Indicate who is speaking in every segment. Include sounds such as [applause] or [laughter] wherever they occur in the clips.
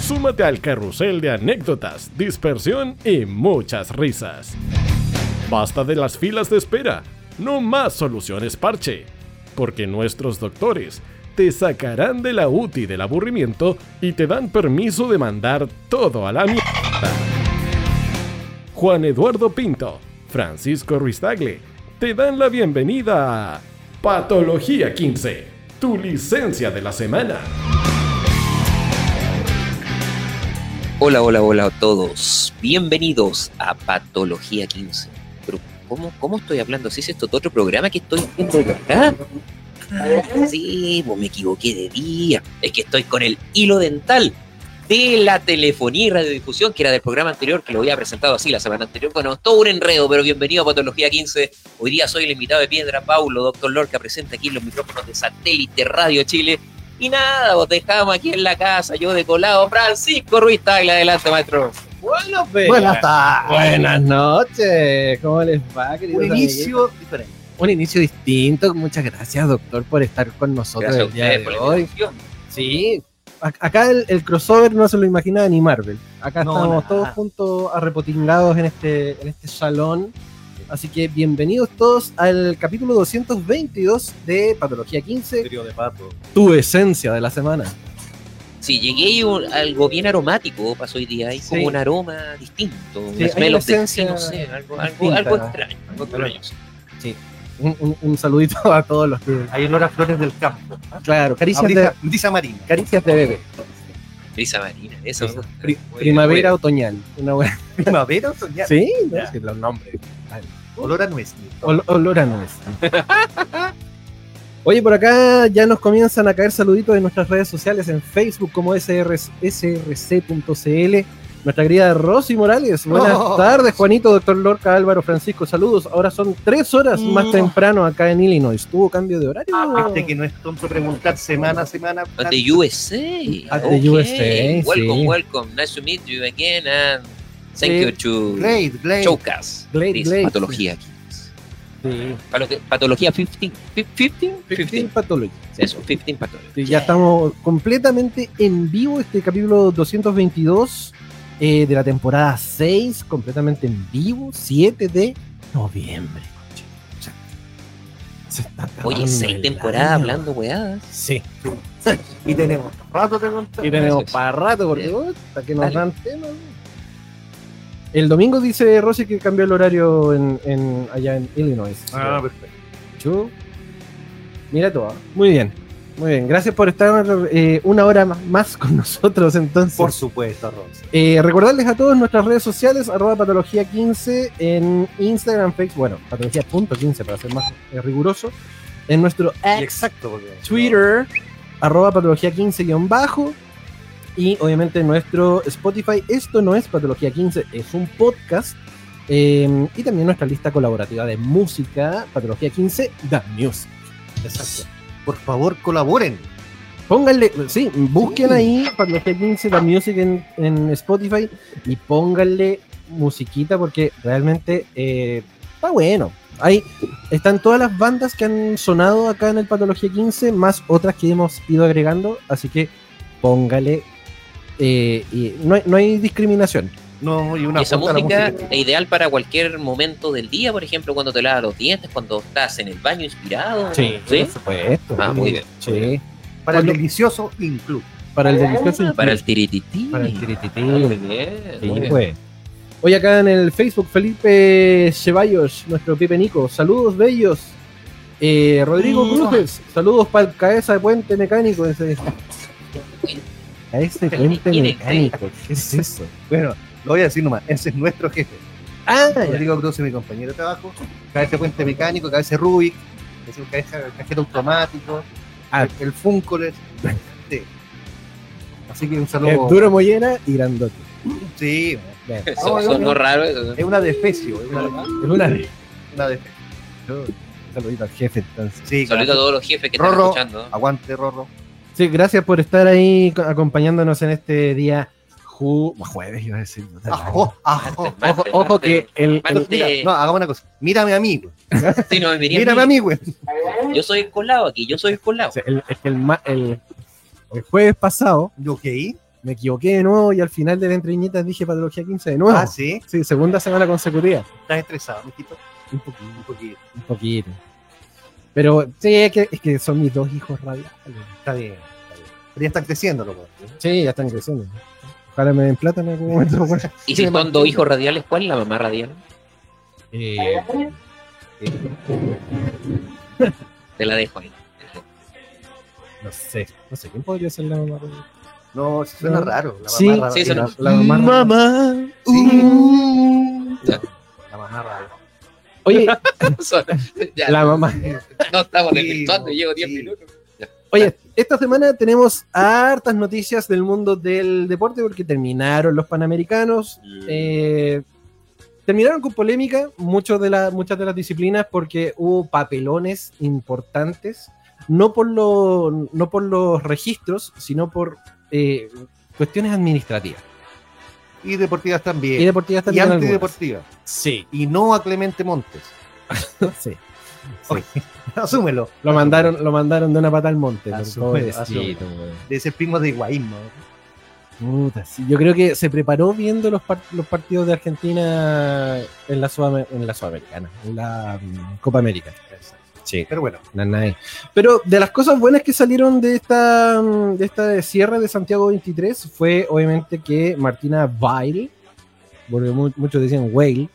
Speaker 1: Súmate al carrusel de anécdotas, dispersión y muchas risas. Basta de las filas de espera, no más soluciones parche, porque nuestros doctores te sacarán de la UTI del aburrimiento y te dan permiso de mandar todo a la mierda. Juan Eduardo Pinto, Francisco Ruistagle, te dan la bienvenida a Patología 15, tu licencia de la semana.
Speaker 2: Hola, hola, hola a todos. Bienvenidos a Patología 15. Pero, ¿cómo, cómo estoy hablando? ¿Sí es esto otro programa que estoy acá? Ah, sí, pues me equivoqué de día. Es que estoy con el hilo dental de la telefonía y radiodifusión, que era del programa anterior, que lo había presentado así la semana anterior. Bueno, todo un enredo, pero bienvenido a Patología 15. Hoy día soy el invitado de Piedra Paulo, doctor Lorca, presente aquí en los micrófonos de Satélite Radio Chile. Y nada, vos dejamos aquí en la casa, yo de colado, Francisco Ruiz Tagla, adelante, maestro.
Speaker 3: Buenos [laughs] días.
Speaker 4: Buenas tardes.
Speaker 3: Buenas noches. ¿Cómo les va, queridos
Speaker 4: Un inicio diferente.
Speaker 3: amiguitos? Un inicio distinto. Muchas gracias, doctor, por estar con nosotros
Speaker 2: Gracias a
Speaker 3: el día
Speaker 2: ustedes
Speaker 3: de
Speaker 2: por la
Speaker 3: hoy.
Speaker 2: invitación.
Speaker 3: Sí. A- Acá el, el crossover no se lo imaginaba ni Marvel. Acá
Speaker 4: No,
Speaker 3: estamos
Speaker 4: nada.
Speaker 3: todos juntos arrepotingados en este, en este salón. Así que bienvenidos todos al capítulo 222 de Patología 15,
Speaker 4: Trío de pato.
Speaker 3: tu esencia de la semana.
Speaker 2: Sí, llegué y un- algo bien aromático pasó hoy día. Hay como
Speaker 3: Sí.
Speaker 2: un aroma distinto.
Speaker 3: Sí,
Speaker 2: unos
Speaker 3: hay
Speaker 2: melos
Speaker 3: una
Speaker 2: de-
Speaker 3: esencia
Speaker 2: sí, no sé, algo, algo,
Speaker 3: distinta.
Speaker 2: algo extraño. Algo extraño.
Speaker 3: Un, un- un saludito a todos los que.
Speaker 4: Eh, Hay olor a flores del campo.
Speaker 3: Claro, caricias, de,
Speaker 4: Brisa, brisa marina.
Speaker 3: caricias de bebé.
Speaker 2: Brisa marina, eso.
Speaker 4: Sí.
Speaker 3: Pri- primavera otoñal. Una buena.
Speaker 4: Primavera otoñal.
Speaker 3: Sí, no,
Speaker 4: Ya.
Speaker 3: es que los nombres.
Speaker 4: Olor a nuez.
Speaker 3: Ol- olor a nuez. [laughs] Oye, por acá ya nos comienzan a caer saluditos de nuestras redes sociales en Facebook como SR src.cl. Nuestra querida Rosy Morales. Buenas
Speaker 4: Oh.
Speaker 3: tardes, Juanito, doctor Lorca, Álvaro, Francisco. Saludos. Ahora son tres horas más
Speaker 4: Mm. Ah,
Speaker 3: temprano acá en Illinois. ¿Tuvo cambio de horario?
Speaker 4: Viste que no es tonto preguntar semana a semana.
Speaker 2: At
Speaker 3: ah,
Speaker 2: the USA.
Speaker 3: At the
Speaker 2: Ok.
Speaker 3: USA,
Speaker 2: Welcome,
Speaker 3: sí.
Speaker 2: welcome. Nice to meet you again. And thank
Speaker 3: Sí.
Speaker 2: you to
Speaker 4: Great, great.
Speaker 2: Chocas.
Speaker 3: Glade,
Speaker 2: This
Speaker 3: Glade.
Speaker 2: Patología.
Speaker 3: Sí.
Speaker 2: Pa- lo que- Patología 15. fif- 15?
Speaker 3: 15
Speaker 2: 15.
Speaker 3: Pathology.
Speaker 2: Eso, 15 patología.
Speaker 3: Sí, Ya estamos completamente en vivo este capítulo 222 eh, de la temporada 6, completamente en vivo, 7 de noviembre. conche. O sea, se está
Speaker 2: Oye,
Speaker 3: acabando
Speaker 2: seis
Speaker 3: el
Speaker 2: temporadas
Speaker 3: año.
Speaker 2: hablando weadas.
Speaker 3: Sí,
Speaker 4: Y tenemos rato de contar.
Speaker 3: y
Speaker 2: Eso
Speaker 3: tenemos
Speaker 2: es.
Speaker 3: para rato porque
Speaker 2: Bien.
Speaker 3: oh, hasta que nos
Speaker 2: Dale.
Speaker 3: dan temas. El domingo dice Rosy que cambió el horario en, en- allá en Illinois.
Speaker 4: Ah, perfecto.
Speaker 3: Chu. Mira tú. ah. Muy bien. Muy bien. Gracias por estar eh, una hora ma- más con nosotros entonces.
Speaker 4: Por supuesto, Ronce.
Speaker 3: Eh, recordarles a todos nuestras redes sociales, arroba patología15 en Instagram, Facebook, bueno, patología.15 para ser más eh, riguroso. En nuestro
Speaker 4: Y
Speaker 3: ex
Speaker 4: Exacto. porque-
Speaker 3: Twitter, arroba patología15 bajo. Y obviamente en nuestro Spotify, esto no es Patología 15, es un podcast. Eh, y también nuestra lista colaborativa de música, Patología 15, The Music.
Speaker 4: Exacto. Por favor, colaboren.
Speaker 3: Pónganle, sí, busquen
Speaker 4: Sí.
Speaker 3: ahí cuando esté 15 la music en, en Spotify y pónganle musiquita porque realmente eh, está bueno. Ahí están todas las bandas que han sonado acá en el Patología 15, más otras que hemos ido agregando, así que póngale. eh, y no, hay, no hay discriminación.
Speaker 4: No, y una
Speaker 2: Y esa
Speaker 4: punta a la
Speaker 2: música es ideal para cualquier momento del día, por ejemplo, cuando te lavas los dientes, cuando estás en el baño inspirado.
Speaker 3: por supuesto.
Speaker 2: Ah, muy bien.
Speaker 3: Sí,
Speaker 4: Para el
Speaker 3: Cuando-
Speaker 4: delicioso incluso.
Speaker 3: para el delicioso.
Speaker 2: Para el tiritití. Ah,
Speaker 3: Para el tiritití.
Speaker 2: Muy bien,
Speaker 3: Sí,
Speaker 2: muy bien.
Speaker 3: pues. Hoy acá en el Facebook, Felipe Ceballos, nuestro Pipe Nico. Saludos, bellos. Eh, Rodrigo
Speaker 2: Mm.
Speaker 3: Cruces, saludos para el cabeza de puente mecánico. Ese. Cabeza de puente mecánico, ¿qué es eso?
Speaker 4: Bueno, lo voy a decir nomás, ese es nuestro jefe.
Speaker 3: Ah, ya.
Speaker 4: Rodrigo Cruz es mi compañero de trabajo, cabeza puente mecánico, cabeza Rubik, es un cabeza cajeta automático,
Speaker 3: Ah.
Speaker 4: el, el Funkoler. Sí. Así que un
Speaker 3: Eh,
Speaker 4: saludo.
Speaker 3: duro Mollera y grandote.
Speaker 4: Sí,
Speaker 3: Bien.
Speaker 2: Son, son los raros. esos.
Speaker 4: es una defecio. Es una,
Speaker 3: Es una de-
Speaker 4: una defecio.
Speaker 3: Saludito al jefe, entonces.
Speaker 4: Sí,
Speaker 2: Saludos a
Speaker 4: claro.
Speaker 2: todos los jefes que están
Speaker 4: Rorro. ah,
Speaker 2: escuchando.
Speaker 4: Aguante, Rorro.
Speaker 3: Sí, gracias por estar ahí co- acompañándonos en este día ju- jueves, iba a decir. puta madre.
Speaker 4: Ajo, ajo.
Speaker 2: Martes,
Speaker 3: Ojo,
Speaker 2: martes,
Speaker 3: ojo
Speaker 2: martes.
Speaker 3: que el, el-
Speaker 2: Martes.
Speaker 4: Mira, no, hagamos una cosa. Mírame a mí. güey.
Speaker 2: Sí, no, me miré a
Speaker 4: Mírame a
Speaker 2: mí.
Speaker 4: mí, güey.
Speaker 2: Yo soy escolado aquí, yo soy escolado.
Speaker 3: el- es que el ma- el- el jueves pasado
Speaker 4: Yo qué.
Speaker 3: me equivoqué de nuevo y al final de la entreñitas dije patología 15 de nuevo.
Speaker 4: Ah, sí.
Speaker 3: Sí, segunda semana consecutiva.
Speaker 4: Estás estresado, mijito. Un poquito, un poquito.
Speaker 3: Un poquito. Pero sí, es que, es que son mis dos hijos radiales.
Speaker 4: Está bien. Está bien. Pero ya están creciendo, loco.
Speaker 3: Sí, ya están creciendo. Ojalá me den plata en algún momento. güey.
Speaker 2: Y si son dos hijos radiales, ¿cuál es la mamá radial?
Speaker 3: Eh,
Speaker 2: Te la dejo ahí.
Speaker 3: no sé, no sé, ¿quién podría ser la mamá? radial?
Speaker 4: No, sí suena
Speaker 3: No.
Speaker 4: raro. La
Speaker 3: Sí,
Speaker 4: mamá rara.
Speaker 2: sí,
Speaker 4: la,
Speaker 2: suena-
Speaker 4: la mamá rara.
Speaker 3: Mamá. Uh.
Speaker 4: Sí.
Speaker 2: Ya.
Speaker 4: La mamá rara.
Speaker 3: Oye,
Speaker 2: Son- ya,
Speaker 3: la mamá.
Speaker 2: No estamos
Speaker 4: Sí,
Speaker 2: desvirtuando,
Speaker 4: no,
Speaker 2: llevo 10
Speaker 4: sí.
Speaker 2: minutos.
Speaker 3: Oye, esta semana tenemos hartas noticias del mundo del deporte porque terminaron los Panamericanos. eh, terminaron con polémica muchos de la- muchas de las disciplinas porque hubo papelones importantes, no por, lo- no por los registros, sino por eh, cuestiones administrativas
Speaker 4: Y deportivas
Speaker 3: y
Speaker 4: también.
Speaker 3: deportivas
Speaker 4: Y,
Speaker 3: también. algunas.
Speaker 4: antideportivas.
Speaker 3: Sí,
Speaker 4: Y no a Clemente Montes. [laughs]
Speaker 3: sí.
Speaker 4: Asúmelo.
Speaker 3: Lo mandaron, lo mandaron de una pata al monte.
Speaker 4: Ah,
Speaker 3: por
Speaker 4: sí,
Speaker 3: favor.
Speaker 4: ah, sí.
Speaker 3: Sí, güey.
Speaker 4: De ser primo de Higuaín, ¿no?
Speaker 3: Puta, sí. Yo creo que se preparó viendo los, par- los partidos de Argentina en la, Sudam- en la Sudamericana, en la mm, Copa América. Sí,
Speaker 4: Pero bueno,
Speaker 3: na- nadie. Pero de las cosas buenas que salieron de esta, mm, de esta cierre de Santiago 23 fue obviamente que Martina Weil, porque mu- muchos decían Weil,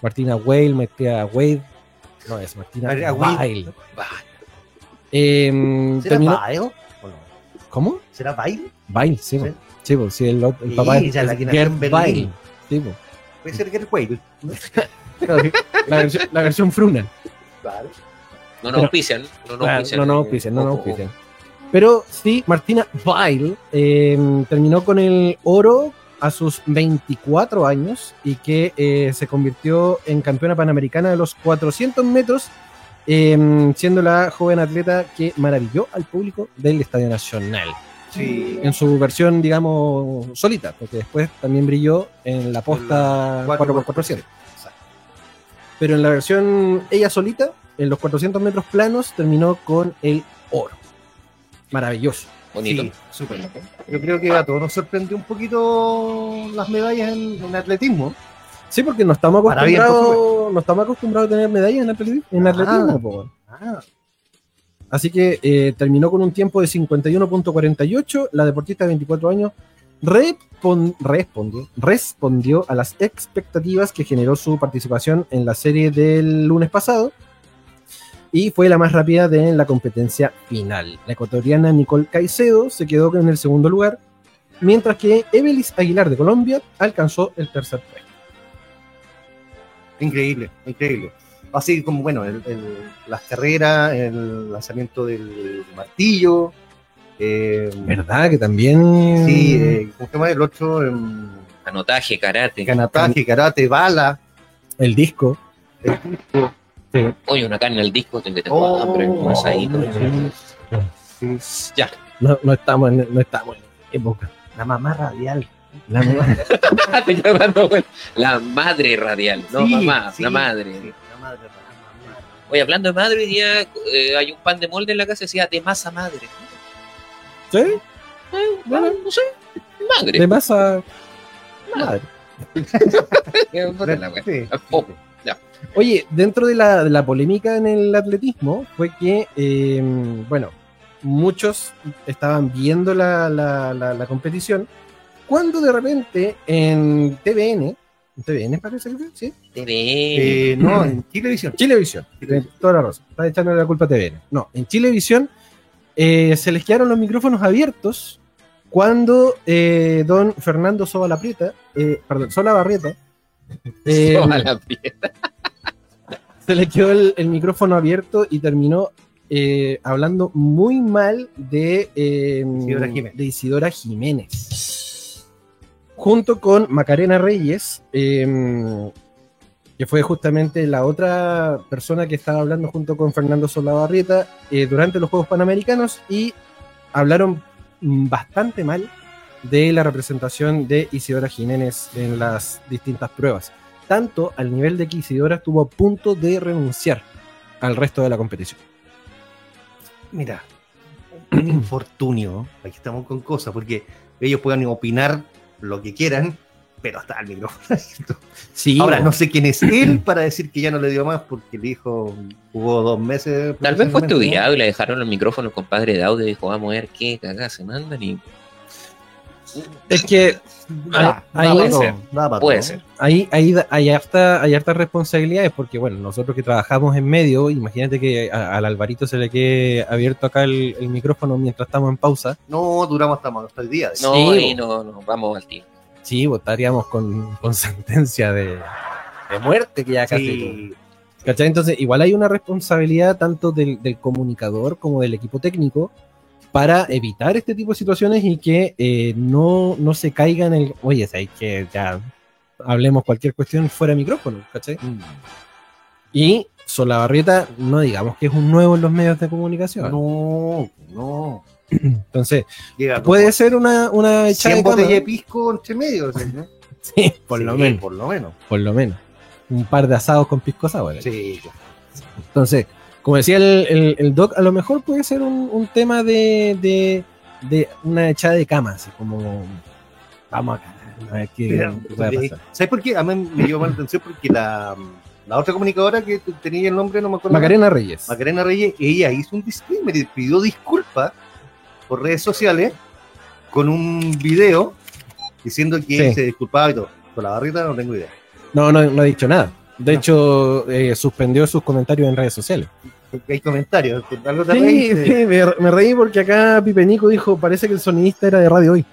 Speaker 3: Martina Weil, Martina Wade, no es Martina
Speaker 4: Martina Weil.
Speaker 3: Weil. Em,
Speaker 4: ¿será
Speaker 3: terminó-
Speaker 4: Bail? ¿O no?
Speaker 3: ¿Cómo?
Speaker 4: ¿Será Bail?
Speaker 3: Bail, sí,
Speaker 4: Sí.
Speaker 3: po. sí, po, sí, el, ot- el
Speaker 4: Sí,
Speaker 3: papá
Speaker 4: ya la que nació en Berlín.
Speaker 3: Bail, sí, po.
Speaker 4: Puede ser Gert Weil.
Speaker 3: la, versión, la versión fruna.
Speaker 4: Claro.
Speaker 2: No
Speaker 3: Pero-
Speaker 2: nos auspician. No nos
Speaker 3: Claro,
Speaker 2: auspician.
Speaker 3: no, no, auspician, no, no,
Speaker 2: Ojo,
Speaker 3: auspician. Pero sí, Martina Weil eh, terminó con el oro a sus 24 años y que eh, se convirtió en campeona panamericana de los 400 metros, eh, siendo la joven atleta que maravilló al público del Estadio Nacional.
Speaker 4: Sí.
Speaker 3: En su versión, digamos, solita, porque después también brilló en la posta 4x400. pero en la versión ella solita, en los 400 metros planos, terminó con el oro. Maravilloso.
Speaker 2: Bonito.
Speaker 4: Sí, súper. Yo creo que a todos nos sorprendió un poquito las medallas en, en atletismo.
Speaker 3: Sí, porque no estamos
Speaker 4: Para bien, por
Speaker 3: acostumbrados, no estamos acostumbrados a tener medallas en atleti- en
Speaker 4: Ah.
Speaker 3: atletismo. po.
Speaker 4: Ah,
Speaker 3: Así que eh, terminó con un tiempo de 51.48. La deportista de 24 años respon- respondió, respondió a las expectativas que generó su participación en la serie del lunes pasado y fue la más rápida de la competencia final. La ecuatoriana Nicole Caicedo se quedó en el segundo lugar, mientras que Evelis Aguilar de Colombia alcanzó el tercer puesto.
Speaker 4: increíble, increíble. Así como, bueno, el- el- las carreras, el lanzamiento del martillo. eh,
Speaker 3: ¿Verdad? Que también...
Speaker 4: sí, eh, ¿cómo se llama el otro? Em,
Speaker 2: Anotaje, karate.
Speaker 4: Canataje, karate, bala.
Speaker 3: el disco.
Speaker 2: Oye, una carne al disco, tengo que tener
Speaker 4: Oh.
Speaker 2: hambre, un asadito.
Speaker 3: Oh.
Speaker 2: Ya. [laughs]
Speaker 3: No, no estamos en, no estamos en época.
Speaker 4: La mamá radial.
Speaker 3: La mamá-
Speaker 2: Te estoy dando vuelta. la madre radial, no
Speaker 4: Sí,
Speaker 2: mamá,
Speaker 4: sí,
Speaker 2: la madre.
Speaker 4: sí, la madre, la mamá.
Speaker 2: Oye, hablando de madre, hoy día eh, hay un pan de molde en la casa que decía de masa madre.
Speaker 3: ¿Sí?
Speaker 2: Eh, bueno, no sé, madre.
Speaker 3: De masa... Madre.
Speaker 2: Eh, [laughs] puta la wea.
Speaker 4: Sí.
Speaker 2: Oh,
Speaker 3: Oye, dentro de la, de la polémica en el atletismo fue que, eh, bueno, muchos estaban viendo la, la- la- la competición, cuando de repente en TVN, TVN parece que fue, sí,
Speaker 2: te
Speaker 4: Eh, no, en televisión.
Speaker 3: Chilevisión, tiene toda la razón, está echándole la culpa a TVN. No, en Chilevisión eh, se les quedaron los micrófonos abiertos cuando eh, don Fernando Sola Prieta, eh, perdón, Sola Barrieta, eh,
Speaker 2: Toma la piel.
Speaker 3: se le quedó el, el micrófono abierto y terminó eh, hablando muy mal de, eh,
Speaker 4: Isidora Jiménez.
Speaker 3: de Isidora Jiménez. junto con Macarena Reyes, eh, que fue justamente la otra persona que estaba hablando junto con Fernando Solabarrieta eh, durante los Juegos Panamericanos y hablaron bastante mal de la representación de Isidora Jiménez en las distintas pruebas. Tanto al nivel de que Isidora estuvo a punto de renunciar al resto de la competición.
Speaker 4: Mira, un infortunio. Aquí estamos con cosas, porque ellos puedan opinar lo que quieran, pero hasta el micrófono. [laughs]
Speaker 3: Sí,
Speaker 4: Ahora, no sé quién
Speaker 2: [clears throat]
Speaker 4: es él para decir que ya no le dio más, porque le dijo, jugó dos meses.
Speaker 2: Tal vez fue
Speaker 4: profesionalmente, ¿no?
Speaker 2: estudiado y le dejaron los micrófonos al compadre de audio y dijo, vamos a ver qué cagada se mandan y...
Speaker 3: es que
Speaker 4: Ah,
Speaker 3: ahí-
Speaker 2: puede
Speaker 4: nada para
Speaker 2: ser,
Speaker 4: todo, nada para
Speaker 2: puede
Speaker 4: todo.
Speaker 2: ser.
Speaker 3: ahí, ahí hay, harta- hay hartas responsabilidades porque, bueno, nosotros que trabajamos en medio, imagínate que a- al Alvarito se le quede abierto acá el, el micrófono mientras estamos en pausa.
Speaker 4: No, duramos hasta, hasta el día.
Speaker 2: No,
Speaker 3: Sí,
Speaker 2: ahí
Speaker 3: bo.
Speaker 2: no, no, vamos al tiro.
Speaker 3: Sí, votaríamos con, con [laughs] sentencia de, de muerte, que ya casi.
Speaker 4: Sí.
Speaker 3: ¿Cachai? Entonces, igual hay una responsabilidad tanto del, del comunicador como del equipo técnico para evitar este tipo de situaciones y que eh, no, no se caiga en el. Oye, hay que ya hablemos cualquier cuestión fuera de micrófono, ¿cachai?
Speaker 4: Mm.
Speaker 3: Y Solabarrieta, no digamos que es un nuevo en los medios de comunicación.
Speaker 4: No, no.
Speaker 3: Entonces,
Speaker 4: Llega
Speaker 3: puede ser una, una echada
Speaker 4: 100
Speaker 3: de
Speaker 4: botellas de
Speaker 3: cama,
Speaker 4: pisco entre medio. ¿sí?
Speaker 3: [laughs] Sí, por lo
Speaker 4: Sí,
Speaker 3: menos.
Speaker 4: Por lo menos.
Speaker 3: Por lo menos. Un par de asados con pisco sour.
Speaker 4: Sí.
Speaker 3: Entonces, como decía el, el- el doc, a lo mejor puede ser un, un tema de, de- de una echada de cama, así como vamos acá, a ver qué
Speaker 4: Mira,
Speaker 3: puede
Speaker 4: de-
Speaker 3: pasar.
Speaker 4: ¿Sabes por qué? A mí me llamó la atención porque la, la otra comunicadora que tenía el nombre, no me acuerdo.
Speaker 3: Macarena Reyes.
Speaker 4: Macarena Reyes, ella hizo un disclaimer y pidió disculpas por redes sociales con un video diciendo que
Speaker 3: Sí.
Speaker 4: se disculpaba y todo. Con la barrita no tengo idea.
Speaker 3: No, no, no ha dicho nada. De hecho, eh, suspendió sus comentarios en redes sociales.
Speaker 4: Porque Hay comentarios. con algo eh, te
Speaker 3: Sí,
Speaker 4: reíste.
Speaker 3: sí, me, me reí porque acá Pipe Nico dijo, parece que el sonidista era de radio hoy.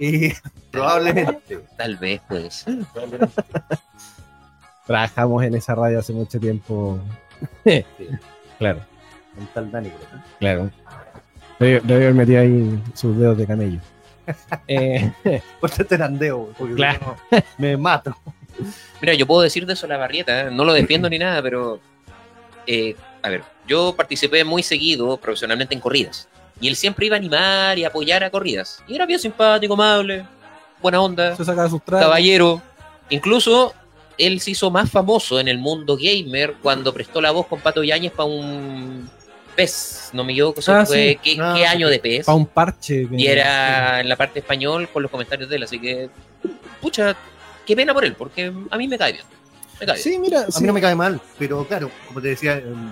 Speaker 4: Y probablemente.
Speaker 2: Tal vez, pues.
Speaker 3: Trabajamos en esa radio hace mucho tiempo. claro,
Speaker 4: Un tal Dani, creo, ¿no?
Speaker 3: claro. Debe debe haber metido ahí sus dedos de
Speaker 4: [laughs]
Speaker 3: camello. Eh,
Speaker 4: Pórtate el andeo, porque
Speaker 3: Claro.
Speaker 4: si no, me mato.
Speaker 2: Mira, yo puedo decir de eso la barrieta, ¿eh? no lo defiendo ni nada, pero... eh, a ver, yo participé muy seguido profesionalmente en corridas. Y él siempre iba a animar y apoyar a corridas. Y era bien simpático, amable, buena onda.
Speaker 3: se sacaba sus tragos.
Speaker 2: caballero. Incluso él se hizo más famoso en el mundo gamer cuando prestó la voz con Pato Yáñez para un PES, no me equivoco, eso
Speaker 3: Ah,
Speaker 2: fue
Speaker 3: sí.
Speaker 2: qué,
Speaker 4: Ah,
Speaker 2: qué año de PES.
Speaker 3: Pa' un parche. eh, que-
Speaker 2: Y era en la parte español con los comentarios de él, así que, pucha, qué pena por él, porque a mí me cae bien. Me cae bien.
Speaker 3: Sí, mira,
Speaker 4: A
Speaker 3: sí.
Speaker 4: mí no me cae mal, pero claro, como te decía, em,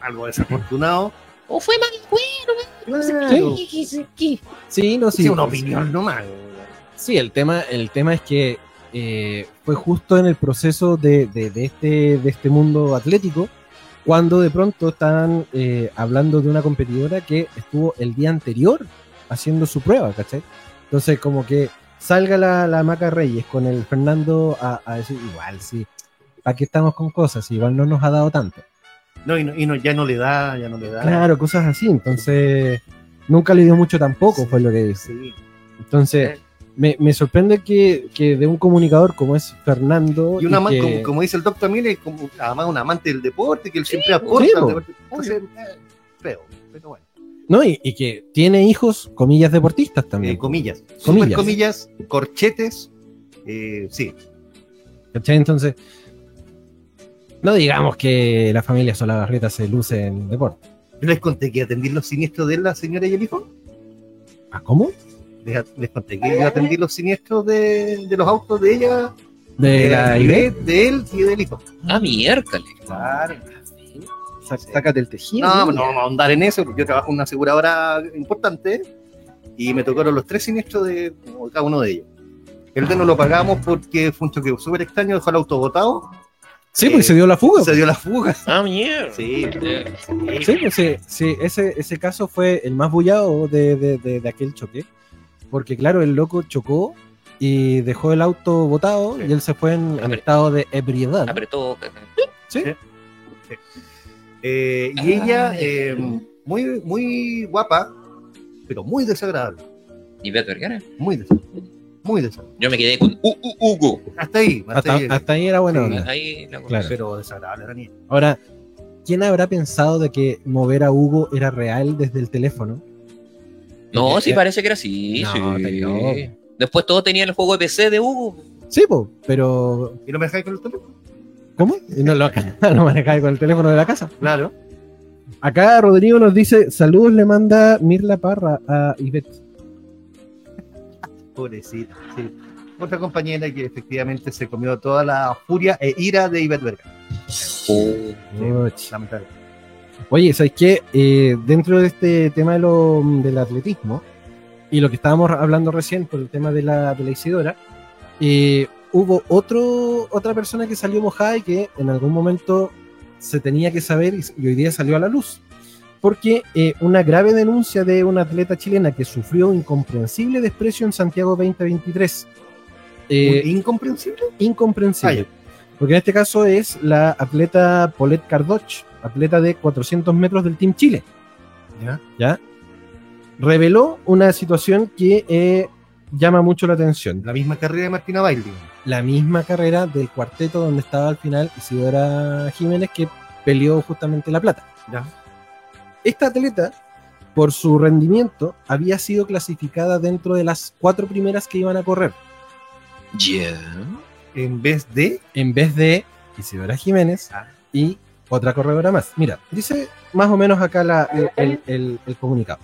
Speaker 4: algo desafortunado.
Speaker 2: O fue mal, bueno,
Speaker 4: Claro,
Speaker 2: ¿qué, qué, qué?
Speaker 3: Sí, no, sí.
Speaker 4: sí, una opinión nomás.
Speaker 3: Sí, el tema, el tema es que eh, fue justo en el proceso de, de- de este, de este mundo atlético cuando de pronto estaban eh, hablando de una competidora que estuvo el día anterior haciendo su prueba, ¿cachai? Entonces, como que salga la, la Maca Reyes con el Fernando a, a decir, igual, sí, aquí estamos con cosas, igual no nos ha dado tanto.
Speaker 4: No, y, no, y no- ya no le da, ya no le da.
Speaker 3: Claro, cosas así. Entonces, nunca le dio mucho tampoco, fue lo que dice.
Speaker 4: Sí.
Speaker 3: Entonces, me, me sorprende que, que de un comunicador como es Fernando.
Speaker 4: Y una ama-
Speaker 3: que-
Speaker 4: como, como dice el doctor Miller, como, además un amante del deporte, que él siempre aporta
Speaker 3: sí,
Speaker 4: al
Speaker 3: po.
Speaker 4: deporte. Entonces, eh, feo, pero bueno.
Speaker 3: No, y, y que tiene hijos, comillas, deportistas también.
Speaker 4: Eh, comillas.
Speaker 3: Comillas.
Speaker 4: Super comillas, corchetes. eh, sí,
Speaker 3: ¿Cachai? Entonces, no digamos que la familia Solabarrieta se luce en deporte.
Speaker 4: yo les conté que atendí los siniestros de la señora y el hijo.
Speaker 3: ¿Ah, cómo?
Speaker 4: Les, les conté que yo atendí los siniestros de, de los autos de ella,
Speaker 3: De
Speaker 4: de,
Speaker 3: la
Speaker 4: de,
Speaker 3: idea.
Speaker 4: de él y del hijo.
Speaker 2: Ah, miércoles.
Speaker 4: Claro.
Speaker 3: Sácate el tejido.
Speaker 4: No, no vamos a ahondar en eso, porque yo trabajo en una aseguradora importante y me tocaron los tres siniestros de cada uno de ellos. El de no lo pagamos porque fue un choque súper extraño, dejó el auto botado,
Speaker 3: Sí, porque se dio la fuga.
Speaker 4: se dio la fuga.
Speaker 2: Ah, mierda.
Speaker 4: Sí,
Speaker 2: Eh,
Speaker 3: Sí, pues sí, sí, ese, ese caso fue el más bullado de, de- de- de aquel choque. Porque, claro, el loco chocó y dejó el auto botado y él se fue en, en estado de ebriedad.
Speaker 2: apretó, caca.
Speaker 3: Sí.
Speaker 4: Eh, y ella,
Speaker 3: Ah,
Speaker 4: eh, muy, muy guapa, pero muy desagradable.
Speaker 2: Y Beto Vergara.
Speaker 4: Muy desagradable. Muy desagradable.
Speaker 2: Yo me quedé con U, U, Hugo.
Speaker 4: Hasta ahí, hasta,
Speaker 3: Hasta,
Speaker 4: ahí. llegué.
Speaker 3: hasta ahí era buena
Speaker 4: Sí,
Speaker 3: onda.
Speaker 2: Ahí la cosa.
Speaker 3: Claro.
Speaker 4: Pero desagradable, Daniel.
Speaker 3: Ahora, ¿quién habrá pensado de que mover a Hugo era real desde el teléfono?
Speaker 2: No,
Speaker 3: Porque-
Speaker 2: sí, parece que era así.
Speaker 3: No,
Speaker 2: sí.
Speaker 3: te- no.
Speaker 2: Después todo tenía el juego de PC de Hugo.
Speaker 3: Sí, po, pero
Speaker 4: ¿Y no me dejáis con el teléfono?
Speaker 3: ¿cómo? Y No lo, [laughs] no manejaba con el teléfono de la casa.
Speaker 4: Claro.
Speaker 3: Acá Rodrigo nos dice, saludos le manda Mirla Parra a Ivette.
Speaker 4: Pobrecita, sí. Otra compañera que efectivamente se comió toda la furia e ira de Ivette Vergara.
Speaker 3: Och.
Speaker 4: Lamentable.
Speaker 3: Oye, ¿sabes qué? Eh, dentro de este tema de lo- del atletismo y lo que estábamos hablando recién por el tema de la, de la Isidora, eh, hubo otro, otra persona que salió mojada y que en algún momento se tenía que saber y, y hoy día salió a la luz. Porque eh, una grave denuncia de una atleta chilena que sufrió incomprensible desprecio en Santiago 2023. Eh,
Speaker 4: ¿Un ¿Incomprensible?
Speaker 3: incomprensible.
Speaker 4: Ah,
Speaker 3: Porque en este caso es la atleta Paulette Cardoch, atleta de 400 metros del Team Chile.
Speaker 4: Ya.
Speaker 3: ¿Ya? Reveló una situación que eh, llama mucho la atención. La,
Speaker 4: La misma carrera de Martina Bailey. digamos.
Speaker 3: la misma carrera del cuarteto donde estaba al final Isidora Jiménez, que peleó justamente la plata.
Speaker 4: Ya.
Speaker 3: Esta atleta, por su rendimiento, había sido clasificada dentro de las cuatro primeras que iban a correr.
Speaker 2: Yeah.
Speaker 4: En vez de.
Speaker 3: en vez de Isidora Jiménez
Speaker 4: Ah.
Speaker 3: y otra corredora más. Mira, dice más o menos acá la- el, el- el- el comunicado.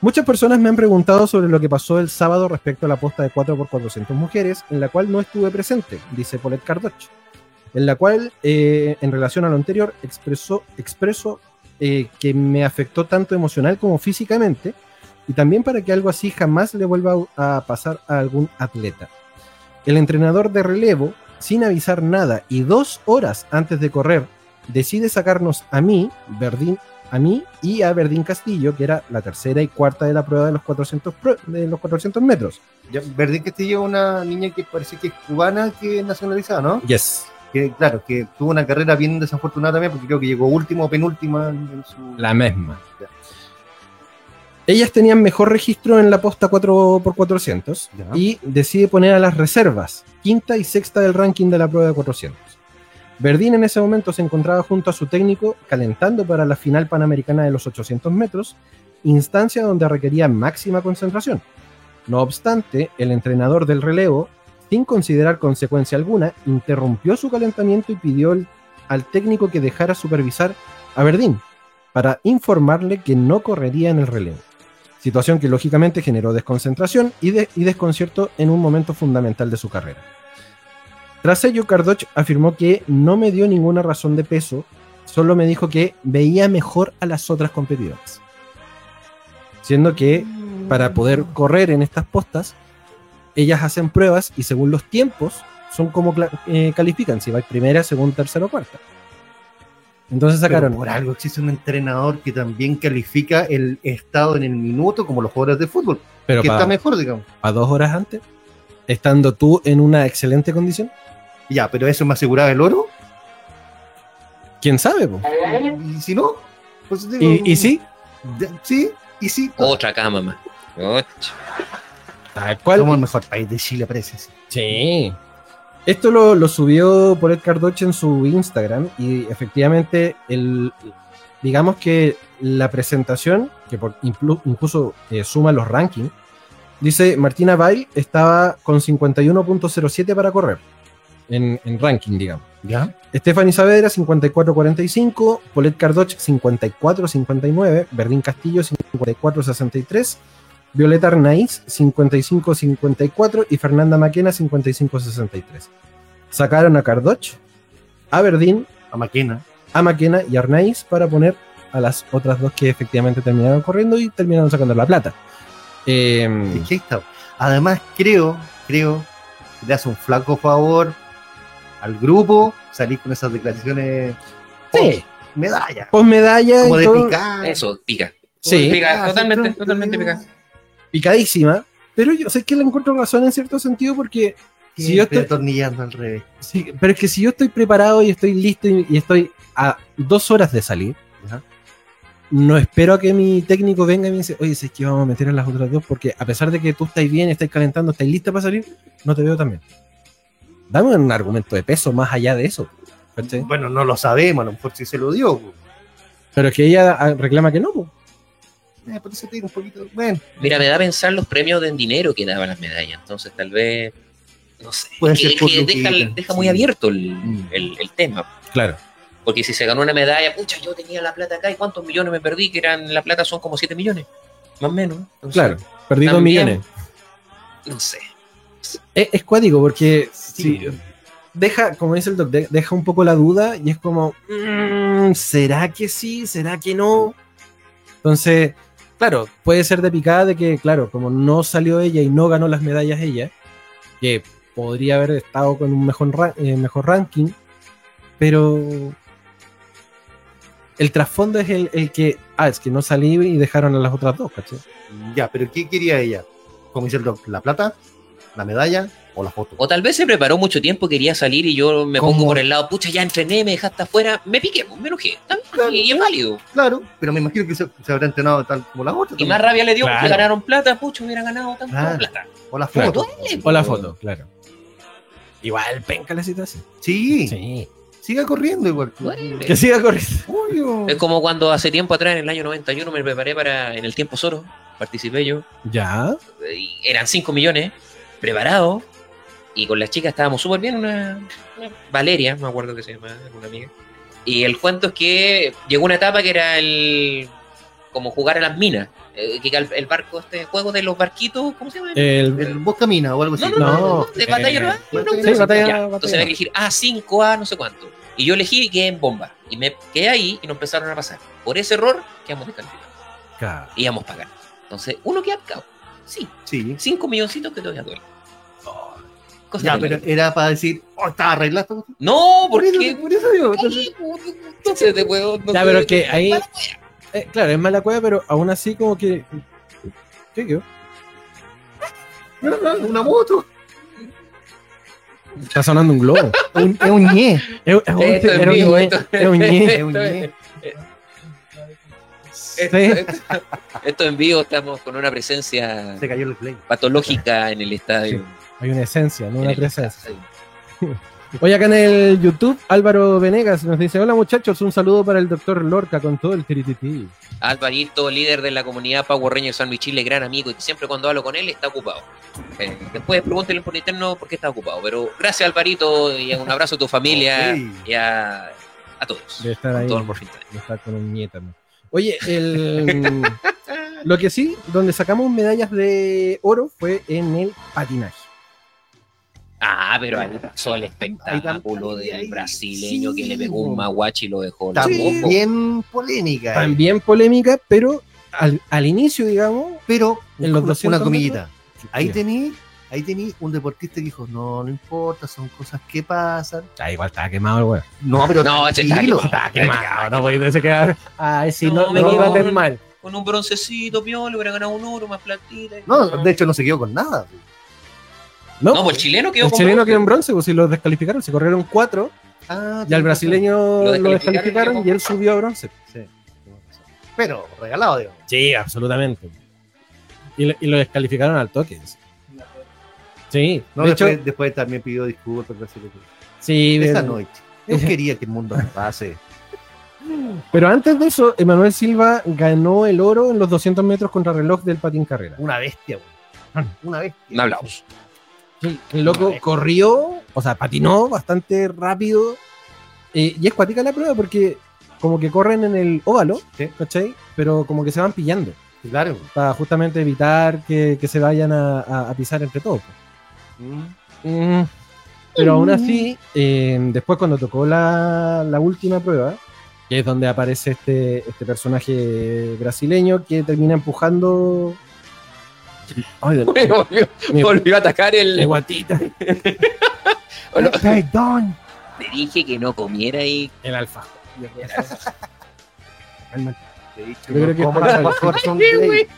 Speaker 3: Muchas personas me han preguntado sobre lo que pasó el sábado respecto a la posta de 4x400 mujeres, en la cual no estuve presente, dice Paulette Cardoch, en la cual, eh, en relación a lo anterior, expresó, expreso eh, que me afectó tanto emocional como físicamente, y también para que algo así jamás le vuelva a a pasar a algún atleta. El entrenador de relevo, sin avisar nada y dos horas antes de correr, decide sacarnos a mí, Verdín, a mí y a Verdín Castillo, que era la tercera y cuarta de la prueba de los 400, pro- de los 400 metros.
Speaker 4: Ya, Verdín Castillo es una niña que parece que es cubana que es nacionalizada, ¿no?
Speaker 3: Yes.
Speaker 4: Que claro, que tuvo una carrera bien desafortunada también porque creo que llegó último o penúltima en su.
Speaker 3: La misma. Ellas tenían mejor registro en la posta 4x400
Speaker 4: Ya.
Speaker 3: y decide poner a las reservas, quinta y sexta del ranking de la prueba de 400. Verdín en ese momento se encontraba junto a su técnico calentando para la final panamericana de los 800 metros, instancia donde requería máxima concentración. No obstante, el entrenador del relevo, sin considerar consecuencia alguna, interrumpió su calentamiento y pidió el- al técnico que dejara supervisar a Verdín, para informarle que no correría en el relevo. Situación que lógicamente generó desconcentración y, de- y desconcierto en un momento fundamental de su carrera. Tras ello, Cardoch afirmó que no me dio ninguna razón de peso, solo me dijo que veía mejor a las otras competidoras. Siendo que para poder correr en estas postas, ellas hacen pruebas y según los tiempos son como cla- eh, califican, si va primera, segunda, tercera o cuarta. Entonces
Speaker 4: Pero
Speaker 3: sacaron
Speaker 4: por algo existe un entrenador que también califica el estado en el minuto como los jugadores de fútbol,
Speaker 3: Pero
Speaker 4: que está
Speaker 3: para,
Speaker 4: mejor, digamos.
Speaker 3: para dos horas antes, estando tú en una excelente condición,
Speaker 4: Ya, pero eso me aseguraba el oro.
Speaker 3: quién sabe, po?
Speaker 4: Y si no, pues digo,
Speaker 3: Y, y sí, Oh,
Speaker 4: de- sí, y sí.
Speaker 2: Otra cama más. Ocho.
Speaker 3: tal
Speaker 4: Somos
Speaker 3: cual.
Speaker 4: el mejor país de Chile, parece. sí.
Speaker 3: Sí. Esto lo, lo subió Paulette Cardoche en su Instagram y efectivamente, el, digamos que la presentación, que por- inclu- incluso eh, suma los rankings, dice Martina Bail estaba con 51.07 para correr en- en ranking, digamos.
Speaker 4: Ya.
Speaker 3: Stephanie Saavedra 54.45, Paulette Cardoch 54.59, Berdín Castillo 54.63, Violeta Arnaiz 55.54 y Fernanda Maquena 55.63. Sacaron a Cardoch, a Berdín,
Speaker 4: A máquina.
Speaker 3: a Maquena y a Arnaiz para poner a las otras dos que efectivamente terminaron corriendo y terminaron sacando la plata. Em,
Speaker 4: Es que ahí está. Además, creo, creo que le hace un flaco favor al grupo salir con esas declaraciones.
Speaker 3: sí,
Speaker 4: post Medalla.
Speaker 3: pos medalla
Speaker 4: Como
Speaker 3: y
Speaker 4: de
Speaker 3: todo-
Speaker 4: picar.
Speaker 2: Eso, pica.
Speaker 3: Sí.
Speaker 2: Pica, totalmente,
Speaker 4: Ah,
Speaker 2: totalmente
Speaker 4: sí,
Speaker 2: pica.
Speaker 3: picadísima, pero yo sé que le encuentro razón en cierto sentido porque si yo
Speaker 4: Siempre
Speaker 3: estoy,
Speaker 4: atornillando al revés.
Speaker 3: Sí, pero es que si yo estoy preparado y estoy listo y, y estoy a dos horas de salir,
Speaker 4: Ajá.
Speaker 3: no espero a que mi técnico venga y me dice, oye, si es que vamos a meter a las otras dos, porque a pesar de que tú estáis bien, estáis calentando, estáis lista para salir, no te veo tan bien. Dame un argumento de peso más allá de eso. ¿cachai?
Speaker 4: Bueno, no lo sabemos, a lo mejor sí se lo dio. po.
Speaker 3: Pero es que ella ah, reclama que no, po.
Speaker 4: Eh, por eso te digo un poquito. Bueno,
Speaker 2: Mira, me da a pensar los premios en dinero que daban las medallas. Entonces, tal vez. No sé.
Speaker 4: Puede
Speaker 2: que-
Speaker 4: ser por
Speaker 2: que
Speaker 4: lo
Speaker 2: deja,
Speaker 4: que-
Speaker 2: deja muy abierto el,
Speaker 4: Mm.
Speaker 2: el- el tema.
Speaker 3: Claro.
Speaker 2: Porque si se ganó una medalla, pucha, yo tenía la plata acá y cuántos millones me perdí, que eran la plata son como 7 millones. Más o menos. Entonces,
Speaker 3: Claro. Perdí dos
Speaker 2: También.
Speaker 3: millones.
Speaker 2: No sé.
Speaker 3: Es, es cuático porque
Speaker 4: Sí.
Speaker 3: sí, deja, como dice el doc, de- deja un poco la duda y es como, mm, ¿será que sí? ¿Será que no? Entonces, claro, puede ser de picada de que, claro, como no salió ella y no ganó las medallas ella, que podría haber estado con un mejor, ra- eh, mejor ranking, pero el trasfondo es el, el que, ah, es que no salí y dejaron a las otras dos, ¿cachai?
Speaker 4: ya, pero ¿qué quería ella? Como dice el doc, ¿la plata, la medalla o la foto?
Speaker 2: O tal vez se preparó mucho tiempo, quería salir y yo me
Speaker 4: ¿Cómo?
Speaker 2: pongo por el lado, pucha, ya entrené, me dejaste afuera, me piqué, pues, me enojé. Está bien,
Speaker 4: Claro.
Speaker 2: Y es válido.
Speaker 4: Claro, pero me imagino que se, se habrá entrenado tal como la
Speaker 2: Y
Speaker 4: otra. también.
Speaker 2: más rabia le dio
Speaker 3: Claro.
Speaker 2: porque ganaron plata, pucha, hubiera ganado tanto
Speaker 4: Claro.
Speaker 2: plata.
Speaker 4: O la
Speaker 3: Claro.
Speaker 4: foto.
Speaker 2: Duele, pues.
Speaker 3: O la
Speaker 2: po.
Speaker 3: foto, claro. Igual, penca la situación.
Speaker 4: Sí,
Speaker 3: Sí.
Speaker 4: siga corriendo igual.
Speaker 2: Duele.
Speaker 3: Que siga corriendo.
Speaker 4: Obvio.
Speaker 2: Es como cuando hace tiempo atrás, en el año 91, me preparé para en el tiempo Soro, participé yo,
Speaker 3: Ya.
Speaker 2: eh, y eran 5 millones, preparado, y con las chicas estábamos súper bien, una, una Valeria, me acuerdo que se llama, una amiga, y el cuento es que llegó una etapa que era el como jugar a las minas, eh, que el, el barco, este juego de los barquitos, ¿cómo se llama?
Speaker 3: El,
Speaker 4: El- vos camina o algo así.
Speaker 2: no, no, no, no, de batalla naval,
Speaker 4: eh,
Speaker 2: una cosa
Speaker 4: sí,
Speaker 2: así.
Speaker 3: batalla-
Speaker 2: Ya,
Speaker 3: batalla
Speaker 2: Entonces había que elegir A5, A no sé cuánto. Y yo elegí y quedé en bomba. Y me quedé ahí y nos empezaron a pasar. Por ese error quedamos descalificados.
Speaker 3: Ca-
Speaker 2: y íbamos a pagar. Entonces, uno que cabo. Sí,
Speaker 4: Sí.
Speaker 2: cinco milloncitos que todavía duele. Oh, Cosa
Speaker 4: Ya,
Speaker 2: de
Speaker 4: pero
Speaker 2: la-
Speaker 4: era para decir, oh, estaba arreglado.
Speaker 2: No, ¿por qué?
Speaker 4: Por eso digo, entonces-
Speaker 2: Entonces, te puedo- no
Speaker 3: Ya,
Speaker 2: sé-
Speaker 3: pero
Speaker 2: [laughs]
Speaker 3: es que ahí. eh, claro, es mala cueva, pero aún así, como que. ¿Qué quedó?
Speaker 4: No, no, una moto.
Speaker 3: Está sonando un globo.
Speaker 4: [laughs] Un- Es un ñe.
Speaker 3: Es- es un-
Speaker 2: Esto es
Speaker 3: era un
Speaker 2: vivo,
Speaker 3: ñe,
Speaker 2: esto-
Speaker 3: era un ñe.
Speaker 4: Es un ñe.
Speaker 2: Esto,
Speaker 3: Sí.
Speaker 2: esto- esto en vivo estamos con una presencia
Speaker 4: Se cayó el play.
Speaker 2: patológica en el estadio.
Speaker 3: Hay una esencia, no
Speaker 2: En
Speaker 3: una
Speaker 2: el-
Speaker 3: presencia. Hoy acá en el YouTube, Álvaro Venegas nos dice: Hola muchachos, un saludo para el doctor Lorca con todo el tirititi.
Speaker 2: Alvarito, líder de la comunidad Power Rangers San Luis Chile, gran amigo, y que siempre cuando hablo con él está ocupado. Eh, después pregúntenle por interno por qué está ocupado, pero gracias Alvarito y un abrazo a tu familia
Speaker 4: Ok.
Speaker 2: y a, a todos.
Speaker 3: De estar
Speaker 2: A
Speaker 3: ahí.
Speaker 2: todo el Morphin Time.
Speaker 3: de estar con un nieta. ¿no? Oye, el, [laughs] lo que sí, donde sacamos medallas de oro fue en el patinaje.
Speaker 2: Ah, pero ahí pasó el
Speaker 4: también,
Speaker 2: espectáculo
Speaker 4: ahí,
Speaker 2: del brasileño
Speaker 4: sí,
Speaker 2: que le pegó un
Speaker 4: bo.
Speaker 2: maguachi y lo dejó loco.
Speaker 4: También polémica. eh.
Speaker 3: También polémica, pero al, al inicio, digamos,
Speaker 4: Pero
Speaker 3: En los
Speaker 4: una-
Speaker 3: 200
Speaker 4: una comillita. Ahí
Speaker 3: ya.
Speaker 4: tení, ahí tení un deportista que dijo, no, no importa, son cosas que pasan.
Speaker 3: Ah, igual estaba quemado el weón.
Speaker 4: No, pero
Speaker 2: No, ese está
Speaker 4: tranquilo.
Speaker 2: quemado.
Speaker 3: no podía quedar. Ay, sí, no,
Speaker 2: No,
Speaker 3: no,
Speaker 2: me
Speaker 3: iba a
Speaker 2: equivoco.
Speaker 3: hacer mal.
Speaker 2: Con un broncecito, piola, hubiera ganado un oro, más platita. y-
Speaker 4: No, de hecho no se quedó con nada.
Speaker 3: No,
Speaker 2: No, pues el chileno quedó
Speaker 3: el
Speaker 2: con
Speaker 3: chileno
Speaker 2: bronce.
Speaker 3: quedó en bronce, pues si lo descalificaron, se corrieron cuatro
Speaker 4: Ah,
Speaker 3: y al brasileño
Speaker 2: Lo
Speaker 3: lo
Speaker 2: descalificaron,
Speaker 3: descalificaron y él subió a bronce.
Speaker 4: Sí, tienes razón. Pero regalado, digo.
Speaker 3: Sí, absolutamente. Y lo, y lo descalificaron al toque. Sí,
Speaker 4: No,
Speaker 3: de hecho,
Speaker 4: después, después también pidió disculpas. el brasileño.
Speaker 3: sí,
Speaker 4: Esa
Speaker 3: de-
Speaker 4: noche. Yo quería que el mundo me pase.
Speaker 3: Pero antes de eso, Emanuel Silva ganó el oro en los 200 metros contra reloj del patín carrera.
Speaker 4: Una bestia, güey.
Speaker 3: Ah.
Speaker 4: Una
Speaker 2: Un
Speaker 4: bestia.
Speaker 2: [laughs] aplauso.
Speaker 3: Sí, el loco corrió, o sea, patinó bastante rápido. eh, y es cuática la prueba porque como que corren en el óvalo,
Speaker 4: Sí.
Speaker 3: ¿cachai? Pero como que se van pillando
Speaker 4: Claro.
Speaker 3: para justamente evitar que, que se vayan a, a- a pisar entre todos.
Speaker 4: Mm.
Speaker 3: Mm, Pero aún así, eh, después cuando tocó la, la última prueba, que es donde aparece este, este personaje brasileño que termina empujando... Ay, [laughs] de-
Speaker 2: Volvió,
Speaker 3: mi-
Speaker 2: volvió a atacar
Speaker 3: mi
Speaker 2: el.
Speaker 3: [laughs] guatita.
Speaker 2: Bueno,
Speaker 4: Perdón.
Speaker 2: te dije que no comiera y
Speaker 3: El alfa.
Speaker 4: Te he dicho,
Speaker 3: Yo creo que
Speaker 4: no comas
Speaker 3: está-
Speaker 4: alfajor con Glade.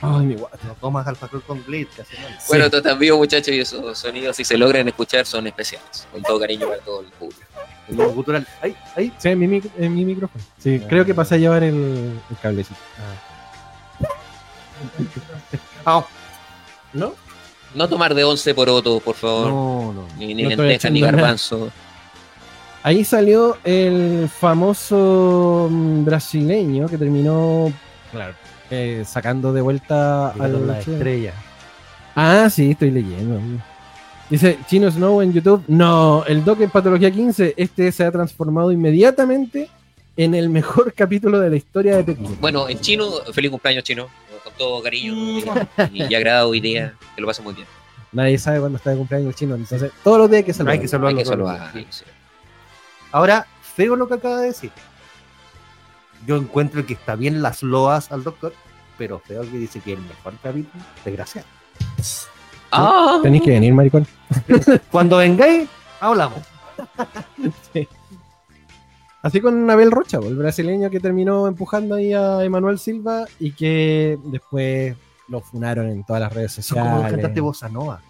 Speaker 3: Ay, mi guata.
Speaker 4: No comas alfajor con Glade. te hace mal.
Speaker 2: Bueno, tú estás vivo, muchachos, y esos sonidos, si se logran escuchar, son especiales. Con todo cariño para todo el público.
Speaker 4: el lobo cultural. Ahí, ahí.
Speaker 3: Sí, en mi, mic- en mi micrófono. Sí, creo que pasé a llevar el, el cablecito.
Speaker 4: Ah,
Speaker 3: ¿No?
Speaker 2: No tomar de once porotos, por favor.
Speaker 3: No, no.
Speaker 2: ni ni
Speaker 3: no estoy
Speaker 2: lentejas, ni
Speaker 3: echando nada.
Speaker 2: garbanzo.
Speaker 3: Ahí salió el famoso mm, brasileño que terminó
Speaker 5: Claro.
Speaker 3: eh, sacando de vuelta
Speaker 5: Llegaron
Speaker 3: al
Speaker 5: las
Speaker 3: chileno.
Speaker 5: estrellas.
Speaker 3: Ah, sí, estoy leyendo. Dice Chino Snow en YouTube. No, el Doc en Patología 15, este se ha transformado inmediatamente en el mejor [laughs] capítulo de la historia de Pekín.
Speaker 2: Bueno, en chino, feliz cumpleaños chino. Con todo cariño
Speaker 3: Mm.
Speaker 2: y, y agrado hoy día. Que lo pasen muy bien.
Speaker 3: Nadie sabe cuándo está de cumpleaños el chino, entonces todos los días hay que saludar.
Speaker 4: hay que
Speaker 2: Hay
Speaker 4: saludarlo.
Speaker 2: que
Speaker 4: saludarlo.
Speaker 2: saludar.
Speaker 4: Sí.
Speaker 2: sí.
Speaker 4: Ahora, feo lo que acaba de decir. Yo encuentro que está bien las loas al doctor, pero feo que dice que el mejor capítulo, desgraciado.
Speaker 2: Ah,
Speaker 3: Tenéis que venir, maricón.
Speaker 4: Cuando vengáis, hablamos.
Speaker 3: Así con Abel Rocha, el brasileño que terminó empujando ahí a Emanuel Silva y que después lo funaron en todas las redes
Speaker 4: Son como los
Speaker 3: sociales.
Speaker 4: cantantes bossa nova.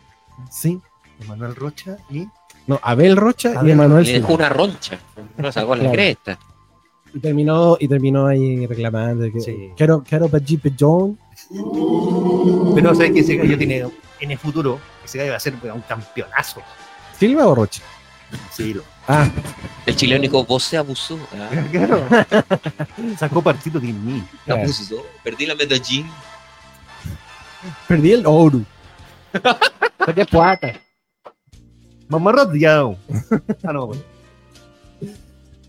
Speaker 3: Sí.
Speaker 4: Emanuel Rocha y
Speaker 3: No, Abel Rocha
Speaker 4: Abel
Speaker 3: y Emanuel
Speaker 2: le dejó
Speaker 3: Silva.
Speaker 2: una roncha. No sacó la
Speaker 3: Claro.
Speaker 2: cresta.
Speaker 3: Y terminó, y terminó ahí reclamando que
Speaker 4: Sí.
Speaker 3: quiero, quiero para Jeep John.
Speaker 4: Pero sabes que ese gallo tiene en el futuro, ese gallo va a ser weón, un campeonazo.
Speaker 3: ¿Silva o Rocha?
Speaker 4: Sí, lo-
Speaker 3: Ah,
Speaker 2: El chilénico vos se abusó. ah,
Speaker 4: claro. [laughs] Sacó partido de mí.
Speaker 3: claro.
Speaker 2: abusó. Perdí la medallín.
Speaker 3: perdí el oro.
Speaker 4: Saqué plata. Mamá rodeado. Ah, no, pues,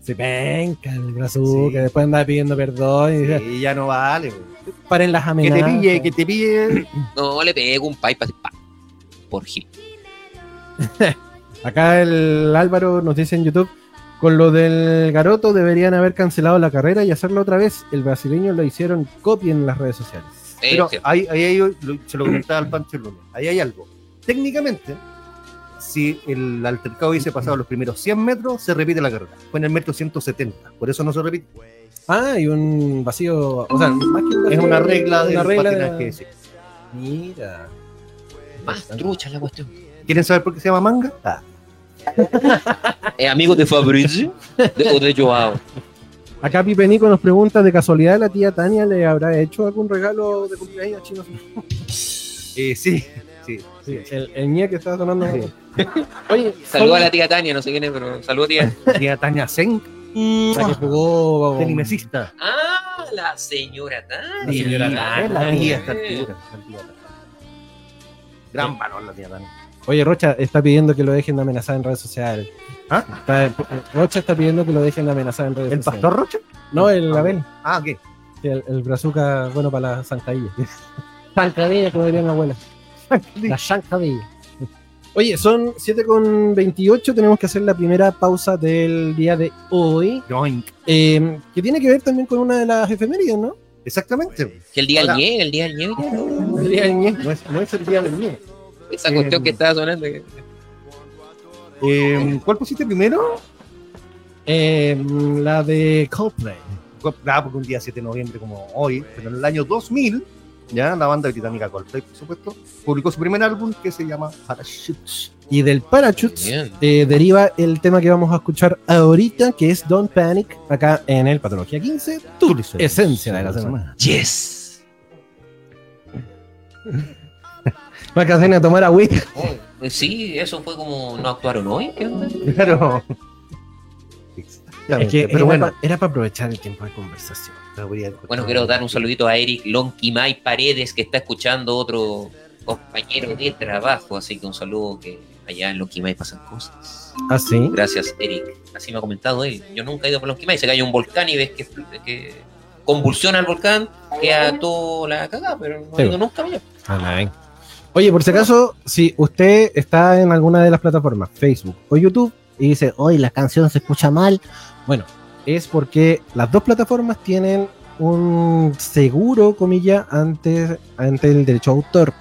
Speaker 3: Se penca el brazuca,
Speaker 4: Sí.
Speaker 3: después andaba pidiendo perdón y decía,
Speaker 4: sí, ya no vale. pues. weón.
Speaker 3: paren las
Speaker 4: Que te
Speaker 3: amenazas.
Speaker 4: pille, que te pille.
Speaker 2: No, le pego un pipe así, pa. Por Gil.
Speaker 3: Acá el Álvaro nos dice en YouTube, con lo del garoto deberían haber cancelado la carrera y hacerlo otra vez. El brasileño lo hicieron copia en las redes sociales.
Speaker 2: Eh,
Speaker 4: Pero
Speaker 2: sí.
Speaker 4: ahí, ahí hay- lo- se lo comentaba al Pancho el lunes. Ahí hay algo. Técnicamente, si el altercado hubiese pasado los primeros 100 metros, se repite la carrera. Fue en el metro 170. Por eso no se repite.
Speaker 3: Ah, y un vacío, o sea, más que un
Speaker 4: Es
Speaker 3: vacío,
Speaker 4: una regla de
Speaker 3: una regla de la-
Speaker 4: patinaje. sí.
Speaker 3: Mira.
Speaker 2: Más trucha la cuestión.
Speaker 4: ¿Quieren saber por qué se llama manga? Ah,
Speaker 2: ¿Es amigo de Fabrizio? De, o de Joao. [laughs]
Speaker 3: Acá Pipe Nico nos pregunta, ¿de casualidad la tía Tania le habrá hecho algún regalo de cumpleaños a Chino?
Speaker 4: eh, sí, sí.
Speaker 3: Sí, el, el ñe que estaba sonando.
Speaker 4: Sí.
Speaker 3: Oye,
Speaker 2: Saluda a la tía Tania, no sé quién es, pero saluda tía.
Speaker 4: Tía Tania Zen,
Speaker 3: la que jugó
Speaker 4: telemesista.
Speaker 2: Ah, la señora Tania.
Speaker 4: La señora Tania, es la tía, esta
Speaker 2: Eh.
Speaker 4: altura, esta altura. Gran valor la tía Tania.
Speaker 3: Oye, Rocha está pidiendo que lo dejen de amenazar en redes sociales.
Speaker 4: ¿Ah?
Speaker 3: Está- Rocha está pidiendo que lo dejen de amenazar en redes
Speaker 4: ¿El
Speaker 3: sociales.
Speaker 4: pastor Rocha?
Speaker 3: No, el Abel.
Speaker 4: Ah, ¿qué?
Speaker 3: que El, el brazuca, bueno, para la zancadilla. [laughs] zancadilla, como diría mi abuela. La zancadilla. Oye, son 7.28, tenemos que hacer la primera pausa del día de hoy,
Speaker 4: Yoink.
Speaker 3: eh, que tiene que ver también con una de las efemérides, ¿no?
Speaker 4: Exactamente.
Speaker 2: Que el día del
Speaker 4: Hola.
Speaker 2: ñe, el día del ñe. ya, ¿no?
Speaker 3: El día del ñe.
Speaker 4: No es, no es el día del miedo.
Speaker 2: Esa cuestión
Speaker 4: Eh,
Speaker 2: que estaba sonando. que-
Speaker 4: Eh, ¿Cuál pusiste primero?
Speaker 3: Eh, la de Coldplay.
Speaker 4: Ah, porque un día 7 de noviembre como hoy, pero en el año 2000, ya la banda británica Coldplay, por supuesto, publicó su primer álbum que se llama Parachutes.
Speaker 3: Y del Parachutes
Speaker 2: Bien.
Speaker 3: eh, deriva el tema que vamos a escuchar ahorita, que es Don't Panic, acá en el Patología 15, tu esencia de la semana.
Speaker 2: Yes.
Speaker 3: Macadena a tomar agüita.
Speaker 2: Oh, eh, sí, eso fue como no actuaron hoy. ¿Qué onda?
Speaker 4: Claro.
Speaker 3: Es que
Speaker 4: pero bueno,
Speaker 3: pa- era para aprovechar el tiempo de conversación.
Speaker 4: la voy a encontrar.
Speaker 2: Bueno, quiero dar un saludito a Eric Lonquimay Paredes, que está escuchando otro compañero de trabajo, así que un saludo que allá en Lonquimay pasan cosas.
Speaker 3: Ah, sí.
Speaker 2: Gracias, Eric. Así me ha comentado él. Yo nunca he ido por Lonquimay, se cae un volcán y ves que, que convulsiona el volcán, queda toda la cagada, pero no
Speaker 3: Sí.
Speaker 2: he ido nunca allá.
Speaker 3: Oye, por si acaso, si usted está en alguna de las plataformas, Facebook o YouTube, y dice, hoy la canción se escucha mal, bueno, es porque las dos plataformas tienen un seguro, comilla, ante, ante el derecho a autor.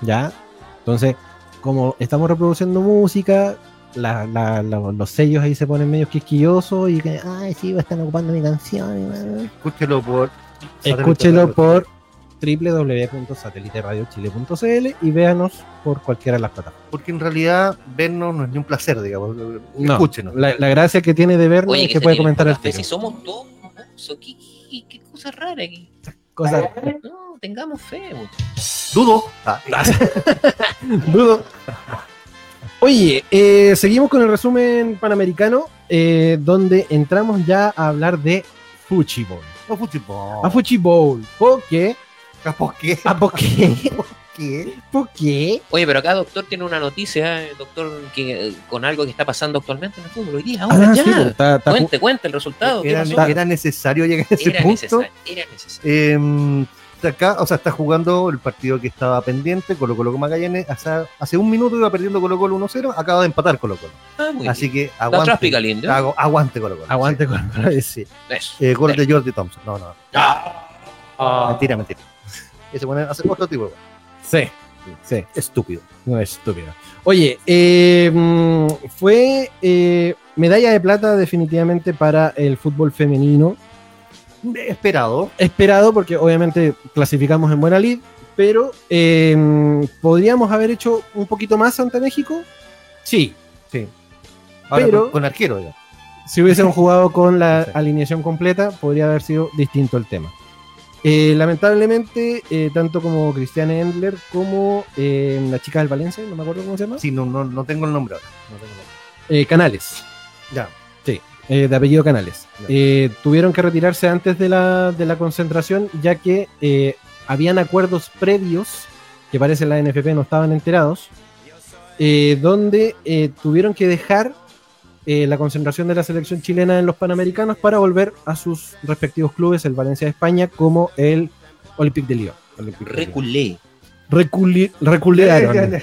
Speaker 3: ¿Ya? Entonces, como estamos reproduciendo música, la- la- la- los sellos ahí se ponen medio quisquillosos y que, ay, sí, están ocupando mi canción. y bla, bla, bla".
Speaker 4: Escúchelo por.
Speaker 3: Escúchelo por www.sateliterradiochile.cl y véanos por cualquiera de las plataformas.
Speaker 4: Porque en realidad vernos no es ni un placer, digamos.
Speaker 3: No.
Speaker 4: Escúchenos.
Speaker 3: La, la gracia que tiene de vernos
Speaker 2: Oye,
Speaker 3: es que puede comentar al
Speaker 2: tiro. Si
Speaker 3: tiro.
Speaker 2: somos todos famosos, ¿qué, qué, qué cosa rara aquí?
Speaker 3: Cosa-
Speaker 2: No, tengamos fe. mucho.
Speaker 4: Dudo.
Speaker 3: [laughs]
Speaker 4: Ah,
Speaker 3: Dudo. Oye, eh, seguimos con el resumen panamericano, eh, donde entramos ya a hablar de Fuchibol.
Speaker 4: no fútbol.
Speaker 3: A Fuchibol, porque...
Speaker 4: ¿Por qué?
Speaker 3: ¿A Ah, por qué?
Speaker 4: ¿Qué?
Speaker 3: [laughs] ¿Por qué?
Speaker 2: Oye, pero acá doctor tiene una noticia, eh, doctor, que, eh, con algo que está pasando actualmente en el fútbol hoy día. Ahora
Speaker 3: Ah,
Speaker 2: ya.
Speaker 3: sí, pues, está- está ju-
Speaker 2: cuente, cuente el resultado. ¿qué
Speaker 4: Era,
Speaker 2: pasó?
Speaker 4: era necesario llegar a ese
Speaker 2: Era
Speaker 4: punto.
Speaker 2: necesario, era necesario.
Speaker 4: Eh, acá, o sea, está jugando el partido que estaba pendiente, Colo Colo con Magallanes. Hace, hace un minuto iba perdiendo Colo Colo 1-0, acaba de empatar Colo Colo.
Speaker 2: Ah, muy
Speaker 4: Así
Speaker 2: bien.
Speaker 4: que
Speaker 2: La otra
Speaker 4: aguante.
Speaker 2: pica lindo.
Speaker 4: Agu- aguante Colo Colo.
Speaker 3: Aguante con con-
Speaker 2: Sí,
Speaker 3: sí.
Speaker 2: eso.
Speaker 4: Sí. Eh, gol
Speaker 2: Dale.
Speaker 4: de Jordi Thompson. No, no.
Speaker 2: Ah,
Speaker 4: Mentira, mentira. [laughs] Ese bueno hace otro tipo de gol.
Speaker 3: Sí, sí,
Speaker 4: Estúpido.
Speaker 3: no es estúpido. Oye, eh, mm, fue eh, medalla de plata definitivamente para el fútbol femenino.
Speaker 4: Esperado.
Speaker 3: Esperado porque obviamente clasificamos en buena lid, pero eh, mm, podríamos haber hecho un poquito más ante México. Sí,
Speaker 4: Ahora
Speaker 3: Pero-
Speaker 4: con, con arquero, digamos.
Speaker 3: si hubiésemos jugado con la
Speaker 4: Sí.
Speaker 3: alineación completa, podría haber sido distinto el tema. Eh, lamentablemente, eh, tanto como Cristiane Endler como eh, la chica del Valencia, no me acuerdo cómo se llama,
Speaker 4: Sí, no, no, no tengo el nombre ahora. No tengo el nombre.
Speaker 3: eh, Canales,
Speaker 4: Ya.
Speaker 3: eh, de apellido Canales,
Speaker 4: Ya.
Speaker 3: eh, tuvieron que retirarse antes de la, de la concentración, ya que eh, habían acuerdos previos, que parece la NFP no estaban enterados, eh, donde eh, tuvieron que dejar eh, la concentración de la selección chilena en los Panamericanos para volver a sus respectivos clubes, el Valencia de España como el Olympique de Lyon.
Speaker 2: Reculé.
Speaker 3: Reculi- reculearon.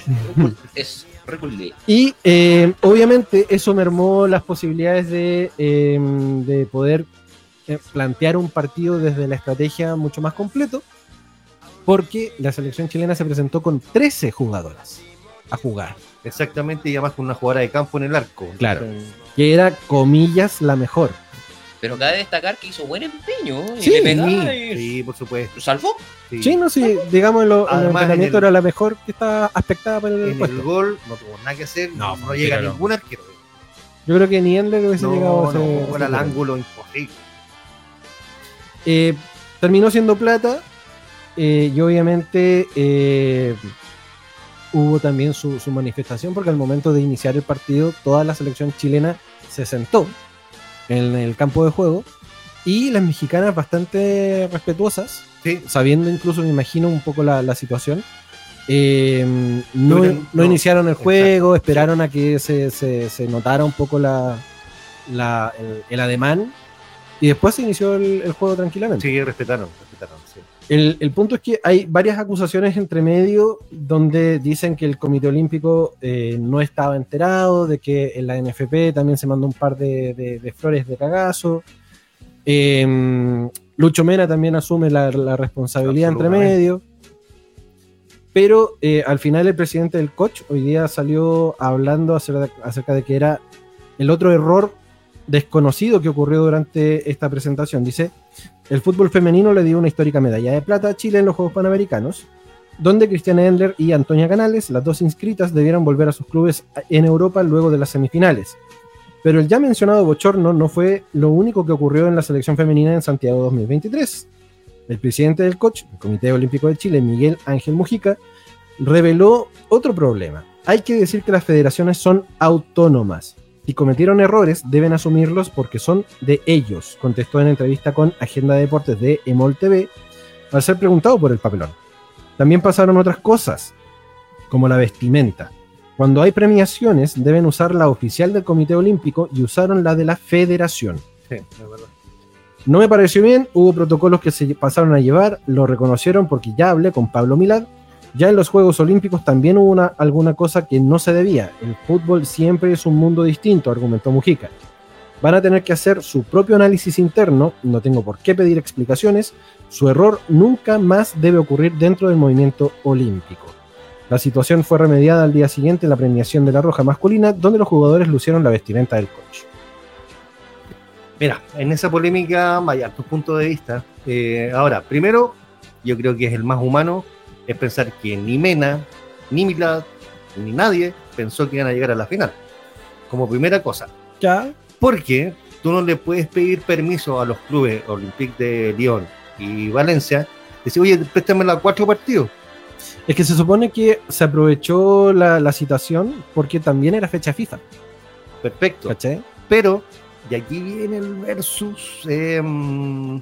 Speaker 2: Es reculé.
Speaker 3: Y eh, obviamente eso mermó las posibilidades de, eh, de poder eh, plantear un partido desde la estrategia mucho más completo, porque la selección chilena se presentó con 13 jugadoras a jugar,
Speaker 4: Exactamente, y además con una jugadora de campo en el arco.
Speaker 3: Claro. que era, comillas, la mejor.
Speaker 2: Pero cabe destacar que hizo buen empeño. y
Speaker 3: Sí,
Speaker 2: le
Speaker 4: Sí,
Speaker 2: pegaba y
Speaker 4: sí, por supuesto.
Speaker 2: lo salvó.
Speaker 4: Sí.
Speaker 3: Sí, no sé, digamos, en, lo, en el
Speaker 4: Además,
Speaker 3: entrenamiento
Speaker 4: en el-
Speaker 3: era la mejor que estaba aspectada para el
Speaker 4: En el
Speaker 3: puesto.
Speaker 4: gol no tuvo nada que hacer, no, no
Speaker 3: mentira,
Speaker 4: llega
Speaker 3: no.
Speaker 4: ningún arquero.
Speaker 3: Yo creo que ni Endler hubiese
Speaker 4: No,
Speaker 3: llegado
Speaker 4: no,
Speaker 3: Pues a ese-
Speaker 4: gol al
Speaker 3: ese nivel.
Speaker 4: ángulo imposible.
Speaker 3: Eh, terminó siendo plata eh, y obviamente eh, hubo también su, su manifestación porque al momento de iniciar el partido toda la selección chilena se sentó en el campo de juego y las mexicanas bastante respetuosas,
Speaker 4: Sí,
Speaker 3: sabiendo incluso me imagino un poco la, la situación. eh, no,
Speaker 4: Tuvieron-
Speaker 3: no
Speaker 4: no,
Speaker 3: iniciaron el
Speaker 4: exacto,
Speaker 3: juego, esperaron a que se, se- se notara un poco la, la- el, el ademán y después se inició el, el juego tranquilamente.
Speaker 4: sí, respetaron, respetaron. sí.
Speaker 3: El, el punto es que hay varias acusaciones entre medio donde dicen que el Comité Olímpico eh, no estaba enterado, de que en la NFP también se mandó un par de, de- de flores de cagazo. Eh, Lucho Mena también asume la, la responsabilidad entre
Speaker 4: Absolutamente.
Speaker 3: medio. Pero eh, al final el presidente del coach hoy día salió hablando acerca acerca de que era el otro error desconocido que ocurrió durante esta presentación. Dice, el fútbol femenino le dio una histórica medalla de plata a Chile en los Juegos Panamericanos, donde Cristiana Endler y Antonia Canales, las dos inscritas, debieron volver a sus clubes en Europa luego de las semifinales. Pero el ya mencionado bochorno no fue lo único que ocurrió en la selección femenina en Santiago 2023. El presidente del coach, el Comité Olímpico de Chile, Miguel Ángel Mujica, reveló otro problema. Hay que decir que las federaciones son autónomas. Si cometieron errores, deben asumirlos porque son de ellos, contestó en entrevista con Agenda de Deportes de Emol TV al ser preguntado por el papelón. También pasaron otras cosas, como la vestimenta. Cuando hay premiaciones, deben usar la oficial del Comité Olímpico y usaron la de la Federación.
Speaker 4: Sí, es verdad.
Speaker 3: No me pareció bien, hubo protocolos que se pasaron a llevar, lo reconocieron porque ya hablé con Pablo Milad. Ya en los Juegos Olímpicos también hubo una, alguna cosa que no se debía. El fútbol siempre es un mundo distinto, argumentó Mujica. Van a tener que hacer su propio análisis interno, no tengo por qué pedir explicaciones. Su error nunca más debe ocurrir dentro del movimiento olímpico. La situación fue remediada al día siguiente en la premiación de la Roja masculina, donde los jugadores lucieron la vestimenta del coach.
Speaker 4: Mira, en esa polémica hay hartos puntos de vista. Eh, ahora, primero, yo creo que es el más humano, es pensar que ni Mena, ni Milad, ni nadie pensó que iban a llegar a la final. Como primera cosa.
Speaker 3: Ya.
Speaker 4: Porque tú no le puedes pedir permiso a los clubes Olympique de Lyon y Valencia, decir, oye, préstamela a cuatro partidos.
Speaker 3: Es que se supone que se aprovechó la, la situación porque también era fecha FIFA,
Speaker 4: Perfecto.
Speaker 3: ¿cachai?
Speaker 4: Pero, de aquí viene el versus. em,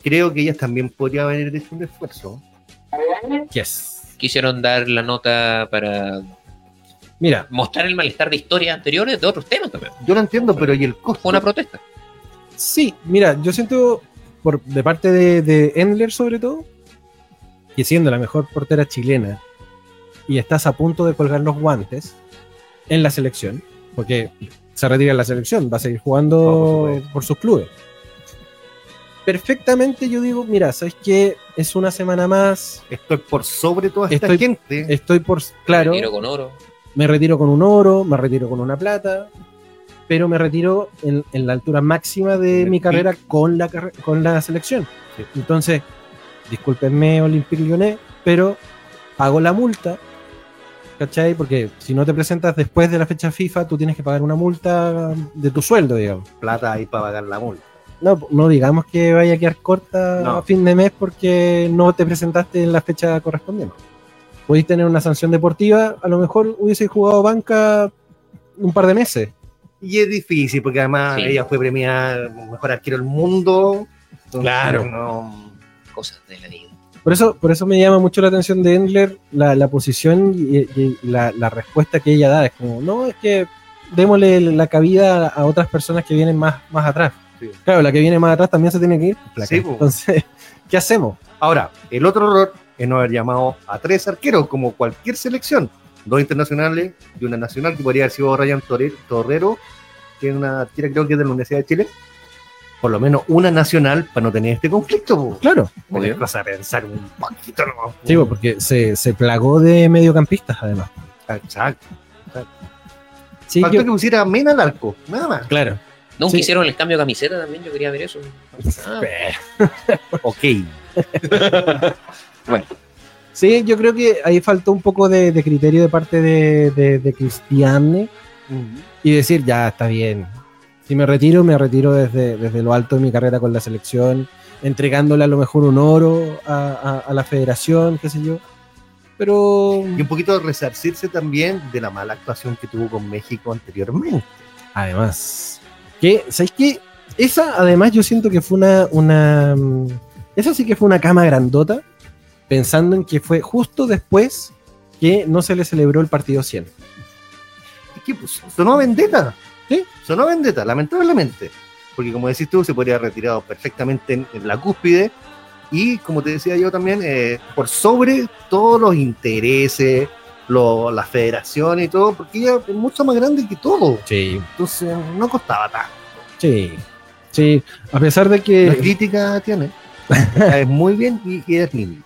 Speaker 4: creo que ellas también podría venir hecho un esfuerzo.
Speaker 3: Yes.
Speaker 2: Quisieron dar la nota para
Speaker 3: Mira,
Speaker 2: mostrar el malestar de historias anteriores de otros temas también.
Speaker 4: Yo lo entiendo, pero ¿y el costo?
Speaker 2: Fue una protesta.
Speaker 3: sí, mira, yo siento por, de parte de, de Endler sobre todo, que siendo la mejor portera chilena y estás a punto de colgar los guantes en la selección, porque se retira de la selección, va a seguir jugando
Speaker 4: No, por
Speaker 3: por sus clubes. Perfectamente yo digo, mira, ¿sabes qué? Es una semana más,
Speaker 4: Estoy por sobre toda esta
Speaker 3: Estoy-
Speaker 4: gente.
Speaker 3: estoy por, claro,
Speaker 2: Dinero con oro.
Speaker 3: me retiro con un oro, me retiro con una plata, pero me retiro en, en la altura máxima de
Speaker 4: El
Speaker 3: mi
Speaker 4: pic.
Speaker 3: carrera con la, carre- con la selección.
Speaker 4: Sí.
Speaker 3: Entonces, discúlpenme Olympique Lyonnais, pero pago la multa, ¿cachai? Porque si no te presentas después de la fecha FIFA, tú tienes que pagar una multa de tu sueldo, digamos.
Speaker 4: Plata ahí para pagar la multa.
Speaker 3: No, no digamos que vaya a quedar corta
Speaker 4: No.
Speaker 3: a fin de mes porque no te presentaste en la fecha correspondiente. Podéis tener una sanción deportiva, a lo mejor hubiese jugado banca un par de meses.
Speaker 4: Y es difícil, porque además
Speaker 2: Sí.
Speaker 4: ella fue premiada mejor arquero del mundo. Entonces,
Speaker 3: Claro.
Speaker 4: no-
Speaker 2: Cosas de la vida.
Speaker 3: Por eso, por eso me llama mucho la atención de Endler la, la posición y, y la, la respuesta que ella da. Es como, no, es que démosle la cabida a otras personas que vienen más, más atrás.
Speaker 4: Sí.
Speaker 3: Claro, la que viene más atrás también se tiene que ir. placa.
Speaker 4: Sí, pues. po.
Speaker 3: Entonces, [laughs] ¿qué hacemos?
Speaker 4: Ahora, el otro error es no haber llamado a tres arqueros, como cualquier selección. Dos internacionales y una nacional, que podría haber sido Ryan Torre- Torrero, que es una arquera creo que es de la Universidad de Chile. Por lo menos una nacional para no tener este conflicto. po.
Speaker 3: Claro.
Speaker 4: Me vas a pensar un poquito. ¿no?
Speaker 3: Sí, po, porque se, se plagó de mediocampistas además.
Speaker 4: Exacto.
Speaker 3: Sí,
Speaker 4: Faltó
Speaker 3: yo-
Speaker 4: que pusiera a Mena al arco, nada más.
Speaker 3: claro.
Speaker 2: Nunca
Speaker 3: Sí.
Speaker 2: hicieron el cambio de camiseta también, yo quería ver eso. Ah,
Speaker 4: Ok.
Speaker 3: Sí, yo creo que ahí faltó un poco de, de criterio de parte de, de, de Cristiane y decir, ya está bien. Si me retiro, me retiro desde, desde lo alto de mi carrera con la selección, entregándole a lo mejor un oro a, a- a la federación, qué sé yo. Pero
Speaker 4: Y un poquito de resarcirse también de la mala actuación que tuvo con México anteriormente.
Speaker 3: además, que, ¿sabéis qué? Esa además yo siento que fue una, una... mm, Esa sí que fue una cama grandota, pensando en que fue justo después que no se le celebró el partido 100.
Speaker 4: Es que pues, sonó a vendetta.
Speaker 3: Sí.
Speaker 4: Sonó a vendetta, lamentablemente. Porque como decís tú, se podría haber retirado perfectamente en, en la cúspide. Y como te decía yo también, eh, por sobre todos los intereses, lo- las federaciones y todo, porque ella es mucho más grande que todo.
Speaker 3: Sí,
Speaker 4: Entonces no costaba tanto.
Speaker 3: Sí, sí, a pesar de
Speaker 4: La
Speaker 3: que
Speaker 4: crítica
Speaker 3: [laughs]
Speaker 4: tiene. La es muy bien y, y es linda.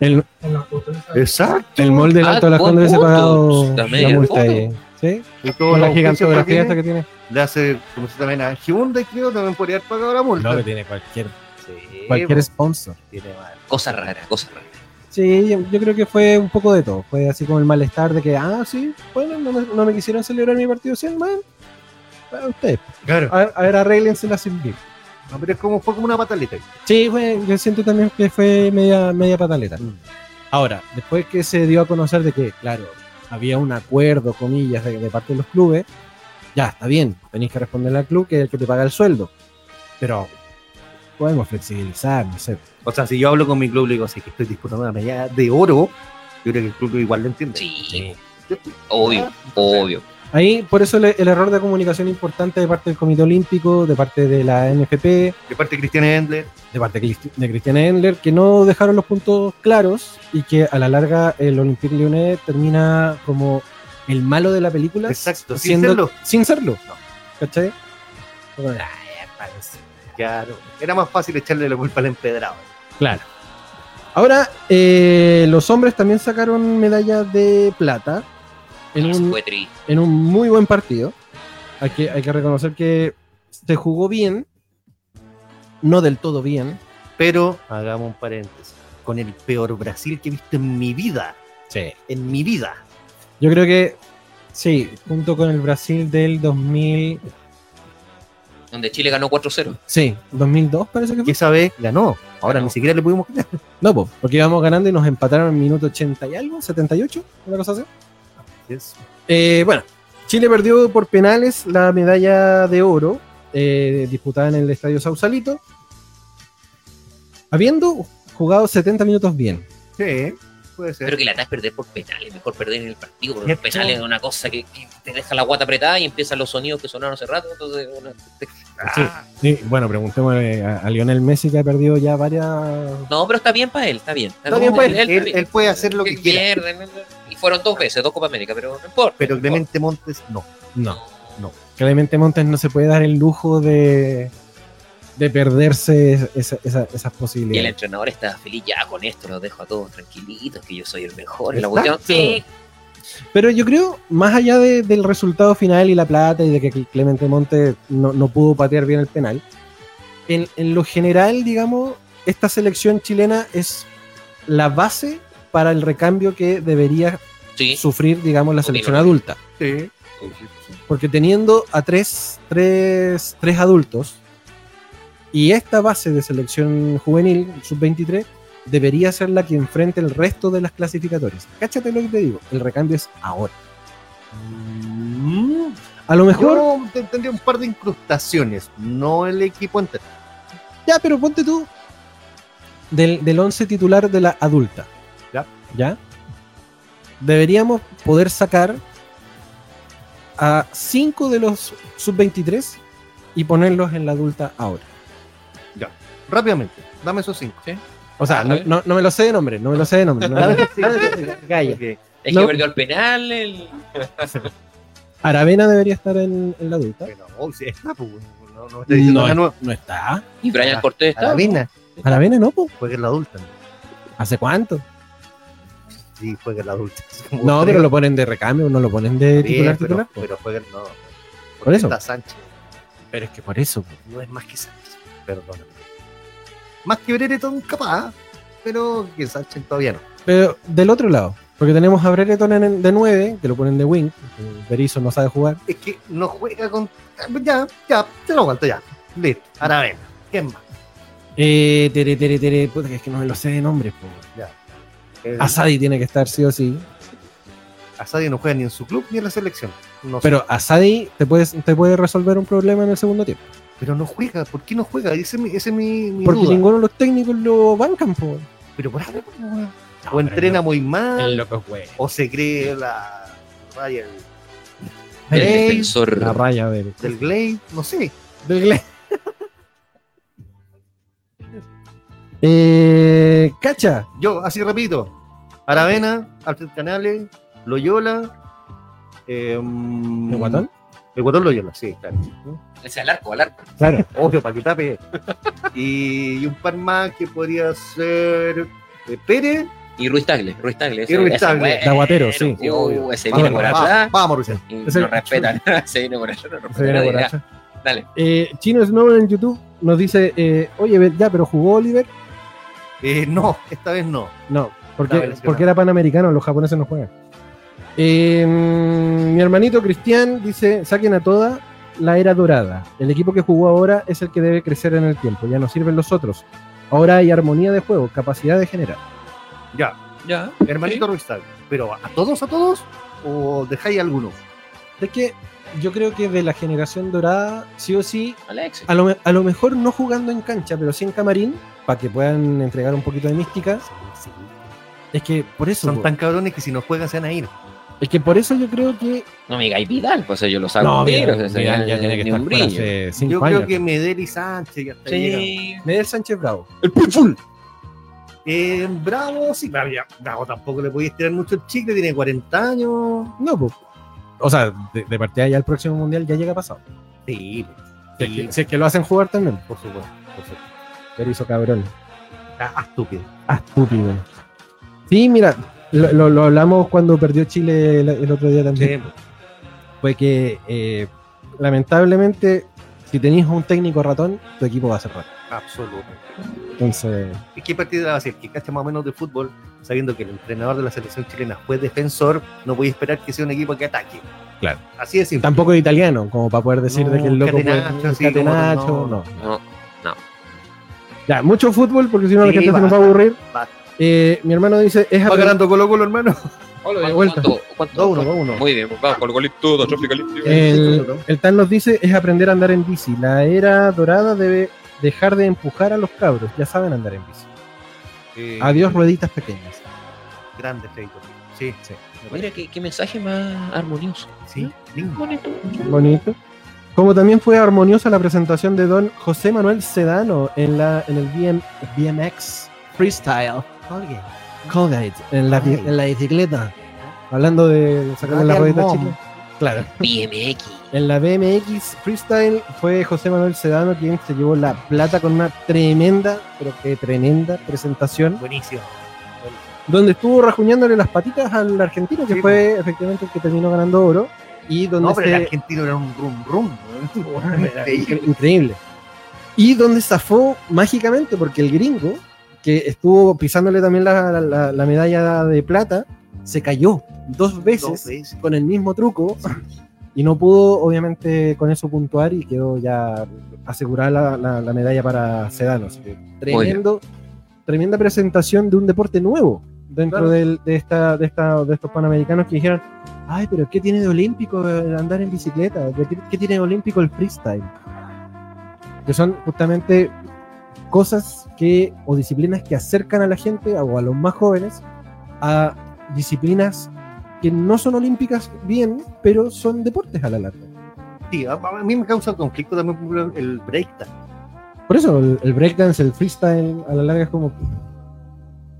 Speaker 3: el,
Speaker 4: Exacto.
Speaker 3: el molde del
Speaker 2: Ah,
Speaker 3: Alto de las
Speaker 2: buen
Speaker 3: Condes hubiese
Speaker 2: punto.
Speaker 3: pagado
Speaker 2: También,
Speaker 3: la
Speaker 2: buen
Speaker 3: multa
Speaker 2: punto.
Speaker 3: ahí. ¿Sí?
Speaker 4: Y todos
Speaker 3: Con la
Speaker 4: los juicios Oh, que
Speaker 3: gigantografía
Speaker 4: tiene.
Speaker 3: esta que tiene.
Speaker 4: le hace, como se también a Hyundai, creo, también podría haber pagado la multa.
Speaker 3: tiene cualquier,
Speaker 4: Sí, pues.
Speaker 3: cualquier sponsor.
Speaker 4: tiene mal.
Speaker 2: cosa rara, cosa rara.
Speaker 3: Sí, yo, yo creo que fue un poco de todo. Fue así como el malestar de que, ah, sí, bueno, no me, no me quisieron celebrar mi partido 100, man. A ustedes, pues.
Speaker 4: Claro.
Speaker 3: a ver, a ver arréglense la sin bien.
Speaker 4: No, pero es como, fue como una pataleta.
Speaker 3: Sí, fue- yo siento también que fue media, media pataleta. Ahora, después que se dio a conocer de que, claro, había un acuerdo, comillas, de, de parte de los clubes, ya está bien, tenéis que responderle al club que es el que te paga el sueldo. Pero podemos flexibilizar, no sé.
Speaker 4: O sea, si yo hablo con mi club, le digo, sí, que estoy disputando una medalla de oro, yo creo que el club igual lo entiende.
Speaker 2: Sí, obvio,
Speaker 3: Ah.
Speaker 2: obvio.
Speaker 3: Ahí, por eso el, el error de comunicación importante de parte del Comité Olímpico, de parte de la NFP,
Speaker 4: De parte de Cristian Endler,
Speaker 3: de parte de Cristi- de Cristian Endler, que no dejaron los puntos claros y que a la larga el Olympique Lyonnais termina como el malo de la película.
Speaker 4: Exacto, sin serlo.
Speaker 3: Sin serlo.
Speaker 4: No.
Speaker 3: ¿Cachai?
Speaker 4: claro. Era más fácil echarle la culpa al empedrado.
Speaker 3: Claro. Ahora, eh, los hombres también sacaron medallas de plata en
Speaker 2: Eso
Speaker 3: un,
Speaker 2: fue triste.
Speaker 3: en un muy buen partido. Hay que, hay que reconocer que se jugó bien. no del todo bien.
Speaker 4: Pero hagamos un paréntesis. Con el peor Brasil que he visto en mi vida.
Speaker 3: Sí.
Speaker 4: En mi vida.
Speaker 3: Yo creo que sí, junto con el Brasil del 2000,
Speaker 2: Donde Chile ganó 4-0.
Speaker 3: sí, 2002 parece que
Speaker 4: Que
Speaker 3: fue.
Speaker 4: esa vez ganó. Ahora ni siquiera le pudimos ganar.
Speaker 3: No, po, porque íbamos ganando y nos empataron en minuto 80 y algo, 78, una cosa así.
Speaker 4: Es-
Speaker 3: Eh, bueno, Chile perdió por penales la medalla de oro eh, disputada en el Estadio Sausalito, habiendo jugado 70 minutos bien.
Speaker 4: Sí, puede ser.
Speaker 2: Pero que la es perder por penales, mejor perder en el partido, porque los
Speaker 4: Cierto.
Speaker 2: penales es una cosa que, que te deja la guata apretada y empiezan los sonidos que sonaron hace rato, entonces una- te- Ah,
Speaker 3: Sí, bueno, preguntémosle a, a Lionel Messi que ha perdido ya varias...
Speaker 2: No, pero está bien para él, está bien.
Speaker 4: Está bien, pues, él,
Speaker 2: está bien.
Speaker 4: él puede hacer lo que quiera.
Speaker 2: pierde, ¿no? Y fueron dos veces, dos Copa América, pero no importa.
Speaker 4: Pero
Speaker 2: no importa.
Speaker 4: Clemente Montes no.
Speaker 3: No, Clemente Montes no se puede dar el lujo de, de perderse esa- esa- esas
Speaker 2: Y el
Speaker 3: posibilidades.
Speaker 2: entrenador está feliz ya con esto, los dejo a todos tranquilitos, que yo soy el mejor. y La
Speaker 4: Exacto.
Speaker 2: cuestión, sí,
Speaker 3: Pero yo creo, más allá de- del resultado final y la plata y de que Clemente Monte no, no pudo patear bien el penal, en, en lo general, digamos, esta selección chilena es la base para el recambio que debería
Speaker 2: sí.
Speaker 3: sufrir, digamos, la
Speaker 2: Opino.
Speaker 3: selección adulta.
Speaker 4: Sí.
Speaker 3: Porque teniendo a tres, tres, tres adultos y esta base de selección juvenil, sub-23, debería ser la que enfrente el resto de las clasificatorias. Cáchate lo que te digo, el recambio es ahora. A lo mejor,
Speaker 4: Yo Mm, te- tendría un par de incrustaciones, no el equipo entero.
Speaker 3: ya, pero ponte tú del, del 11 titular de la adulta.
Speaker 4: Ya.
Speaker 3: ¿Ya? Deberíamos poder sacar a 5 de los sub-23 y ponerlos en la adulta ahora.
Speaker 4: Rápidamente, dame esos cinco.
Speaker 3: O sea,
Speaker 2: Ah,
Speaker 3: no,
Speaker 2: ¿eh?
Speaker 3: no- no me lo sé de nombre, no me lo sé de nombre. no me [laughs] lo-
Speaker 4: [laughs]
Speaker 3: Gaya.
Speaker 4: Ok.
Speaker 2: Es
Speaker 3: No.
Speaker 2: que perdió el penal, el...
Speaker 3: Aravena debería estar en, en la adulta.
Speaker 4: Pero, oh, sí, está, pues, no, no me está diciendo nada nuevo.
Speaker 3: está.
Speaker 2: y Brian
Speaker 4: Ah,
Speaker 2: Cortés
Speaker 4: A la
Speaker 2: está.
Speaker 4: vena,
Speaker 3: Aravena no, po.
Speaker 4: juega el adulto.
Speaker 3: ¿Hace cuánto?
Speaker 4: Sí, juega el adulto. [laughs] Es como
Speaker 3: No,
Speaker 4: tres.
Speaker 3: pero lo ponen de recambio, no lo ponen de
Speaker 4: Bien,
Speaker 3: titular,
Speaker 4: pero-
Speaker 3: titular. po.
Speaker 4: Pero juega el no.
Speaker 3: Por eso.
Speaker 4: Está Sánchez,
Speaker 3: Pero es que por eso, po.
Speaker 4: no es más que Sánchez, perdóname. Más que Brereton, capaz, pero que Sánchez todavía no.
Speaker 3: Pero del otro lado, porque tenemos a Brereton en- de 9, que lo ponen de wing, porque Berizzo no sabe jugar.
Speaker 4: Es que no juega con. Ya, ya, te lo aguanto ya. Listo, ahora ven. ¿Quién más?
Speaker 3: Eh, tere, tere, tere, puta, que es que no me lo sé de nombre, po.
Speaker 4: Eh,
Speaker 3: Asadi tiene que estar sí o sí.
Speaker 4: Asadi no juega ni en su club ni en la selección. No sé.
Speaker 3: Pero Asadi te, puedes, te puede resolver un problema en el segundo tiempo.
Speaker 4: Pero no juega, ¿por qué no juega? Ese es mi, ese es mi, mi
Speaker 3: Porque
Speaker 4: duda.
Speaker 3: ninguno de los técnicos lo bancan, po.
Speaker 4: Pero por algo, pues, weón. o entrena muy mal,
Speaker 3: loco güey.
Speaker 4: o se cree la raya del-
Speaker 2: El
Speaker 4: eh.
Speaker 3: Ey,
Speaker 2: defensor.
Speaker 3: La raya del,
Speaker 4: del Glade, no sé.
Speaker 3: del [laughs] Glen. eh, Cacha,
Speaker 4: Yo, así repito, Aravena, Alfred Canales, Loyola, eh,
Speaker 3: ¿el guatón?
Speaker 4: El Guatón Loyola, sí, claro.
Speaker 2: O sea, al arco, al arco.
Speaker 3: Claro.
Speaker 4: Obvio, para que tape. y, y un par más que podría ser eh, Pérez.
Speaker 2: Y Ruiz Tagle, Ruiz Tagle. ese-
Speaker 4: Ruiz
Speaker 2: ese
Speaker 4: Tagle.
Speaker 2: güey,
Speaker 3: De Aguatero, sí.
Speaker 2: uh,
Speaker 4: Obvio.
Speaker 2: ese
Speaker 4: Oh, Vamos,
Speaker 2: viene por
Speaker 4: vamos,
Speaker 2: atrás.
Speaker 4: Vamos, Rubén.
Speaker 2: Y
Speaker 3: Ese-
Speaker 2: no respetan.
Speaker 3: [laughs]
Speaker 2: [laughs] se viene por allá, no
Speaker 3: Se
Speaker 2: respetan.
Speaker 3: viene
Speaker 2: a nadie,
Speaker 3: por
Speaker 2: ya.
Speaker 3: allá.
Speaker 2: Dale.
Speaker 3: Eh, Chino Snow en YouTube nos dice, eh, oye, ve- ya, pero jugó Oliver.
Speaker 4: Eh, no, esta vez no.
Speaker 3: No,
Speaker 4: Estaba
Speaker 2: Ah,
Speaker 3: porque,
Speaker 4: lesionado.
Speaker 3: porque era panamericano, los japoneses no juegan. Eh, mi hermanito Cristian dice, saquen a toda la era dorada. El equipo que jugó ahora es el que debe crecer en el tiempo, ya no sirven los otros. Ahora hay armonía de juego, capacidad de generar.
Speaker 4: Ya,
Speaker 2: Ya.
Speaker 4: hermanito Ruiz Tagle. Pero ¿a todos, a todos? ¿O dejáis alguno?
Speaker 3: Es que yo creo que de la generación dorada, sí o sí,
Speaker 2: Alex.
Speaker 3: a lo, me- a lo mejor no jugando en cancha, pero sí en camarín, para que puedan entregar un poquito de mística. Es que por eso,
Speaker 4: Son
Speaker 3: po.
Speaker 4: tan cabrones que si no juegan se van a ir.
Speaker 3: es que por eso yo creo que
Speaker 2: No me digáis Vidal, pues yo lo saco. negro, o sea, ni un brillo.
Speaker 4: Yo creo que Medellín Sánchez ya está llegando.
Speaker 2: Sí.
Speaker 3: Medel Sánchez Bravo.
Speaker 4: Eh, Bravo, sí, Bravo, ya, Bravo tampoco le podéis tirar mucho el chicle, tiene 40 años.
Speaker 3: No, po. O sea, de, de partida ya el próximo mundial ya llega pasado.
Speaker 4: Sí,
Speaker 3: Si es que- Si es que lo hacen jugar también.
Speaker 4: por supuesto, por supuesto.
Speaker 3: Pero hizo cabrón.
Speaker 4: Está estúpido.
Speaker 3: Ah, estúpido. Sí, mira, lo, lo- lo hablamos cuando perdió Chile
Speaker 4: pues,
Speaker 3: el, el otro día también. Fue que eh, lamentablemente Si tenéis un técnico ratón, tu equipo va a ser ratón.
Speaker 4: Absoluto.
Speaker 3: Entonces,
Speaker 4: ¿Y qué partida va a ser? Que cacha más o menos de fútbol, sabiendo que el entrenador de la selección chilena fue defensor, no voy a esperar que sea un equipo que ataque.
Speaker 3: Claro.
Speaker 4: Así de simple.
Speaker 3: tampoco es italiano, como para poder decir de que el
Speaker 4: No,
Speaker 3: loco puede-
Speaker 4: catenacho, así como-
Speaker 3: catenacho,
Speaker 4: no.
Speaker 3: no.
Speaker 2: No,
Speaker 3: Ya, mucho fútbol, porque si no la
Speaker 4: Sí,
Speaker 3: gente se nos va
Speaker 4: basta,
Speaker 3: a aburrir.
Speaker 4: basta.
Speaker 3: Eh, mi hermano dice, es
Speaker 4: Va
Speaker 3: apretar-
Speaker 4: ganando Colo Colo, hermano.
Speaker 3: Hola,
Speaker 2: ¿Cuánto-
Speaker 3: de vuelta.
Speaker 2: ¿Cuánto? cuánto?
Speaker 3: Dos, uno, dos, uno.
Speaker 2: Muy bien, pues vamos, con el golito, dos tropicales.
Speaker 3: El, el Tan nos dice es aprender a andar en bici. La era dorada debe dejar de empujar a los cabros. Ya saben andar en bici.
Speaker 4: Eh,
Speaker 3: Adiós, rueditas pequeñas.
Speaker 4: Grande, Feito. Sí,
Speaker 2: Mira, qué, qué mensaje más
Speaker 3: [laughs]
Speaker 2: armonioso.
Speaker 4: sí, lindo.
Speaker 2: Bonito.
Speaker 3: Bonito. Como también fue armoniosa la presentación de don José Manuel Sedano en, la, en el BM BMX Freestyle. Colgate. En la, bi- en la bicicleta. Hablando de sacando las rueditas chicas. Claro.
Speaker 2: BMX.
Speaker 3: En la BMX Freestyle fue José Manuel Sedano quien se llevó la plata con una tremenda, pero que tremenda presentación,
Speaker 4: Buenísimo.
Speaker 3: donde estuvo rajuñándole las patitas al argentino, que
Speaker 4: Sí, pues.
Speaker 3: fue efectivamente el que terminó ganando oro, y donde
Speaker 4: No, pero
Speaker 3: se-
Speaker 4: el argentino era un rum rum.
Speaker 3: este
Speaker 4: [laughs]
Speaker 3: era incre- increíble. Y donde zafó mágicamente, porque el gringo, que estuvo pisándole también la, la- la- la medalla de plata, se cayó dos veces con el mismo truco y no pudo obviamente con eso puntuar y quedó ya asegurada la, la- la medalla para Sedano. Así que tremendo, tremenda presentación de un deporte nuevo dentro
Speaker 4: Claro.
Speaker 3: del- de, esta, de, esta, de estos panamericanos que dijeron, ay, pero ¿qué tiene de olímpico el andar en bicicleta? ¿De ¿Qué, qué tiene de olímpico el freestyle? Que son justamente cosas que o disciplinas que acercan a la gente o a los más jóvenes a disciplinas que no son olímpicas bien, pero son deportes a la larga.
Speaker 4: Sí, a, a mí me causa conflicto también por ejemplo, el breakdown.
Speaker 3: Por eso el, el breakdance, el freestyle a la larga es como...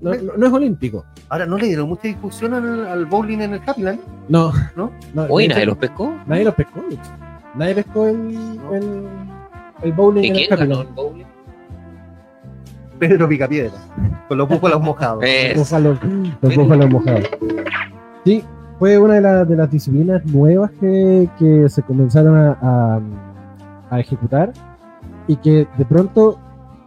Speaker 3: No, no- no es olímpico.
Speaker 4: Ahora, ¿no le dieron mucha discusión al, al bowling en el Happyland?
Speaker 3: No.
Speaker 4: ¿No?
Speaker 3: no
Speaker 2: Oye,
Speaker 3: de
Speaker 2: nadie
Speaker 3: hecho,
Speaker 2: ¿eh? los pescó.
Speaker 3: nadie los pescó. de hecho. Nadie pescó el, el, el bowling
Speaker 2: ¿De
Speaker 3: en el
Speaker 2: quién ganó
Speaker 3: Capitol.
Speaker 2: el bowling?
Speaker 4: Pedro Picapiedra. Con los
Speaker 2: [laughs]
Speaker 4: búfalos mojados.
Speaker 3: Los
Speaker 2: Es.
Speaker 3: búfalos- los búfalos mojados. Sí, fue una de, las- de las disciplinas nuevas que, que se comenzaron a, a- a ejecutar y que de pronto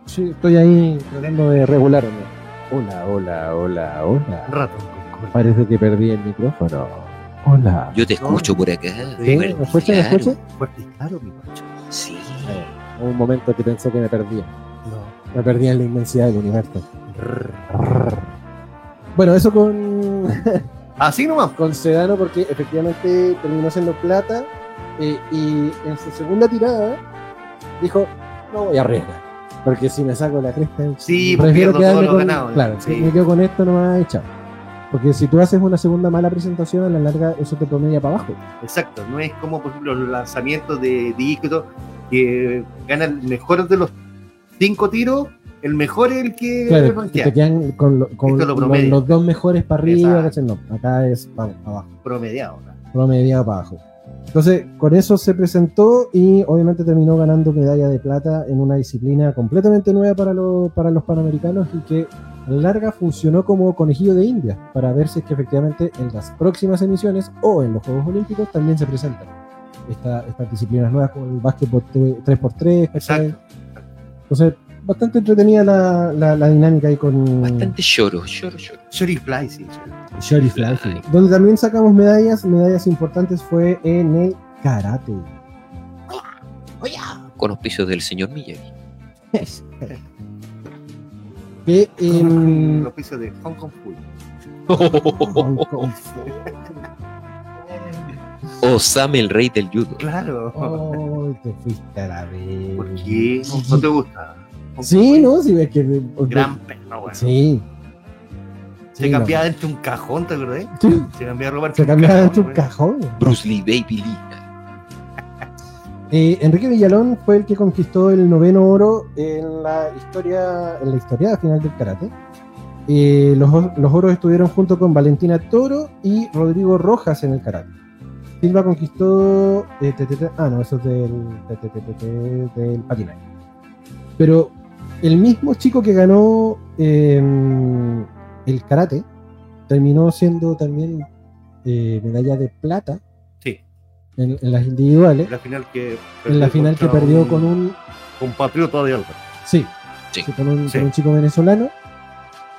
Speaker 3: sí, estoy ahí tratando de regularme. Hola, hola, hola, hola.
Speaker 4: Ratón con cola.
Speaker 3: Parece que perdí el micrófono. Hola.
Speaker 2: Yo te escucho por acá.
Speaker 3: ¿Sí? ¿Me
Speaker 2: Fuerte,
Speaker 3: escuchan? ¿Me Mm.
Speaker 2: claro.
Speaker 3: escuchan?
Speaker 4: Fuerte y claro, mi macho.
Speaker 2: Sí.
Speaker 3: Hubo Un momento que pensé que me perdía.
Speaker 4: No.
Speaker 3: Me perdía en la inmensidad del universo. Bueno, eso con,
Speaker 4: Así nomás.
Speaker 3: con Sedano porque efectivamente terminó siendo plata eh, y en su segunda tirada dijo, no voy a arriesgar, porque si me saco la cresta,
Speaker 4: Sí, pues
Speaker 3: prefiero
Speaker 4: pierdo todo
Speaker 3: quedarme
Speaker 4: lo
Speaker 3: con,
Speaker 4: ganado.
Speaker 3: claro,
Speaker 4: Sí.
Speaker 3: me quedo con esto nomás y chao. Porque si tú haces una segunda mala presentación, a la larga eso te promedia para abajo.
Speaker 4: Exacto, no es como por ejemplo los lanzamientos de discos que gana el mejor de los cinco tiros, el mejor es el que
Speaker 3: Claro,
Speaker 4: ranquea,
Speaker 3: que te quedan con, lo- con
Speaker 4: pues, Esto lo
Speaker 3: lo-
Speaker 4: promedia.
Speaker 3: los dos mejores para arriba,
Speaker 4: Exacto.
Speaker 3: ¿cachai? no, acá es para abajo,
Speaker 4: promediado. ¿no?
Speaker 3: promediado para abajo. Entonces, con eso se presentó y obviamente terminó ganando medalla de plata en una disciplina completamente nueva para, los para los panamericanos y que a la larga funcionó como conejillo de India para ver si es que efectivamente en las próximas emisiones o en los Juegos Olímpicos también se presentan esta- estas disciplinas nuevas como el básquetbol 3x3. ¿cachai?
Speaker 4: Exacto.
Speaker 3: Entonces, bastante entretenida la, la- la dinámica ahí con...
Speaker 2: Bastante lloro, lloro, lloro.
Speaker 4: Shorty Fly, sí. Shorty Fly.
Speaker 3: Shorty Fly. Donde también sacamos medallas, medallas importantes fue en el karate.
Speaker 2: Con auspicios del señor Miyagi.
Speaker 3: Que
Speaker 4: Con
Speaker 3: en
Speaker 4: Los pisos de Hong Kong Pool.
Speaker 3: Hong Kong.
Speaker 2: Osame, el rey del judo.
Speaker 4: Claro.
Speaker 3: Oh, te fuiste a la vez.
Speaker 4: ¿Por qué? ¿No, no te gusta?
Speaker 3: Sí, no, sí, es que.
Speaker 4: Gran perro, bueno.
Speaker 3: Sí.
Speaker 4: Se
Speaker 3: Sí, no.
Speaker 4: cambiaba dentro de un cajón, ¿te acordás?
Speaker 3: Sí,
Speaker 4: Se cambiaba a robar.
Speaker 3: Se cambiaba dentro
Speaker 4: ¿eh?
Speaker 3: de un cajón.
Speaker 2: Bruce Lee, Baby Lee.
Speaker 3: Eh, Enrique Villalón fue el que conquistó el noveno oro en la historia, en la historia final del karate. Eh, los, or- los oros estuvieron junto con Valentina Toro y Rodrigo Rojas en el karate. Silva conquistó. eh, te, te, te, ah, no, eso es del, te, te, te, te, te, del patinaje. Pero el mismo chico que ganó eh, el karate terminó siendo también eh, medalla de plata
Speaker 4: Sí.
Speaker 3: en, en las individuales,
Speaker 4: En la final que
Speaker 3: en la final que
Speaker 4: contra
Speaker 3: perdió
Speaker 4: un
Speaker 3: con un
Speaker 4: compatriota de Alba.
Speaker 3: sí,
Speaker 2: Sí.
Speaker 3: sí, con, un,
Speaker 4: Sí.
Speaker 3: con un chico venezolano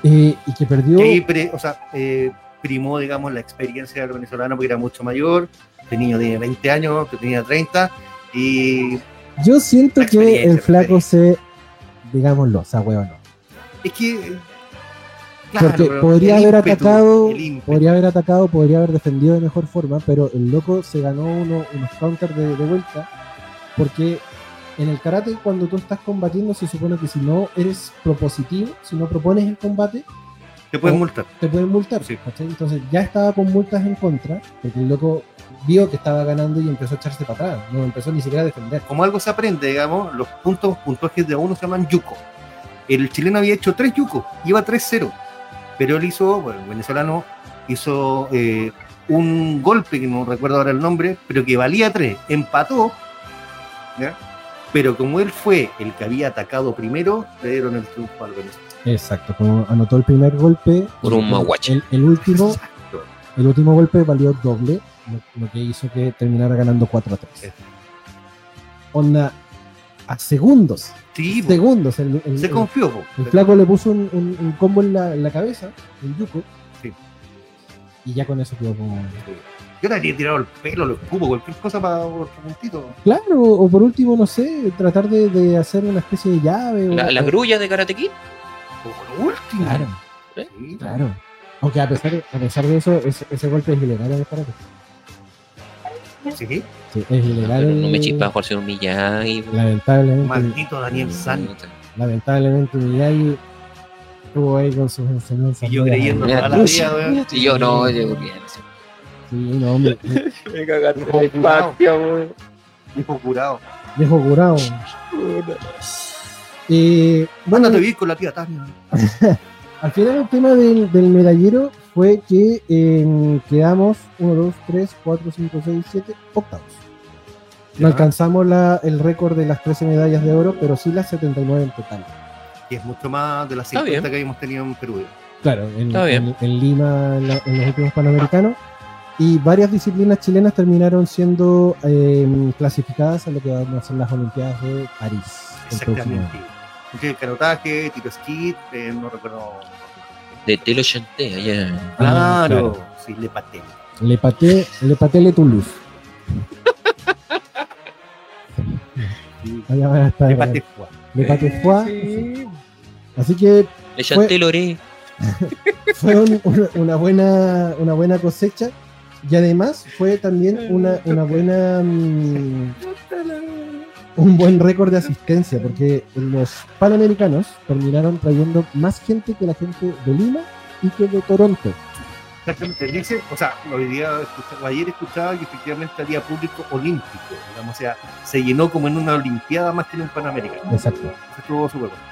Speaker 3: eh, y que perdió
Speaker 4: Y ahí, pre- o sea, eh, primó, digamos, la experiencia del venezolano porque era mucho mayor, este niño de 20 años, que tenía 30, y
Speaker 3: Yo siento
Speaker 4: La
Speaker 3: que
Speaker 4: experiencia,
Speaker 3: el
Speaker 4: la
Speaker 3: flaco se, digámoslo, se huevón.
Speaker 4: es que...
Speaker 3: Porque
Speaker 4: pero
Speaker 3: podría
Speaker 4: el
Speaker 3: haber
Speaker 4: ímpetu,
Speaker 3: atacado,
Speaker 4: el ímpetu.
Speaker 3: podría haber atacado, podría haber defendido de mejor forma, pero el loco se ganó uno- unos counters de, de vuelta. Porque en el karate, cuando tú estás combatiendo, se supone que si no eres propositivo, si no propones el combate,
Speaker 4: Te
Speaker 3: Oh.
Speaker 4: pueden multar.
Speaker 3: te pueden multar.
Speaker 4: Sí.
Speaker 3: ¿cachai? Entonces ya estaba con multas en contra, porque el loco vio que estaba ganando y empezó a echarse para atrás. No empezó ni siquiera a defender.
Speaker 4: Como algo se aprende, digamos, los puntos puntuajes de uno se llaman yuco. El chileno había hecho tres yucos, iba 3-0, pero él hizo, bueno, el venezolano hizo eh, un golpe que no recuerdo ahora el nombre, pero que valía 3, empató, ¿ya? pero como él fue el que había atacado primero, le dieron el triunfo al venezolano.
Speaker 3: Exacto, como anotó el primer golpe.
Speaker 2: Por un
Speaker 3: el-
Speaker 2: maguache.
Speaker 3: El, el último,
Speaker 4: Exacto.
Speaker 3: el último golpe valió doble, lo, lo que hizo que terminara ganando 4 a 3. Onda, a segundos,
Speaker 4: Sí, po,
Speaker 3: segundos. El, el-
Speaker 4: se
Speaker 3: el-
Speaker 4: confió. po.
Speaker 3: el flaco le puso un, un- un combo en la, en la cabeza, un yuko.
Speaker 4: Sí.
Speaker 3: Y ya con eso quedó como.
Speaker 4: Yo le habría tirado el pelo, los cubos, cualquier cosa para otro puntito.
Speaker 3: Claro, o por último, no sé, tratar de, de hacer una especie de llave. o-
Speaker 2: La- las grullas de Karate Kid.
Speaker 4: Por último.
Speaker 3: Claro,
Speaker 4: Sí.
Speaker 3: claro. Aunque a pesar, a pesar de eso, ese, ese golpe es ilegal en el karate.
Speaker 4: Sí.
Speaker 3: Sí, es ilegal.
Speaker 2: Pero no me
Speaker 3: el-
Speaker 2: chispa Jorge Miyagi.
Speaker 3: Lamentablemente,
Speaker 4: Maldito Daniel San.
Speaker 3: lamentablemente Miyagi estuvo ahí con sus enseñanzas.
Speaker 4: Y yo
Speaker 3: Mira,
Speaker 4: creyendo
Speaker 2: Mira,
Speaker 4: toda la
Speaker 2: Lucy.
Speaker 4: vida, weón.
Speaker 2: Y yo no, yo bien.
Speaker 3: Sí, no, hombre.
Speaker 2: Me cagaron
Speaker 4: el patio,
Speaker 2: weón.
Speaker 4: Hijo curado.
Speaker 3: Viejo curado. Eh, bueno,
Speaker 4: Mándate bien con la tía Tania.
Speaker 3: al final el tema del, del medallero fue que eh, quedamos 1, 2, 3, 4, 5, 6, 7 octavos. No alcanzamos la- el récord de las 13 medallas de oro, pero sí las 79 en total.
Speaker 4: Y es mucho más de las
Speaker 2: Está
Speaker 4: 50
Speaker 2: bien.
Speaker 4: que habíamos tenido en Perú.
Speaker 3: Claro, en,
Speaker 2: Está bien.
Speaker 3: en- en Lima, en, la- en los últimos Panamericanos. Y varias disciplinas chilenas terminaron siendo eh, clasificadas a lo que van a ser las Olimpiadas de París. el próximo año.
Speaker 4: Exactamente. Entonces, canotaje, tiro esquí, eh, no recuerdo.
Speaker 2: De Telo Chanté, allá.
Speaker 3: Ah,
Speaker 4: Claro, sí, le paté.
Speaker 3: Le paté, le paté Le Toulouse.
Speaker 4: Sí.
Speaker 3: Allá van a estar.
Speaker 4: Le paté fue.
Speaker 3: Le paté fue. Así que
Speaker 2: Le Chanté Loré.
Speaker 3: fue un- una, una buena, una buena cosecha. Y además fue también una, una buena. mm, un buen récord de asistencia, porque los panamericanos terminaron trayendo más gente que la gente de Lima y que de Toronto.
Speaker 4: Exactamente. Dice, o sea, hoy día escuchaba- ayer escuchaba que efectivamente había público olímpico. Digamos, o sea, se llenó como en una Olimpiada más que en un Panamericano.
Speaker 3: Exacto.
Speaker 4: Eso estuvo súper bueno.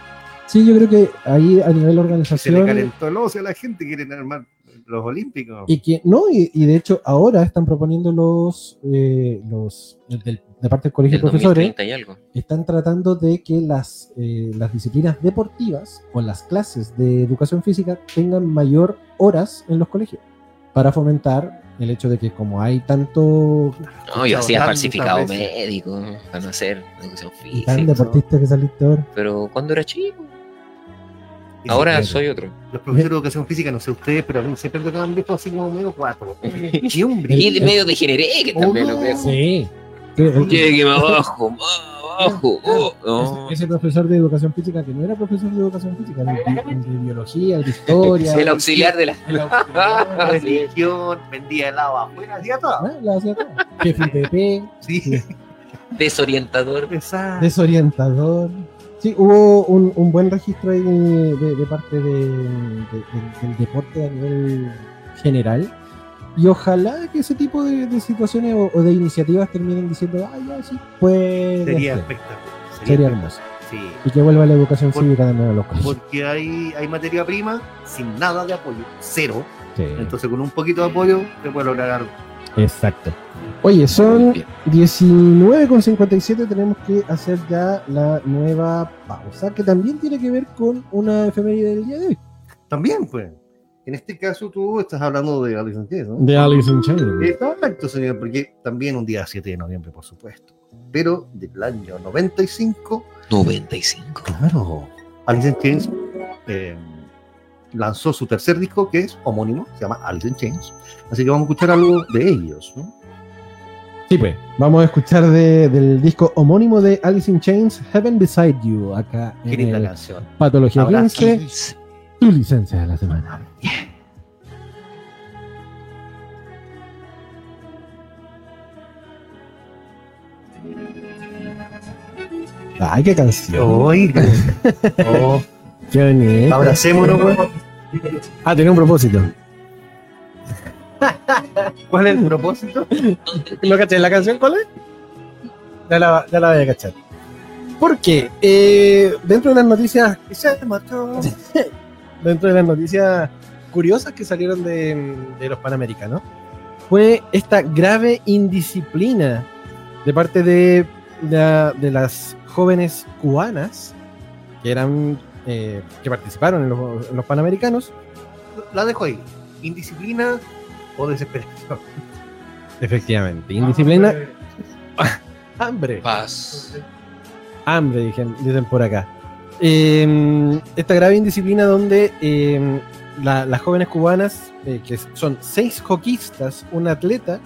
Speaker 3: Sí, yo creo que ahí a nivel
Speaker 4: Se le
Speaker 3: organización.
Speaker 4: calentó el ocio a la gente, quieren armar los olímpicos.
Speaker 3: Y que no, y, y de hecho ahora están proponiendo los, eh, los del- de parte del colegio
Speaker 2: Del
Speaker 3: de profesores,
Speaker 2: 2030 y algo.
Speaker 3: están tratando de que las, eh, las disciplinas deportivas o las clases de educación física tengan mayor horas en los colegios para fomentar el hecho de que como hay tanto
Speaker 2: No, yo hacía
Speaker 4: tantas
Speaker 2: falsificado
Speaker 4: veces.
Speaker 2: médico para no hacer educación
Speaker 3: y tan
Speaker 2: física.
Speaker 3: deportista que saliste ahora,
Speaker 2: Pero cuando era chico.
Speaker 4: Y
Speaker 2: Ahora
Speaker 4: siempre-
Speaker 2: soy otro.
Speaker 4: Los profesores de educación física, no sé ustedes, pero a mí siempre me han visto así como medio cuatro. ¡Qué
Speaker 2: Y
Speaker 4: hombre!
Speaker 2: de medio degeneré, que también lo veo.
Speaker 3: Sí. Sí, el-
Speaker 2: Llegue más abajo, más abajo. oh, no.
Speaker 3: ese, ese profesor de educación física que no era profesor de educación física, el, de- el de biología, el de
Speaker 2: [laughs]
Speaker 3: historia,
Speaker 2: El auxiliar de [laughs] la.
Speaker 3: el auxiliar, sí.
Speaker 4: Religión, vendía helado afuera, hacía todo.
Speaker 3: Ah, la hacía todo. Jefe IPP,
Speaker 4: Sí,
Speaker 2: Desorientador.
Speaker 4: pesado.
Speaker 3: desorientador. Sí, hubo un, un buen registro ahí de, de- de parte de- de- del- del deporte a nivel general. Y ojalá que ese tipo de, de situaciones o, o de iniciativas terminen diciendo, ah, ya, sí, puede
Speaker 4: Sería
Speaker 3: ser".
Speaker 4: espectacular.
Speaker 3: Sería
Speaker 4: espectacular.
Speaker 3: hermoso.
Speaker 4: Sí,
Speaker 3: Y que vuelva la educación
Speaker 4: Por-
Speaker 3: cívica de nuevo a los colegios.
Speaker 4: porque hay, hay materia prima sin nada de apoyo, cero.
Speaker 3: Sí,
Speaker 4: Entonces, con un poquito de apoyo, te puede lograr algo.
Speaker 3: exacto. Oye, son 19.57 tenemos que hacer ya la nueva pausa, que también tiene que ver con una efeméride del día de hoy.
Speaker 4: También, pues. En este caso tú estás hablando de Alice in Chains, ¿no?
Speaker 6: De Alice in Chains.
Speaker 4: Eh, Está Exacto, señor, porque también un día 7 de noviembre, por supuesto. Pero del año 95,
Speaker 2: 95.
Speaker 4: claro, Alice in Chains eh, lanzó su tercer disco, que es homónimo, se llama Alice in Chains. Así que vamos a escuchar algo de ellos, ¿no?
Speaker 6: Sí, pues. Vamos a escuchar de- del disco homónimo de Alice in Chains, Heaven Beside You, acá
Speaker 4: Qué
Speaker 6: en
Speaker 4: linda
Speaker 6: el
Speaker 4: canción.
Speaker 6: Patología
Speaker 4: Ahora
Speaker 6: 15, tu licencia de la semana. Ay, qué canción.
Speaker 4: Oiga, oh,
Speaker 6: Qué bonito.
Speaker 4: abracémonos, weón.
Speaker 6: Ah, tenía un propósito.
Speaker 4: ¿Cuál es el propósito?
Speaker 3: ¿Lo caché? ¿La canción cuál es? Ya la, ya la voy a cachar. Porque eh, dentro de las noticias, [laughs] dentro de las noticias curiosas que salieron de, de los Panamericanos, fue esta grave indisciplina de parte de, la- de las jóvenes cubanas que eran eh, que participaron en los, en los Panamericanos.
Speaker 4: La dejo ahí. Indisciplina o desesperación.
Speaker 3: Efectivamente, indisciplina, [laughs] hambre.
Speaker 2: Paz.
Speaker 3: hambre, dicen, dicen por acá. Eh, esta grave indisciplina donde eh, la- las jóvenes cubanas, eh, que son seis hoquistas, un atleta,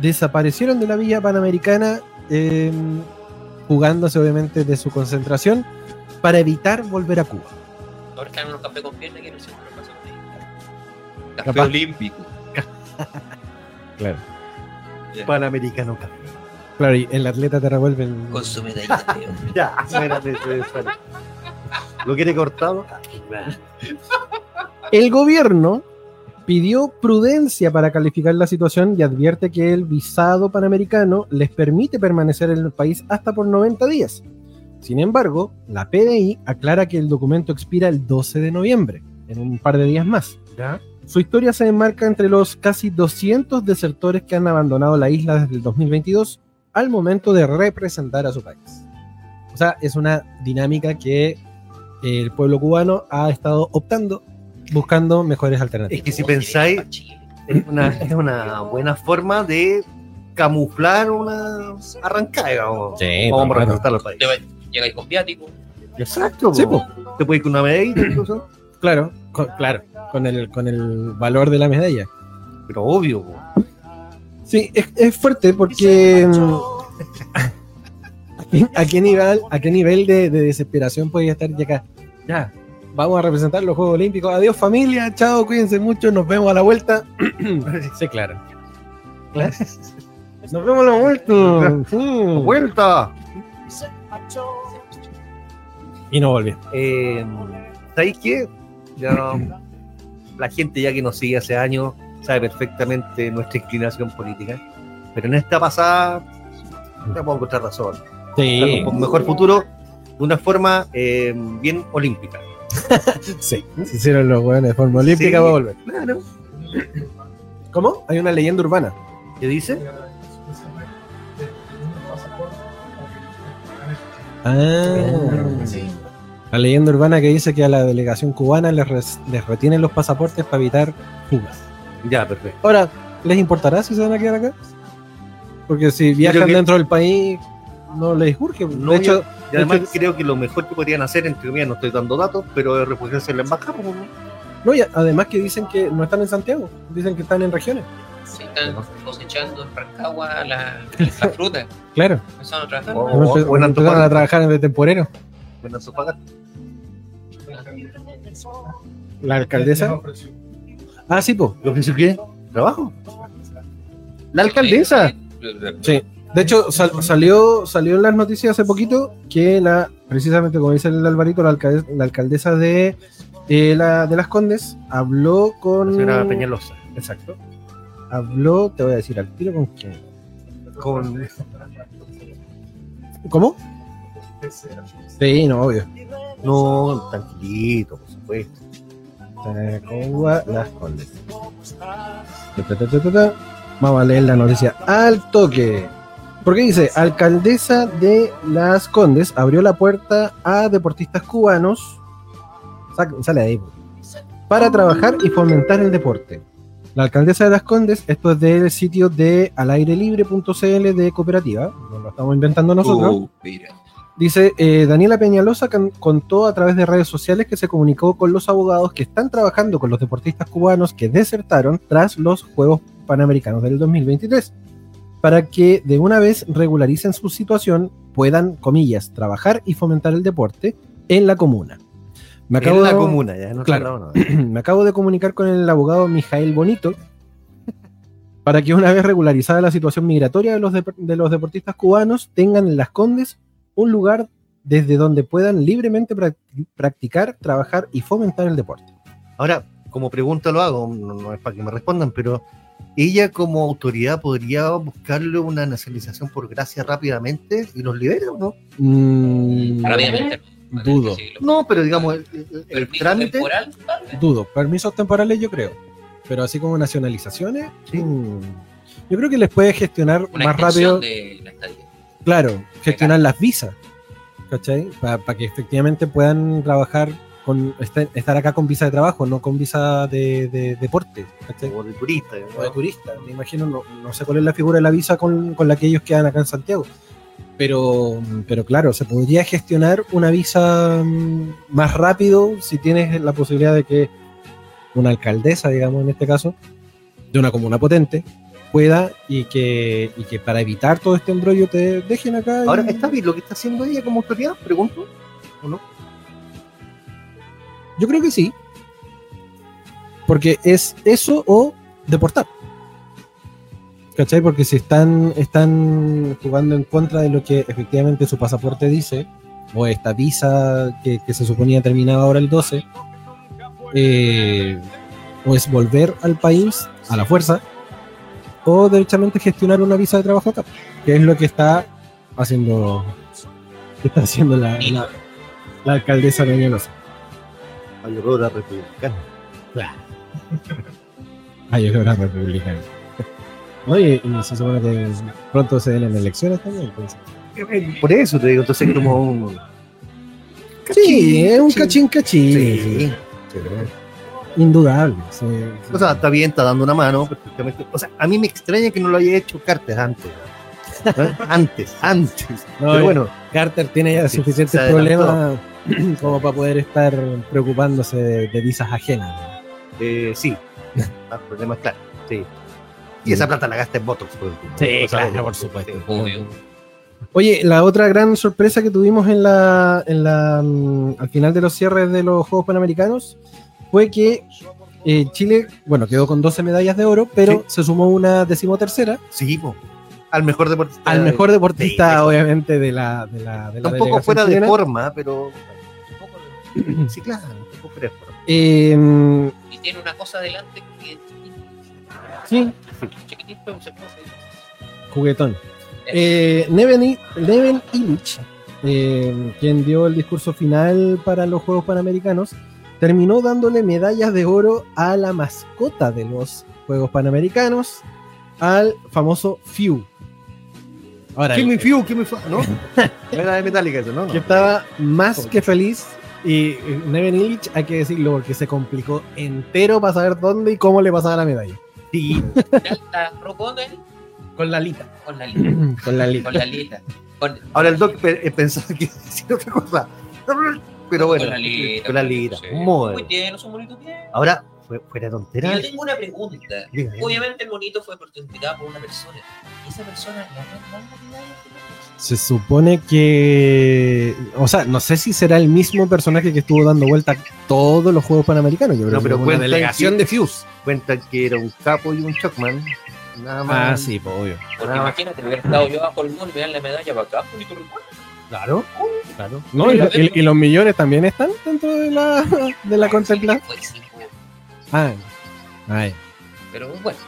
Speaker 3: desaparecieron de la Villa Panamericana eh, jugándose obviamente de su concentración para evitar volver a Cuba.
Speaker 2: Ahora están unos cafés con pierna que no sé cómo lo pasan por ahí. Café
Speaker 3: Capaz.
Speaker 2: olímpico.
Speaker 4: Panamericano Café.
Speaker 3: Claro, y el atleta te revuelve el...
Speaker 2: Con su medalla de oro.
Speaker 4: Ya, [laughs] mira, te- te sale. ¿Lo quiere cortado?
Speaker 3: El gobierno pidió prudencia para calificar la situación y advierte que el visado panamericano les permite permanecer en el país hasta por 90 días. Sin embargo, la PDI aclara que el documento expira el 12 de noviembre, en un par de días más. Su historia se enmarca entre los casi 200 desertores que han abandonado la isla desde el 2022 al momento de representar a su país. O sea, es una dinámica que el pueblo cubano ha estado optando, buscando mejores
Speaker 4: Es
Speaker 3: alternativas.
Speaker 4: que si pensáis, es una, es una buena forma de camuflar una arrancada, digamos.
Speaker 3: Sí,
Speaker 4: Vamos a
Speaker 3: tal cual.
Speaker 4: representar al país.
Speaker 2: Llegáis con viático.
Speaker 4: Exacto.
Speaker 3: Sí,
Speaker 4: po. Te puede ir con una medalla incluso,
Speaker 3: Claro, con, claro, con el, con el valor de la medalla.
Speaker 4: pero obvio. po.
Speaker 3: Sí, es, es fuerte porque... mm, ¿A qué, a qué nivel, a qué nivel de, de desesperación podía estar ya acá? Ya, vamos a representar los Juegos Olímpicos. Adiós familia, chao, cuídense mucho, nos vemos a la vuelta. [clears throat] sí, claro. [laughs] Nos vemos a la vuelta. Sí.
Speaker 4: ¡Vuelta!
Speaker 3: Y no volvió.
Speaker 4: Eh, ¿Sabéis qué? Ya, la gente ya que nos sigue hace años sabe perfectamente nuestra inclinación política, pero en esta pasada no podemos encontrar razón.
Speaker 3: Sí,
Speaker 4: con mejor futuro de una forma eh, bien olímpica.
Speaker 3: sí. Se hicieron los hueones de forma olímpica
Speaker 4: Sí.
Speaker 3: va a volver.
Speaker 4: Claro.
Speaker 3: ¿Cómo? Hay una leyenda urbana.
Speaker 4: ¿Qué dice? Mm.
Speaker 3: Ah. La leyenda urbana que dice que a la delegación cubana les, res- les retienen los pasaportes para evitar fugas.
Speaker 4: Ya, perfecto.
Speaker 3: Ahora, ¿les importará si se van a quedar acá? Porque si viajan
Speaker 4: creo que-
Speaker 3: dentro del país, no les urge.
Speaker 4: No,
Speaker 3: de hecho,
Speaker 4: Y además creo que lo mejor que podrían hacer, entre comillas, no estoy dando datos, pero es refugiarse en la embajada. pues, ¿no?
Speaker 3: no, y además que dicen que no están en Santiago, dicen que están en regiones.
Speaker 2: Se están cosechando en Rancagua la,
Speaker 4: [laughs]
Speaker 2: la fruta.
Speaker 3: Claro.
Speaker 2: Empezaron a trabajar.
Speaker 4: O- o- o en
Speaker 3: empezaron a
Speaker 4: Oh, Antofagasta.
Speaker 3: trabajar de temporero.
Speaker 4: o en Antofagasta.
Speaker 3: La alcaldesa. Ah, sí, po.
Speaker 4: ¿Lo que hizo qué? ¿Trabajo? ¿La alcaldesa?
Speaker 3: Sí. De hecho, sal- salió, salió en las noticias hace poquito que la, precisamente como dice el Alvarito, la, alcalde- la alcaldesa de, eh, la, de Las Condes habló
Speaker 4: La
Speaker 3: con.
Speaker 4: señora Peñalosa.
Speaker 3: Exacto. Habló, te voy a decir al tiro con quién.
Speaker 4: Con...
Speaker 3: ¿Cómo? Sí, no, obvio.
Speaker 4: No, tranquilito, por supuesto.
Speaker 3: Tacuba, Las Condes. Ta, ta, ta, ta, ta, ta. Vamos a leer la noticia al toque. Porque dice, alcaldesa de Las Condes abrió la puerta a deportistas cubanos. Sac- sale de ahí. po. para trabajar y fomentar el deporte. La alcaldesa de Las Condes, esto es del sitio de alairelibre.cl de cooperativa, no lo estamos inventando nosotros.
Speaker 2: Oh, mira.
Speaker 3: Dice eh, Daniela Peñalosa can- contó a través de redes sociales que se comunicó con los abogados que están trabajando con los deportistas cubanos que desertaron tras los Juegos Panamericanos del 2023 para que de una vez regularicen su situación, puedan, comillas, trabajar y fomentar el deporte en la comuna. Me
Speaker 4: Acabo en la
Speaker 3: de-
Speaker 4: comuna, ya no
Speaker 3: Claro.
Speaker 4: otro lado, no.
Speaker 3: [clears throat] me acabo de comunicar con el abogado Mijael Bonito para que una vez regularizada la situación migratoria de los, dep- de los deportistas cubanos tengan en Las Condes un lugar desde donde puedan libremente prac- practicar, trabajar y fomentar el deporte.
Speaker 4: Ahora, como pregunta lo hago, no, no es para que me respondan, pero ella como autoridad podría buscarle una nacionalización por gracia rápidamente y los libera, ¿no?
Speaker 3: Mm,
Speaker 2: Rápidamente. ¿no?
Speaker 3: Dudo.
Speaker 2: Sí, lo-
Speaker 4: No, pero digamos, el, el- el
Speaker 2: Permiso
Speaker 4: trámite...
Speaker 2: temporal, tal vez.
Speaker 3: dudo. Permisos temporales yo creo, pero así como nacionalizaciones, mm, yo creo que les puede gestionar
Speaker 2: Una
Speaker 3: más
Speaker 2: extensión
Speaker 3: rápido.
Speaker 2: de la estadía.
Speaker 3: Claro, gestionar las visas, ¿cachai? Para que efectivamente puedan trabajar, con este- estar acá con visa de trabajo, no con visa de, de deporte, ¿cachai?
Speaker 4: O de turista,
Speaker 3: O de
Speaker 4: ¿no?
Speaker 3: turista, me imagino, no, no sé cuál es la figura de la visa con, con la que ellos quedan acá en Santiago. Pero, pero claro, se podría gestionar una visa mm, más rápido si tienes la posibilidad de que una alcaldesa, digamos en este caso, de una comuna potente, pueda y que, y que para evitar todo este embrollo te dejen acá. y-
Speaker 4: Ahora, ¿está bien lo que está haciendo ella como autoridad? Pregunto.
Speaker 3: Yo creo que sí. Porque es eso o deportar. ¿Cachai? Porque si están, están jugando en contra de lo que efectivamente su pasaporte dice, o esta visa que, que se suponía terminaba ahora el 12, eh, o es volver al país a la fuerza, o derechamente gestionar una visa de trabajo acá, que es lo que está haciendo, que está haciendo la, la, la alcaldesa Peñalosa.
Speaker 4: Ayuda republicana.
Speaker 3: Ah, yo creo que era republicano. [laughs] Oye, y se supone que pronto se den elecciones también. pues.
Speaker 4: Por eso te digo, entonces como un...
Speaker 3: Sí, es un cachín cachín.
Speaker 4: Sí.
Speaker 3: Indudable. sí, sí.
Speaker 4: O sea, está bien, está dando una mano perfectamente. O sea, a mí me extraña que no lo haya hecho Cartes antes. ¿eh? [laughs] antes, antes.
Speaker 3: No, eh.
Speaker 4: Pero bueno,
Speaker 3: Carter tiene ya
Speaker 4: Sí, se
Speaker 3: suficientes
Speaker 4: adelantó.
Speaker 3: problemas [clears throat] como para poder estar preocupándose de, de visas ajenas.
Speaker 4: eh, sí. El problema es claro. Sí. Y esa plata la gasta en Botox. por último. O sea, eh, sí.
Speaker 2: Obvio.
Speaker 3: Oye, la otra gran sorpresa que tuvimos en la, en la, mm, al final de los cierres de los Juegos Panamericanos fue que eh, Chile, bueno, quedó con 12 medallas de oro, pero se sumó una decimotercera.
Speaker 4: Sí, po. al mejor deportista.
Speaker 3: al mejor deportista,
Speaker 4: Sí,
Speaker 3: obviamente, de la, de la, de la
Speaker 4: Tampoco
Speaker 3: delegación
Speaker 4: fuera de
Speaker 3: chilena.
Speaker 4: forma, pero. tampoco de- Sí, claro, tampoco fuera de forma.
Speaker 3: Eh,
Speaker 2: Y tiene una cosa adelante que.
Speaker 3: sí,
Speaker 2: Chiquitín, pero se puede hacer.
Speaker 3: juguetón. Eh, Neven, I- Neven Illich, eh, quien dio el discurso final para los Juegos Panamericanos, terminó dándole medallas de oro a la mascota de los Juegos Panamericanos, al famoso Fiu. Ahora,
Speaker 4: Kill me few, kill me few,
Speaker 3: [laughs]
Speaker 4: ¿no? Era de Metallica eso, ¿no? No.
Speaker 3: que estaba más que feliz. Y eh, Neven Illich, hay que decirlo, porque se complicó entero para saber dónde y cómo le pasaba la medalla.
Speaker 4: Sí,
Speaker 2: Ya la rocó con él,
Speaker 3: Con la lita.
Speaker 2: con la lita.
Speaker 3: [clears throat] Con la lita.
Speaker 2: Con la lita. Con,
Speaker 4: Ahora el Doc pe- eh, pensaba que [laughs] iba a decir otra cosa. Pero bueno,
Speaker 2: con la lira.
Speaker 4: con la lira.
Speaker 2: Sí.
Speaker 4: Muy
Speaker 2: Muy
Speaker 4: bien.
Speaker 2: bien, es un bonito bien.
Speaker 4: Ahora, fue- fuera
Speaker 2: Y
Speaker 4: tontera. ¿eh?
Speaker 2: yo tengo una pregunta.
Speaker 4: Diga, diga.
Speaker 2: Obviamente el monito fue personificado por una persona. ¿Y esa persona ganó más medallas que nosotros?
Speaker 3: Se supone que. O sea, no sé si será el mismo personaje que estuvo dando vuelta todos los Juegos Panamericanos. Yo creo
Speaker 4: No,
Speaker 3: que
Speaker 4: pero
Speaker 3: fue una
Speaker 4: cuentan
Speaker 3: delegación
Speaker 4: que-
Speaker 3: de Fuse.
Speaker 4: Cuentan que era un capo y un Chuckman. Nada más.
Speaker 3: pues obvio.
Speaker 2: Porque
Speaker 4: Nada más.
Speaker 2: imagínate, hubiera estado yo bajo el mundo y me dan la medalla para acá, bonito recuerdo.
Speaker 4: Claro, claro.
Speaker 3: No, y, y- y los millones también están dentro de la, de la contemplación.
Speaker 2: Pues sí, pues.
Speaker 3: Ah, ay.
Speaker 2: Pero bueno,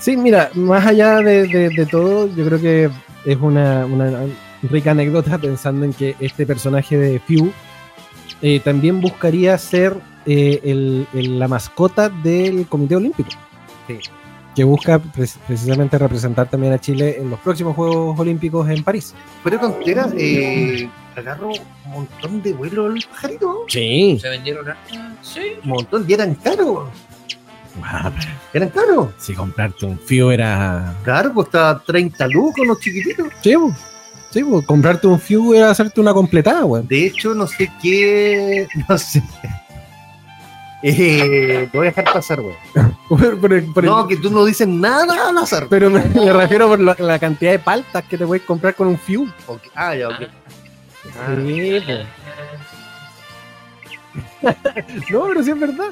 Speaker 3: Sí, mira, más allá de, de- de todo, yo creo que es una, una rica anécdota [laughs] pensando en que este personaje de Pew eh, también buscaría ser eh, el- el- la mascota del Comité Olímpico.
Speaker 4: Sí.
Speaker 3: Que busca pre- precisamente representar también a Chile en los próximos Juegos Olímpicos en París.
Speaker 4: Fuera tontera, eh, agarró un montón de vuelo el pajarito,
Speaker 3: Sí.
Speaker 2: Se vendieron hartas. Sí.
Speaker 4: un montón, y eran caros,
Speaker 3: Ah,
Speaker 4: eran caros.
Speaker 3: si comprarte un fío era.
Speaker 4: Claro, costaba 30 lucos los chiquititos.
Speaker 3: Sí, po. sí po. comprarte un fío era hacerte una completada, weón. [laughs]
Speaker 4: De hecho, no sé qué, [laughs] no sé. Eh, te voy a dejar pasar, güey.
Speaker 3: Por- por- por el-
Speaker 4: No, que tú no dices nada al azar.
Speaker 3: Pero me, me refiero por la, la cantidad de paltas que te puedes comprar con un fiu.
Speaker 4: Ok, Ah, ya, ok.
Speaker 2: Ah.
Speaker 3: Sí, po. [laughs] no, pero sí es verdad.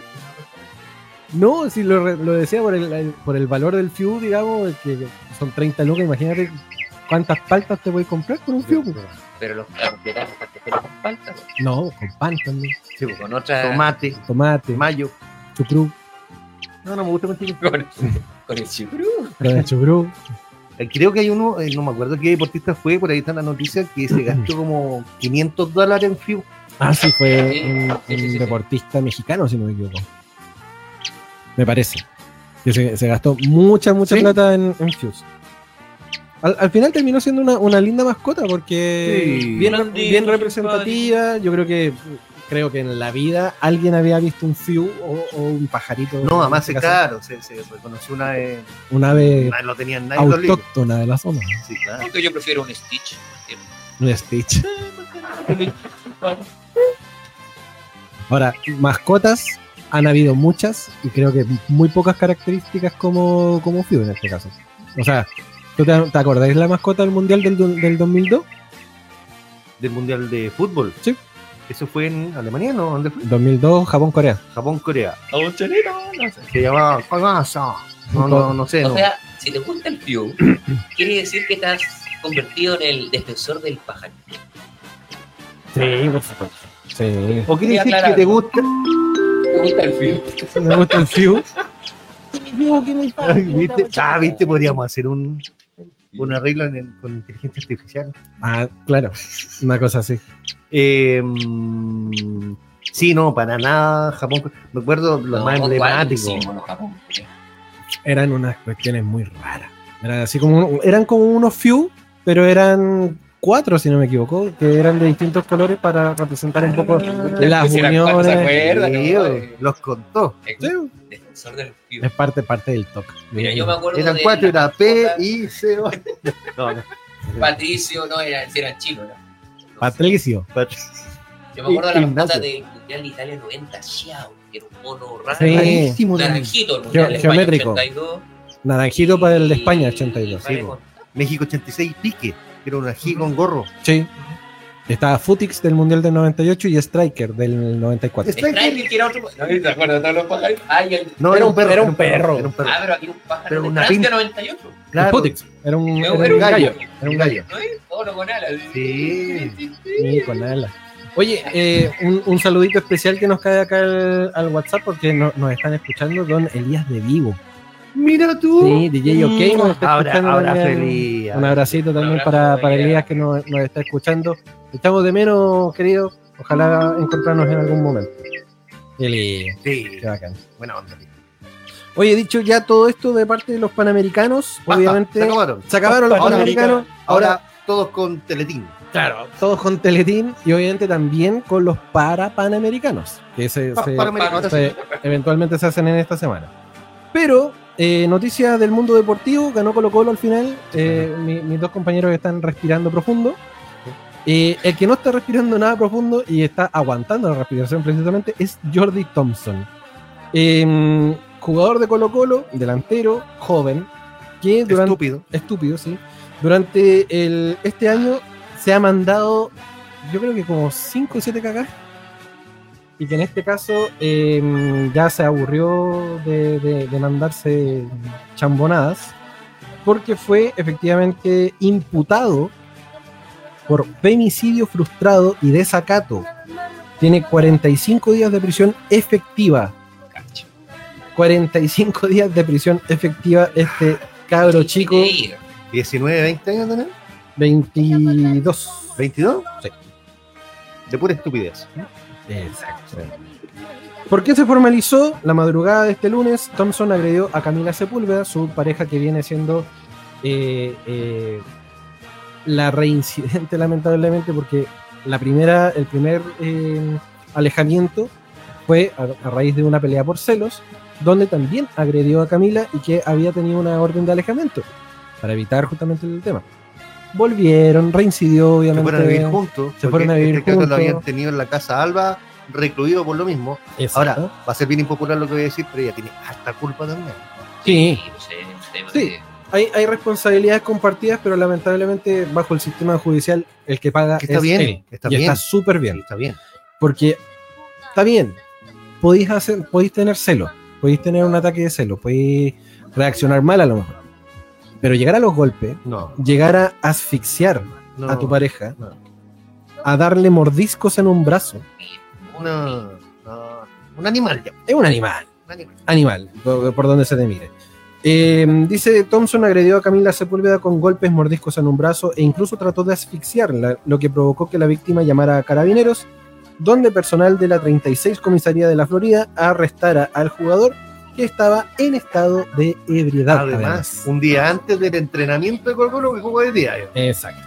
Speaker 3: No, si lo, re- lo decía por el, el- por el valor del fiu, digamos, el que son 30 lucas, imagínate cuántas paltas te puedes comprar con un fiu. po.
Speaker 2: Pero los la completaron porque fueron con palta,
Speaker 3: No, con pan también,
Speaker 4: Sí, pues,
Speaker 2: con
Speaker 3: Ah.
Speaker 2: otra.
Speaker 4: Tomate,
Speaker 3: tomate,
Speaker 4: mayo.
Speaker 3: chucrú,
Speaker 4: No, no me gusta mucho.
Speaker 2: [laughs] Con, con el chucrú.
Speaker 3: pero de chucrú.
Speaker 4: Eh, Creo que hay uno, eh, no me acuerdo qué deportista fue, por ahí está la noticia, que se gastó como 500 dólares en FIU.
Speaker 3: Ah, sí, fue
Speaker 2: Sí,
Speaker 3: un,
Speaker 2: sí,
Speaker 3: un
Speaker 2: sí, sí.
Speaker 3: deportista mexicano, si no me equivoco. Me parece. Que se, se gastó mucha, mucha
Speaker 4: Sí.
Speaker 3: plata en, en Fuse. Al, al final terminó siendo una, una linda mascota porque
Speaker 4: Sí.
Speaker 3: bien, bien representativa. Yo creo que creo que en la vida alguien había visto un Fuse o, o un pajarito.
Speaker 4: No,
Speaker 3: en
Speaker 4: además
Speaker 3: este
Speaker 4: es
Speaker 3: caso, Eh,
Speaker 4: caro, se, se reconoció una eh, vez,
Speaker 3: Un ave
Speaker 4: nadie lo tenían nadie en los libros.
Speaker 3: autóctona de la zona.
Speaker 4: Sí, claro.
Speaker 2: Aunque yo prefiero un Stitch. que un-
Speaker 3: Un Stitch. Ahora, mascotas han habido muchas y creo que muy pocas características como, como Fiu en este caso. O sea, ¿tú te, te acordáis la mascota del Mundial del, do- del 2002?
Speaker 4: Del Mundial de Fútbol.
Speaker 3: Sí.
Speaker 4: Eso fue en Alemania, ¿no? ¿Dónde fue?
Speaker 3: 2002, Japón, Corea.
Speaker 4: Japón, Corea.
Speaker 2: A un chelero, no sé.
Speaker 4: Se llamaba Pagasa. Ah, No, no, no sé.
Speaker 2: O
Speaker 4: No.
Speaker 2: sea, si te gusta el
Speaker 4: [coughs]
Speaker 2: Pew, quiere decir que estás convertido en el defensor del pajarito.
Speaker 3: Sí, por supuesto. Sí.
Speaker 4: O
Speaker 2: Quería
Speaker 4: quiere
Speaker 2: aclarar.
Speaker 4: decir que
Speaker 2: [laughs]
Speaker 4: te gusta.
Speaker 2: ¿Te gusta el Pew?
Speaker 3: Me gusta el Fiu.
Speaker 4: ¿Viste? Ah, viste, podríamos hacer un, un arreglo en el- con inteligencia artificial.
Speaker 3: Ah, claro. Una cosa así.
Speaker 4: Eh, mm, sí, no, para nada. Japón, me acuerdo los más emblemáticos.
Speaker 3: Eran unas cuestiones muy raras. Eran así como un- eran como unos Fiu, pero eran cuatro, si no me equivoco, que eran de distintos colores para representar un poco las
Speaker 2: Pues eran cuatro, ¿se
Speaker 3: uniones.
Speaker 2: acuerdan?
Speaker 4: Sí,
Speaker 2: ¿no?
Speaker 4: eh, los contó.
Speaker 3: Sí,
Speaker 2: Defensor del Pew.
Speaker 3: Es parte, parte del toque.
Speaker 2: Mira, yo me acuerdo
Speaker 4: Eran
Speaker 2: de
Speaker 4: cuatro, era P
Speaker 2: mascotas.
Speaker 4: y C. [laughs] No, no,
Speaker 2: Patricio, no, era, era chino, ¿no? No sé.
Speaker 3: Patricio.
Speaker 4: cuatro.
Speaker 2: Yo me acuerdo de la mascota
Speaker 4: Ignacio.
Speaker 2: del Mundial de Italia 90, Xiao, que era un mono raro.
Speaker 3: Sí,
Speaker 4: Rarísimo, ¿no?
Speaker 2: Naranjito, el Mundial de
Speaker 3: Geo-
Speaker 2: España
Speaker 3: geométrico.
Speaker 2: 82.
Speaker 3: Naranjito para el de España,
Speaker 2: y
Speaker 3: 82.
Speaker 2: Vale,
Speaker 4: sí, po.
Speaker 2: con-
Speaker 3: pues.
Speaker 4: México 86, Pique. que Era un ají con gorro.
Speaker 3: Sí. Estaba Futix del Mundial del 98 y Striker del 94.
Speaker 4: Striker.
Speaker 2: Striker, que era otro. No, ¿te acuerdas? Todos los pájaros. Ah, y el-
Speaker 4: No,
Speaker 3: Era un perro, era un perro.
Speaker 4: Era un
Speaker 2: Ah, pero había un pájaro
Speaker 4: Pero
Speaker 2: de
Speaker 4: una
Speaker 2: Francia
Speaker 4: pinta.
Speaker 2: 98.
Speaker 3: El
Speaker 4: Claro,
Speaker 3: Futix. Era un,
Speaker 2: Era
Speaker 3: era
Speaker 2: un
Speaker 3: un gallo.
Speaker 4: era un gallo.
Speaker 2: ¿No es? Todo con alas.
Speaker 4: Sí.
Speaker 3: Sí, con alas. Oye, eh, un, un saludito especial que nos cae acá al, al WhatsApp porque no- nos están escuchando Don Elías de Vivo.
Speaker 4: Mira tú. Mm.
Speaker 3: Sí, DJ OK nos está
Speaker 4: Ahora,
Speaker 3: escuchando
Speaker 4: ahora
Speaker 3: también.
Speaker 4: feliz.
Speaker 3: Un abracito también
Speaker 2: abrazo,
Speaker 3: para, para
Speaker 2: Elías.
Speaker 3: Elías que nos, nos está escuchando. Te Echamos de menos, querido. Ojalá encontrarnos en algún momento. Elías,
Speaker 4: Sí,
Speaker 3: qué bacán.
Speaker 4: buena onda. Pique.
Speaker 3: Oye, dicho ya todo esto de parte de los panamericanos,
Speaker 4: Basta,
Speaker 3: obviamente.
Speaker 4: Se acabaron.
Speaker 3: Se acabaron los
Speaker 4: Ahora,
Speaker 3: panamericanos.
Speaker 4: Ahora todos con Teletín.
Speaker 3: claro, todos con Teletín y obviamente también con los para panamericanos, que se,
Speaker 4: Pa-
Speaker 3: se-
Speaker 4: Panamericano, ahora sí.
Speaker 3: se- eventualmente se hacen en esta semana. Pero, eh, noticia del mundo deportivo, ganó Colo Colo al final. eh, mi- mis dos compañeros están respirando profundo. Eh, el que no está respirando nada profundo y está aguantando la respiración precisamente es Jordi Thompson. Eh, jugador de Colo Colo, delantero, joven, que durante
Speaker 4: Estúpido.
Speaker 3: estúpido, sí. Durante el, este año se ha mandado, yo creo que como 5 o 7 cagadas. Y que en este caso eh, ya se aburrió de, de- de mandarse chambonadas. Porque fue efectivamente imputado por femicidio frustrado y desacato. Tiene 45 días de prisión efectiva. 45 días de prisión efectiva este cabro chico.
Speaker 4: 19, 20 años tenés.
Speaker 3: 22.
Speaker 4: 22.
Speaker 3: Sí.
Speaker 4: De pura estupidez.
Speaker 3: Exacto. ¿Por qué se formalizó? La madrugada de este lunes, Thompson agredió a Camila Sepúlveda, su pareja que viene siendo eh, eh, la reincidente, [laughs] lamentablemente, porque la primera, el primer eh, alejamiento fue a, a raíz de una pelea por celos, donde también agredió a Camila y que había tenido una orden de alejamiento para evitar justamente el tema. Volvieron, reincidió
Speaker 4: Se
Speaker 3: obviamente.
Speaker 4: fueron a vivir juntos.
Speaker 3: se
Speaker 4: porque
Speaker 3: fueron a vivir
Speaker 4: este caso
Speaker 3: juntos.
Speaker 4: lo habían tenido en la casa Alba, recluido por lo mismo.
Speaker 3: Exacto.
Speaker 4: Ahora, va a ser bien impopular lo que voy a decir, pero ella tiene harta culpa también.
Speaker 3: Sí.
Speaker 2: pues, es un tema
Speaker 3: Sí.
Speaker 2: de-
Speaker 3: hay, hay responsabilidades compartidas, pero lamentablemente bajo el sistema judicial el que paga
Speaker 4: Que está
Speaker 3: es
Speaker 4: bien,
Speaker 3: él.
Speaker 4: está
Speaker 3: y
Speaker 4: bien.
Speaker 3: está súper
Speaker 4: Sí,
Speaker 3: bien,
Speaker 4: está bien.
Speaker 3: porque está bien, podéis hacer, podéis tener celo, podéis tener un ataque de celo, podéis reaccionar mal a lo mejor, pero llegar a los golpes,
Speaker 4: No,
Speaker 3: llegar a asfixiar
Speaker 4: no.
Speaker 3: a tu pareja,
Speaker 4: no.
Speaker 3: a darle mordiscos en un brazo,
Speaker 4: No, no. Un animal ya.
Speaker 3: es un animal,
Speaker 4: Un animal.
Speaker 3: animal, por por donde se te mire. Eh, dice Thompson agredió a Camila Sepúlveda con golpes mordiscos en un brazo e incluso trató de asfixiarla, lo que provocó que la víctima llamara a carabineros, donde personal de la 36 Comisaría de la Florida arrestara al jugador que estaba en estado de ebriedad.
Speaker 4: Además, un día antes del entrenamiento de Colo-Colo que jugó eh. de diario.
Speaker 3: Exacto.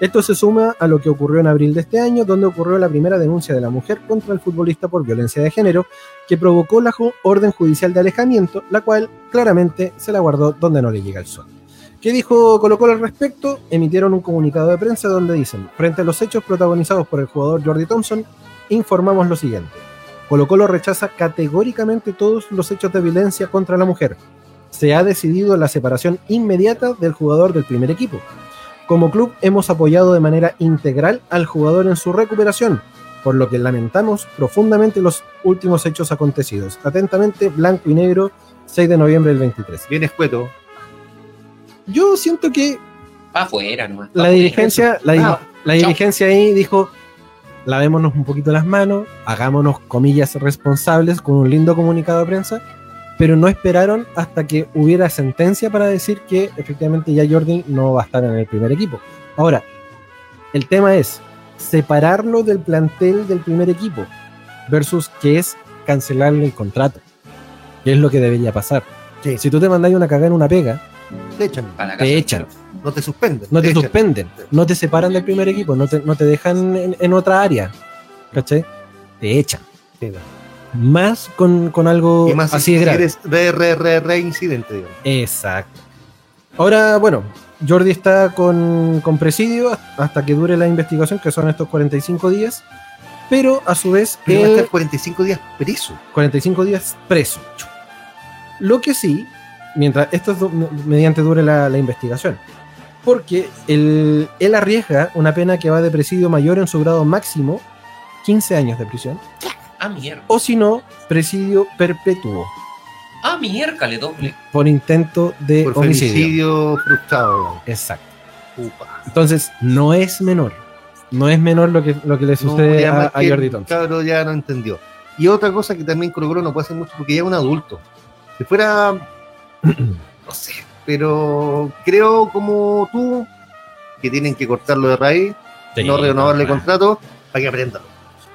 Speaker 3: Esto se suma a lo que ocurrió en abril de este año, donde ocurrió la primera denuncia de la mujer contra el futbolista por violencia de género, que provocó la ju- orden judicial de alejamiento, la cual claramente se la guardó donde no le llega el sol. ¿Qué dijo Colo Colo al respecto? Emitieron un comunicado de prensa donde dicen, frente a los hechos protagonizados por el jugador Jordi Thompson, informamos lo siguiente. Colo Colo rechaza categóricamente todos los hechos de violencia contra la mujer. Se ha decidido la separación inmediata del jugador del primer equipo. Como club hemos apoyado de manera integral al jugador en su recuperación, por lo que lamentamos profundamente los últimos hechos acontecidos. Atentamente, blanco y negro, 6 de noviembre del 23.
Speaker 4: Bien escueto.
Speaker 3: Yo siento que
Speaker 2: Pa' afuera nomás. pa'
Speaker 3: la
Speaker 2: afuera.
Speaker 3: dirigencia, la, di-
Speaker 4: Ah,
Speaker 3: la
Speaker 2: chao.
Speaker 3: dirigencia ahí dijo, lavémonos un poquito las manos, hagámonos comillas responsables con un lindo comunicado de prensa, pero no esperaron hasta que hubiera sentencia para decir que efectivamente ya Jordi no va a estar en el primer equipo. Ahora, el tema es separarlo del plantel del primer equipo versus que es cancelarle el contrato, que es lo que debería pasar.
Speaker 4: Sí.
Speaker 3: Si tú te mandáis una cagada en una pega,
Speaker 4: Te echan.
Speaker 2: Pa' la casa.
Speaker 3: te echan
Speaker 4: No te suspenden.
Speaker 3: no te
Speaker 4: echan.
Speaker 3: suspenden, no te separan del primer equipo, no te, no te dejan en, en otra área, ¿cachai? Te echan.
Speaker 4: Sí, va.
Speaker 3: Más con, con algo
Speaker 4: Y más
Speaker 3: así
Speaker 4: si
Speaker 3: de grave.
Speaker 4: eres re, re, re, re incidente, digamos.
Speaker 3: Exacto. Ahora, bueno, Jordi está con, con presidio hasta que dure la investigación, que son estos 45 días, pero a su vez
Speaker 4: Pero va a
Speaker 3: él-
Speaker 4: estar 45 días preso.
Speaker 3: 45 días preso. Lo que sí, mientras esto es du- mediante dure la, la investigación, porque el- él arriesga una pena que va de presidio mayor en su grado máximo, 15 años de prisión,
Speaker 2: Ah, mierda.
Speaker 3: o si no, presidio perpetuo
Speaker 2: Ah, mierda, le doble.
Speaker 3: por intento de
Speaker 4: Por
Speaker 3: eh, homicidio.
Speaker 4: femicidio frustrado, digamos.
Speaker 3: Exacto.
Speaker 4: Upa.
Speaker 3: Entonces, no es menor. No es menor lo que, lo que le
Speaker 4: No,
Speaker 3: sucede
Speaker 4: ya
Speaker 3: a,
Speaker 4: más
Speaker 3: a
Speaker 4: que
Speaker 3: Jordi
Speaker 4: el
Speaker 3: Thompson.
Speaker 4: cabro ya no entendió. Y otra cosa que también Colo Colo no puede hacer mucho porque ya es un adulto.
Speaker 3: [clears throat]
Speaker 4: Si fuera, no sé, pero creo como tú que tienen que cortarlo de raíz, no renovarle contrato para que aprendan.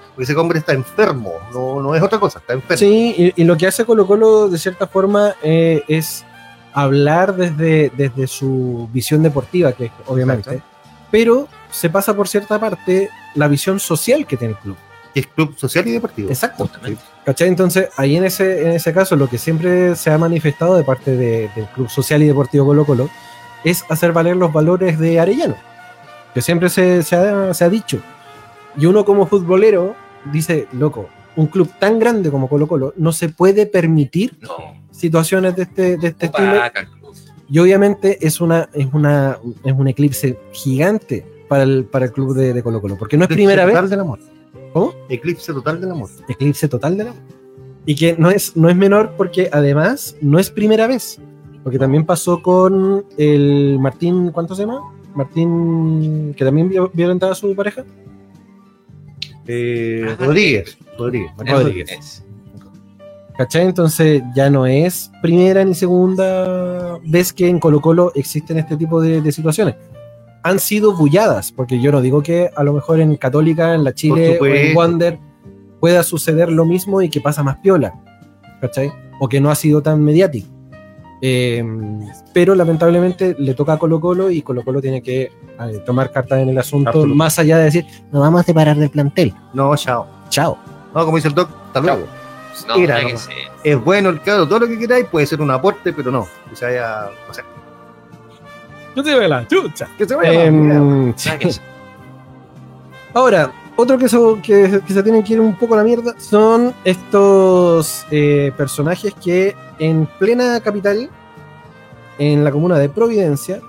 Speaker 4: Porque ese hombre está enfermo, no, no es otra cosa, está enfermo.
Speaker 3: Sí, y, y lo que hace Colo Colo de cierta forma eh, es hablar desde, desde su visión deportiva, que es, obviamente,
Speaker 4: Exacto.
Speaker 3: pero se pasa por cierta parte la visión social que tiene el club.
Speaker 4: Que es club social y deportivo.
Speaker 3: Exacto.
Speaker 2: Justamente.
Speaker 3: ¿Cachai? Entonces, ahí en ese, en ese caso, lo que siempre se ha manifestado de parte de- del Club Social y Deportivo Colo Colo es hacer valer los valores de Arellano, que siempre se, se ha, se ha dicho. Y uno como futbolero dice, loco, un club tan grande como Colo Colo no se puede permitir
Speaker 2: No.
Speaker 3: situaciones de este, de este estilo.
Speaker 2: Opaca el club.
Speaker 3: Y obviamente es, una, es, una, es un eclipse gigante para el, para el club de, de Colo Colo, porque no es
Speaker 4: Eclipse
Speaker 3: primera vez.
Speaker 4: total del amor.
Speaker 3: ¿Cómo?
Speaker 4: Eclipse total del amor.
Speaker 3: eclipse total de la y que no es no es menor porque además no es primera vez porque también pasó con el Martín cuánto se llama Martín que también vio- violentaba a su pareja
Speaker 4: Eh,
Speaker 2: Ajá.
Speaker 4: Rodríguez. Rodríguez. María
Speaker 3: Rodríguez.
Speaker 2: Es-
Speaker 3: ¿Cachai? Entonces ya no es primera ni segunda vez que en Colo Colo existen este tipo de, de situaciones. Han sido bulladas, porque yo no digo que a lo mejor en Católica, en la Chile o en
Speaker 4: supuesto.
Speaker 3: Wander pueda suceder lo mismo y que pasa más piola. ¿Cachai? O que no ha sido tan mediático. Eh, pero lamentablemente le toca a Colo Colo y Colo Colo tiene que eh, tomar cartas en el asunto
Speaker 4: Absolutamente.
Speaker 3: más allá de decir, nos vamos a separar del plantel.
Speaker 4: No, chao.
Speaker 3: Chao.
Speaker 4: No, como dice el doc, hasta luego.
Speaker 2: No,
Speaker 4: Era
Speaker 2: ya que
Speaker 4: nomás.
Speaker 2: sé.
Speaker 4: Es bueno el caso, todo lo que queráis, puede ser un aporte, pero no. Que se vaya, o sea,
Speaker 3: Yo te veo la chucha.
Speaker 4: que se vaya.
Speaker 3: Em,
Speaker 4: mira.
Speaker 3: sí.
Speaker 2: ya que sé.
Speaker 3: Ahora, otro que, so- que, que se tienen que ir un poco a la mierda son estos eh, personajes que en plena capital, en la comuna de Providencia,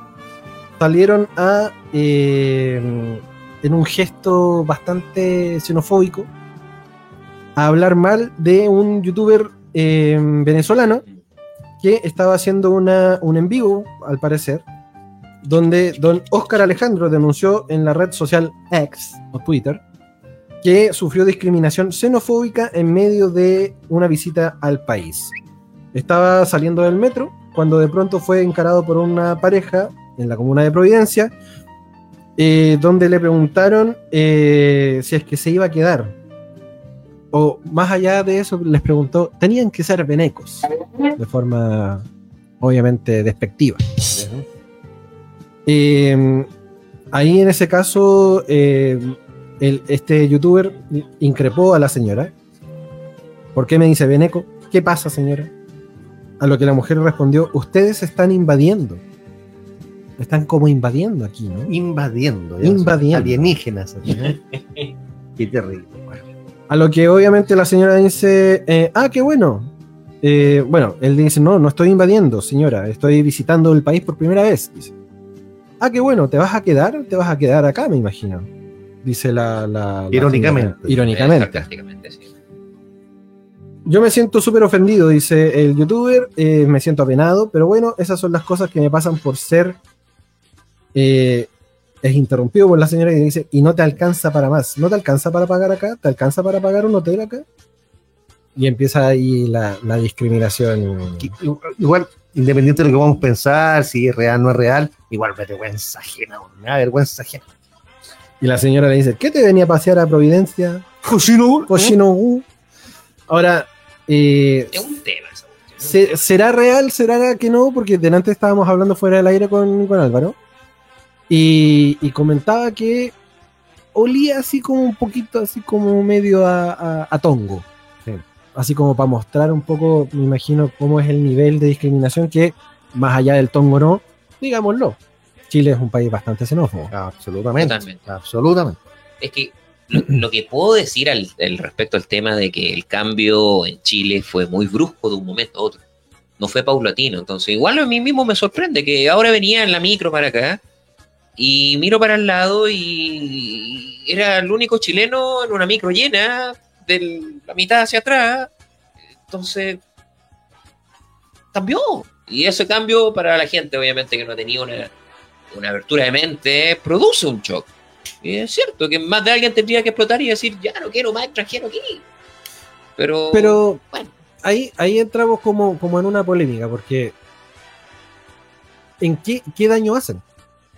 Speaker 3: salieron a, eh, en un gesto bastante xenofóbico, a hablar mal de un youtuber eh, venezolano que estaba haciendo una, un en vivo, al parecer, donde don Oscar Alejandro denunció en la red social X o Twitter que sufrió discriminación xenofóbica en medio de una visita al país. Estaba saliendo del metro cuando de pronto fue encarado por una pareja en la comuna de Providencia, eh, donde le preguntaron eh, si es que se iba a quedar. O más allá de eso, les preguntó, tenían que ser venecos, de forma obviamente despectiva. Eh, ahí en ese caso, eh, el- este youtuber increpó a la señora. ¿Por qué me dice Beneco? ¿Qué pasa, señora? A lo que la mujer respondió, ustedes están invadiendo. Están como invadiendo aquí, ¿no?
Speaker 4: Invadiendo.
Speaker 3: Invadiendo.
Speaker 4: Alienígenas. así, ¿no?
Speaker 2: [laughs]
Speaker 4: Qué terrible. bueno.
Speaker 3: A lo que obviamente la señora dice, eh, ah, qué bueno. Eh, bueno, él dice, no, no estoy invadiendo, señora, estoy visitando el país por primera vez. Dice, ah, qué bueno, ¿te vas a quedar? Te vas a quedar acá, me imagino. Dice la... la- la
Speaker 4: Irónicamente.
Speaker 3: señora. Irónicamente.
Speaker 2: Sarcásticamente, sí.
Speaker 3: Yo me siento súper ofendido, dice el youtuber, eh, me siento apenado, pero bueno, esas son las cosas que me pasan por ser... eh, es interrumpido por la señora y dice, y no te alcanza para más, no te alcanza para pagar acá, te alcanza para pagar un hotel acá. Y empieza ahí la, la discriminación.
Speaker 4: Que- Igual, independiente de lo que vamos a pensar, si es real o no es real, igual vergüenza ajena, güey, me da vergüenza ajena.
Speaker 3: Y la señora le dice, ¿qué te venía a pasear a Providencia? Koshinogu. Ahora, eh,
Speaker 2: Es un tema esa cuestión.
Speaker 3: se- ¿será real? ¿Será que no? Porque delante estábamos hablando fuera del aire con, con Álvaro. Y, y comentaba que olía así como un poquito, así como medio a, a- a tongo. Así como para mostrar un poco, me imagino, cómo es el nivel de discriminación que, más allá del tongo no, digámoslo, Chile es un país bastante xenófobo.
Speaker 4: Absolutamente.
Speaker 2: Totalmente.
Speaker 4: Absolutamente.
Speaker 2: Es que lo, lo que puedo decir al, al respecto al tema de que el cambio en Chile fue muy brusco de un momento a otro. No fue paulatino. Entonces, igual a mí mismo me sorprende que ahora venía en la micro para acá y miro para el lado y era el único chileno en una micro llena de la mitad hacia atrás. Entonces, cambió. Y ese cambio para la gente, obviamente, que no ha tenido una, una abertura de mente, produce un shock. Y es cierto que más de alguien tendría que explotar y decir, ya no quiero más extranjero aquí. Pero,
Speaker 3: Pero
Speaker 2: bueno,
Speaker 3: ahí, ahí entramos como, como en una polémica, porque ¿en qué, qué daño hacen?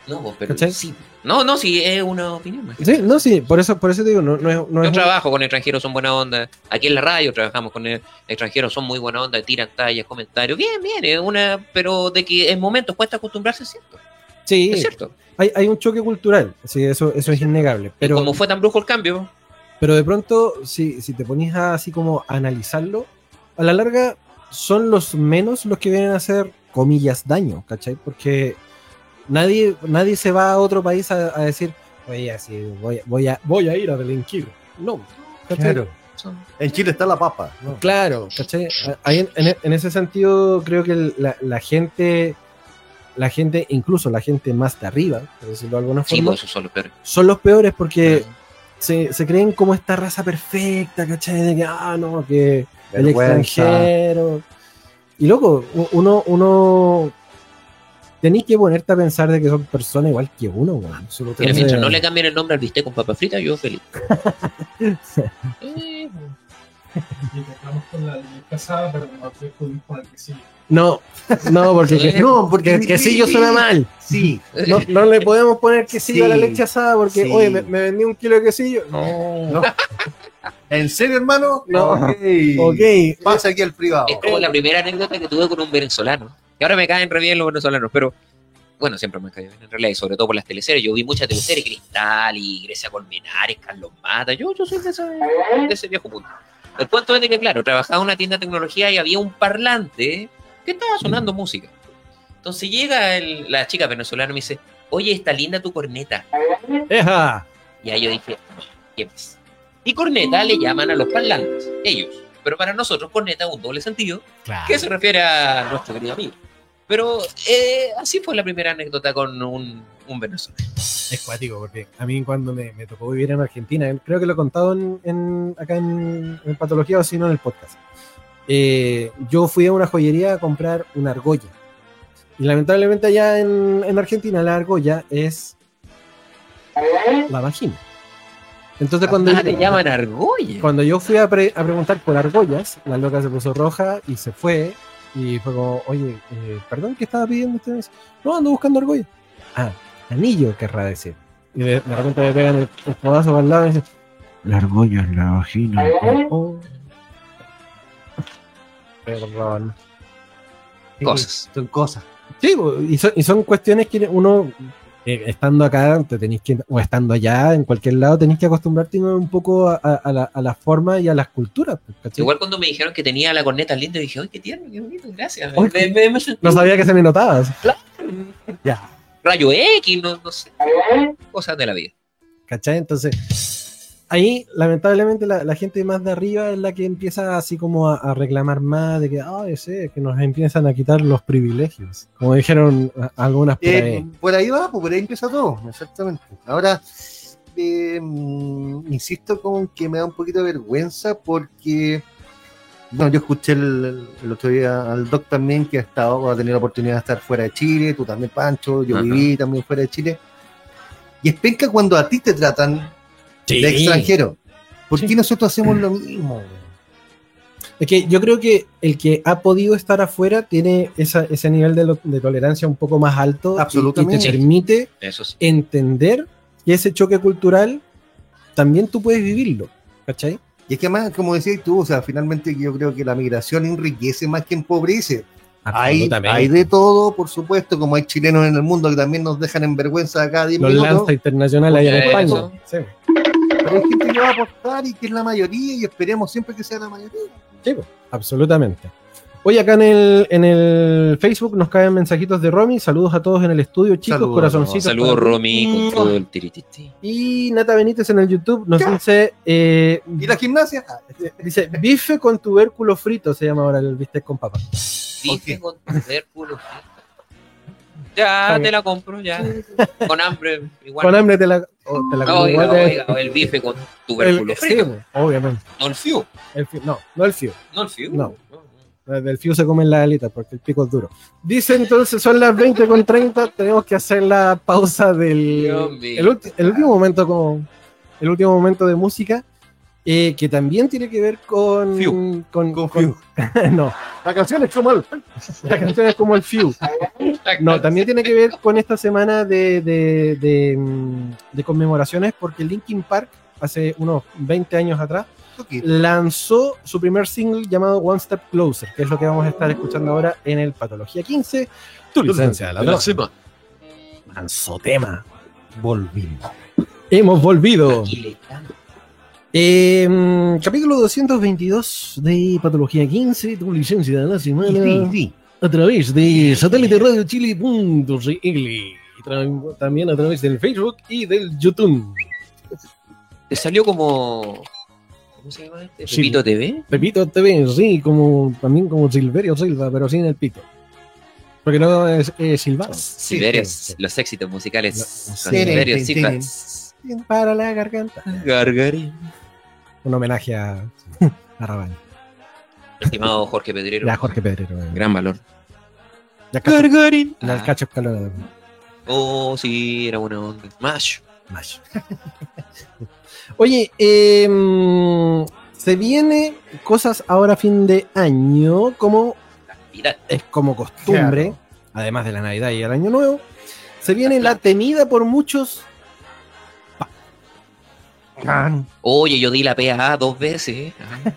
Speaker 2: no, pues, pero
Speaker 3: ¿Cachai?
Speaker 2: sí. No, no, sí, es una opinión. más que
Speaker 3: Sí,
Speaker 2: nada.
Speaker 3: no, sí, por eso, por eso te digo, no, no es, no es
Speaker 2: Yo
Speaker 3: un-
Speaker 2: trabajo con extranjeros, son buena onda. Aquí en la radio trabajamos con eh, extranjeros, son muy buena onda, tiran tallas, comentarios. Bien, bien, es una, pero de que en momentos cuesta acostumbrarse, es cierto.
Speaker 3: sí,
Speaker 2: Es cierto.
Speaker 3: hay, hay un choque cultural, sí, eso, eso es innegable,
Speaker 2: Pero,
Speaker 3: pero,
Speaker 2: como fue tan brusco el cambio,
Speaker 3: pero de pronto, si, si te ponías a- así como a analizarlo, a la larga son los menos los que vienen a hacer, comillas, daño, ¿cachai? Porque nadie, nadie se va a otro país a, a decir, oye, así voy, a- voy, a, voy a ir a delinquir. No, ¿cachai?
Speaker 2: son-
Speaker 4: En Chile está la papa. ¿no?
Speaker 3: Claro, ¿cachai? Ahí en, en- en ese sentido, creo que el- la, la gente, la gente, incluso la gente más de arriba, por decirlo de alguna
Speaker 2: sí,
Speaker 3: forma,
Speaker 2: pues, esos son los peores.
Speaker 3: son los peores porque se, se creen como esta raza perfecta, ¿cachai? De que, ah, no, que el
Speaker 4: Vergüenza.
Speaker 3: extranjero. Y loco, u- uno, uno, tenéis que ponerte a pensar de que son personas igual que uno, weón. Eso lo
Speaker 2: Mira,
Speaker 3: tenés-
Speaker 2: mientras no le cambien el nombre al bistec con papa frita, yo feliz. Eh,
Speaker 7: Estamos con la ley casada, pero no pudimos con el que sigue.
Speaker 3: No, no, porque
Speaker 2: [laughs]
Speaker 3: que,
Speaker 4: No, porque
Speaker 3: que- que sí yo suena mal.
Speaker 4: Sí,
Speaker 3: No, no le podemos poner quesillo a la
Speaker 4: Sí,
Speaker 3: leche asada porque,
Speaker 4: sí.
Speaker 3: oye, me, me vendí un kilo de quesillo. No.
Speaker 4: No. ¿En serio, hermano?
Speaker 3: No.
Speaker 4: Ok.
Speaker 3: Ok.
Speaker 4: Pasa aquí al privado.
Speaker 2: Es como la primera anécdota que tuve con un venezolano. que ahora me caen re bien los venezolanos, pero bueno, siempre me han caído bien en realidad, y sobre todo por las teleseries. Yo vi muchas teleseries, Cristal y Grecia Colmenares, Carlos Mata, yo, yo soy de, esa- de ese viejo punto. El cuento es de que, claro, trabajaba en una tienda de tecnología y había un parlante que estaba sonando música. Entonces llega el- la chica venezolana y me dice, oye, está linda tu corneta.
Speaker 3: ¡Eja!
Speaker 2: Y ahí yo dije, ¿qué es? Y corneta le llaman a los parlantes, ellos. Pero para nosotros corneta es un doble sentido
Speaker 5: Claro.
Speaker 2: ¿Qué se refiere a nuestro querido amigo? Pero eh, así fue la primera anécdota con un, un venezolano.
Speaker 3: Es cuático, porque a mí cuando me, me tocó vivir en Argentina, creo que lo he contado en, en- acá en, en Patología o si no en el podcast. Eh, yo fui a una joyería a comprar una argolla. Y lamentablemente allá en, en Argentina la argolla es la vagina. Entonces cuando,
Speaker 2: Ah,
Speaker 3: yo,
Speaker 2: le llaman argolla.
Speaker 3: cuando yo fui a, pre- a preguntar por argollas, la loca se puso roja y se fue. Y fue como, oye, eh, perdón, ¿qué estaba pidiendo usted? Me dice, No, ando buscando argolla. Ah, anillo querrá decir. Y de, de repente me pegan el, el codazo para el lado y dicen, la argolla es la vagina. Oh. Perdón.
Speaker 2: Cosas.
Speaker 4: Son cosas.
Speaker 3: Sí, bo, y son, y son cuestiones que uno, eh, estando acá, te tenés que, o estando allá, en cualquier lado, tenés que acostumbrarte un poco a, a- a la, a las formas y a las culturas. pues, ¿cachai?
Speaker 2: Igual cuando me dijeron que tenía la corneta linda, dije, ¡ay, qué tierno, qué bonito, gracias!
Speaker 3: Ay,
Speaker 2: Me- me- me sentí
Speaker 3: No sabía que se me notaba.
Speaker 2: un
Speaker 3: Ya.
Speaker 2: Rayo X, no, no sé. Cosas de la vida.
Speaker 3: ¿Cachai? Entonces, ahí lamentablemente la, la gente más de arriba es la que empieza así como a, a reclamar más de que, ay, sé, que nos empiezan a quitar los privilegios. Como dijeron a- algunas por
Speaker 4: Eh,
Speaker 3: ahí.
Speaker 4: por ahí va, pues, por ahí empieza todo, exactamente. Ahora, eh, mm, insisto con que me da un poquito de vergüenza porque, bueno, yo escuché el, el otro día al Doc también que ha estado, ha tenido la oportunidad de estar fuera de Chile, tú también, Pancho, yo
Speaker 2: Ajá.
Speaker 4: viví también fuera de Chile. Y es penca cuando a ti te tratan de extranjero. ¿Por qué nosotros
Speaker 3: Mm.
Speaker 4: hacemos lo mismo? güey?
Speaker 3: Es que yo creo que el que ha podido estar afuera tiene esa- ese nivel de, lo- de tolerancia un poco más alto y- y
Speaker 4: Absolutamente.
Speaker 3: te permite
Speaker 2: Eso sí.
Speaker 3: entender que ese choque cultural también tú puedes vivirlo. ¿Cachai?
Speaker 4: Y es que además, como decías tú, o sea, finalmente yo creo que la migración enriquece más que empobrece. Hay, hay de todo, por supuesto, como hay chilenos en el mundo que también nos dejan en vergüenza acá 10
Speaker 3: Los
Speaker 4: minutos.
Speaker 3: lanza internacional allá en
Speaker 2: Por
Speaker 3: España.
Speaker 2: eso.
Speaker 3: Sí.
Speaker 4: Pero hay gente que va a apostar y que es la mayoría y esperemos siempre que sea la mayoría.
Speaker 3: Sí, po, absolutamente. Hoy acá en el, en el Facebook nos caen mensajitos de Romy. Saludos a todos en el estudio, chicos,
Speaker 4: Saludos,
Speaker 3: corazoncitos.
Speaker 2: Saludos,
Speaker 3: para-
Speaker 2: Romy, con todo el tirititi.
Speaker 3: Y Nata Benítez en el YouTube nos dice, eh,
Speaker 4: ¿Y la gimnasia? Ah,
Speaker 3: dice, bife con tubérculo frito se llama ahora el bistec con papa.
Speaker 2: Dije con tener culo. Ya, te la compro, ya. Con hambre, igual.
Speaker 3: Con hambre te la, o te la
Speaker 2: No, oiga,
Speaker 3: igual te-
Speaker 2: oiga, el bife con
Speaker 3: el-
Speaker 2: tubérculo
Speaker 3: sí,
Speaker 2: frito.
Speaker 3: po, obviamente.
Speaker 2: No el fiu.
Speaker 3: El fi- no, no el fio.
Speaker 2: No el fiu.
Speaker 3: No. Del fio se comen las alitas porque el pico es duro. Dice entonces, son las 20 con 30, tenemos que hacer la pausa del...
Speaker 2: Dios mío.
Speaker 3: el, ulti- el último momento con el último momento de música eh, que también tiene que ver con
Speaker 2: Fiu.
Speaker 3: con,
Speaker 4: Con
Speaker 3: con- [laughs] no
Speaker 4: La canción es como el-
Speaker 3: la canción es como el few no también tiene que ver con esta semana de de, de, mm, de conmemoraciones porque Linkin Park hace unos 20 años atrás lanzó su primer single llamado One Step Closer que es lo que vamos a estar escuchando ahora en el Patología 15 tu licencia de la droga. manso tema
Speaker 4: Volvimos.
Speaker 3: hemos volvido
Speaker 2: Y le canto.
Speaker 3: Eh, mm, capítulo 222 de Patología 15, tu licencia de la semana, a través de satélite radio también a través del Facebook y del YouTube.
Speaker 2: Te salió como. ¿Cómo se llama este?
Speaker 3: Sí.
Speaker 2: Pepito TV.
Speaker 3: Pepito TV, sí, como, también como Silverio Silva, pero sin el pito. Porque no es, es silbado.
Speaker 2: Silverio,
Speaker 4: sí.
Speaker 2: los éxitos musicales.
Speaker 4: Sí,
Speaker 2: con Silverio
Speaker 4: sí,
Speaker 2: Silva.
Speaker 3: Para la garganta.
Speaker 2: Gargarín.
Speaker 3: Un homenaje a, [laughs] a Raval
Speaker 2: Estimado Jorge Pedrero.
Speaker 3: y a Jorge Pedrero. eh.
Speaker 2: Gran valor.
Speaker 3: Y a Cacho-
Speaker 2: Gargarín.
Speaker 3: y al
Speaker 2: Ah,
Speaker 3: Cacho Escalona.
Speaker 2: Oh, sí, era buena onda. Macho.
Speaker 3: [laughs] Oye, eh, mm, se viene cosas ahora a fin de año, como
Speaker 2: Mira,
Speaker 3: es como costumbre, además de la Navidad y el Año Nuevo, se viene la temida por muchos.
Speaker 2: Oye, yo di la PAA dos veces. ¿eh? Ah.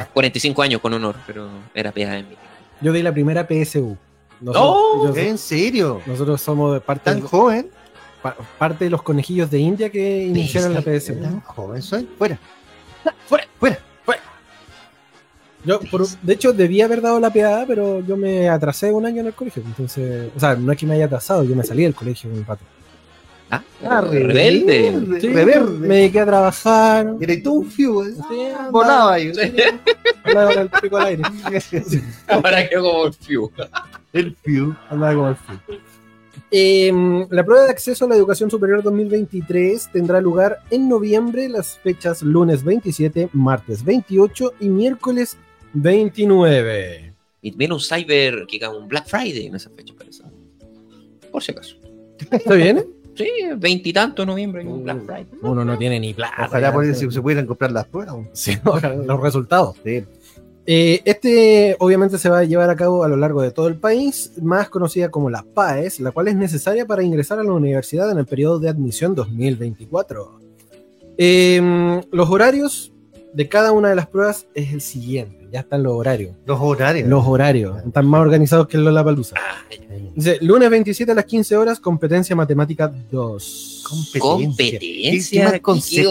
Speaker 2: Ajá. 45 años con honor, pero era PAA en mí.
Speaker 3: Yo di la primera PSU. Nosotros, yo-
Speaker 4: ¿En serio?
Speaker 3: nosotros somos de parte,
Speaker 4: ¡Oh! ¿Tan
Speaker 3: de-
Speaker 4: joven?
Speaker 3: pa- parte de los conejillos de India que iniciaron la PS.
Speaker 4: ¿Tan joven soy? Fuera. Fuera, fuera.
Speaker 3: Yo, por- de hecho, debía haber dado la piedad, pero yo me atrasé un año en el colegio. Entonces, o sea, no es que me haya atrasado, yo me salí del colegio con mi pato.
Speaker 2: Ah,
Speaker 3: [laughs]
Speaker 4: Ah,
Speaker 2: rebelde.
Speaker 4: rebelde.
Speaker 3: Sí,
Speaker 4: rebelde.
Speaker 3: Me dediqué a trabajar.
Speaker 4: Era todo un fío, güey.
Speaker 3: Sí,
Speaker 4: Ah, Volaba yo.
Speaker 3: Andaba con el pico al aire.
Speaker 2: Ahora quedó como el fiu.
Speaker 4: El fío.
Speaker 3: [laughs] Andaba como el fin. Eh, la prueba de acceso a la educación superior 2023 tendrá lugar en noviembre, las fechas lunes 27, martes 28 y miércoles 29.
Speaker 2: Y viene un cyber que cae un Black Friday en esa fecha, parece. Por si acaso.
Speaker 3: ¿Está bien? eh?
Speaker 2: Sí, veintitantos de noviembre hay un Black
Speaker 3: Uh.
Speaker 2: Friday.
Speaker 3: Uno no tiene ni plata.
Speaker 4: Ojalá
Speaker 3: ya,
Speaker 4: por
Speaker 3: sí.
Speaker 4: eso se pudieran comprar las pruebas.
Speaker 3: [laughs] Sí, ojalá, los resultados.
Speaker 4: Sí.
Speaker 3: Eh, este obviamente se va a llevar a cabo a lo largo de todo el país, más conocida como la PAES, la cual es necesaria para ingresar a la universidad en el periodo de admisión 2024. Eh, los horarios de cada una de las pruebas es el siguiente, ya están los horarios.
Speaker 4: Los horarios.
Speaker 3: Los horarios están más organizados que el Lollapalooza. Dice, lunes 27 a las 15 horas, competencia matemática 2.
Speaker 4: Competencia. Qué
Speaker 2: Competencia.
Speaker 4: mal concepto,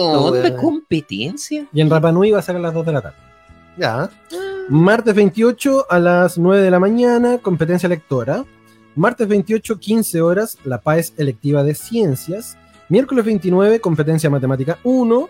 Speaker 2: ¿Qué onda?
Speaker 4: weón.
Speaker 2: ¿Competencia?
Speaker 3: y en Rapa Nui va a ser a las 2 de la tarde.
Speaker 4: Ya.
Speaker 3: Martes 28 a las 9 de la mañana, competencia lectora. Martes 28, 15 horas, la PAES electiva de ciencias. Miércoles 29, competencia matemática 1.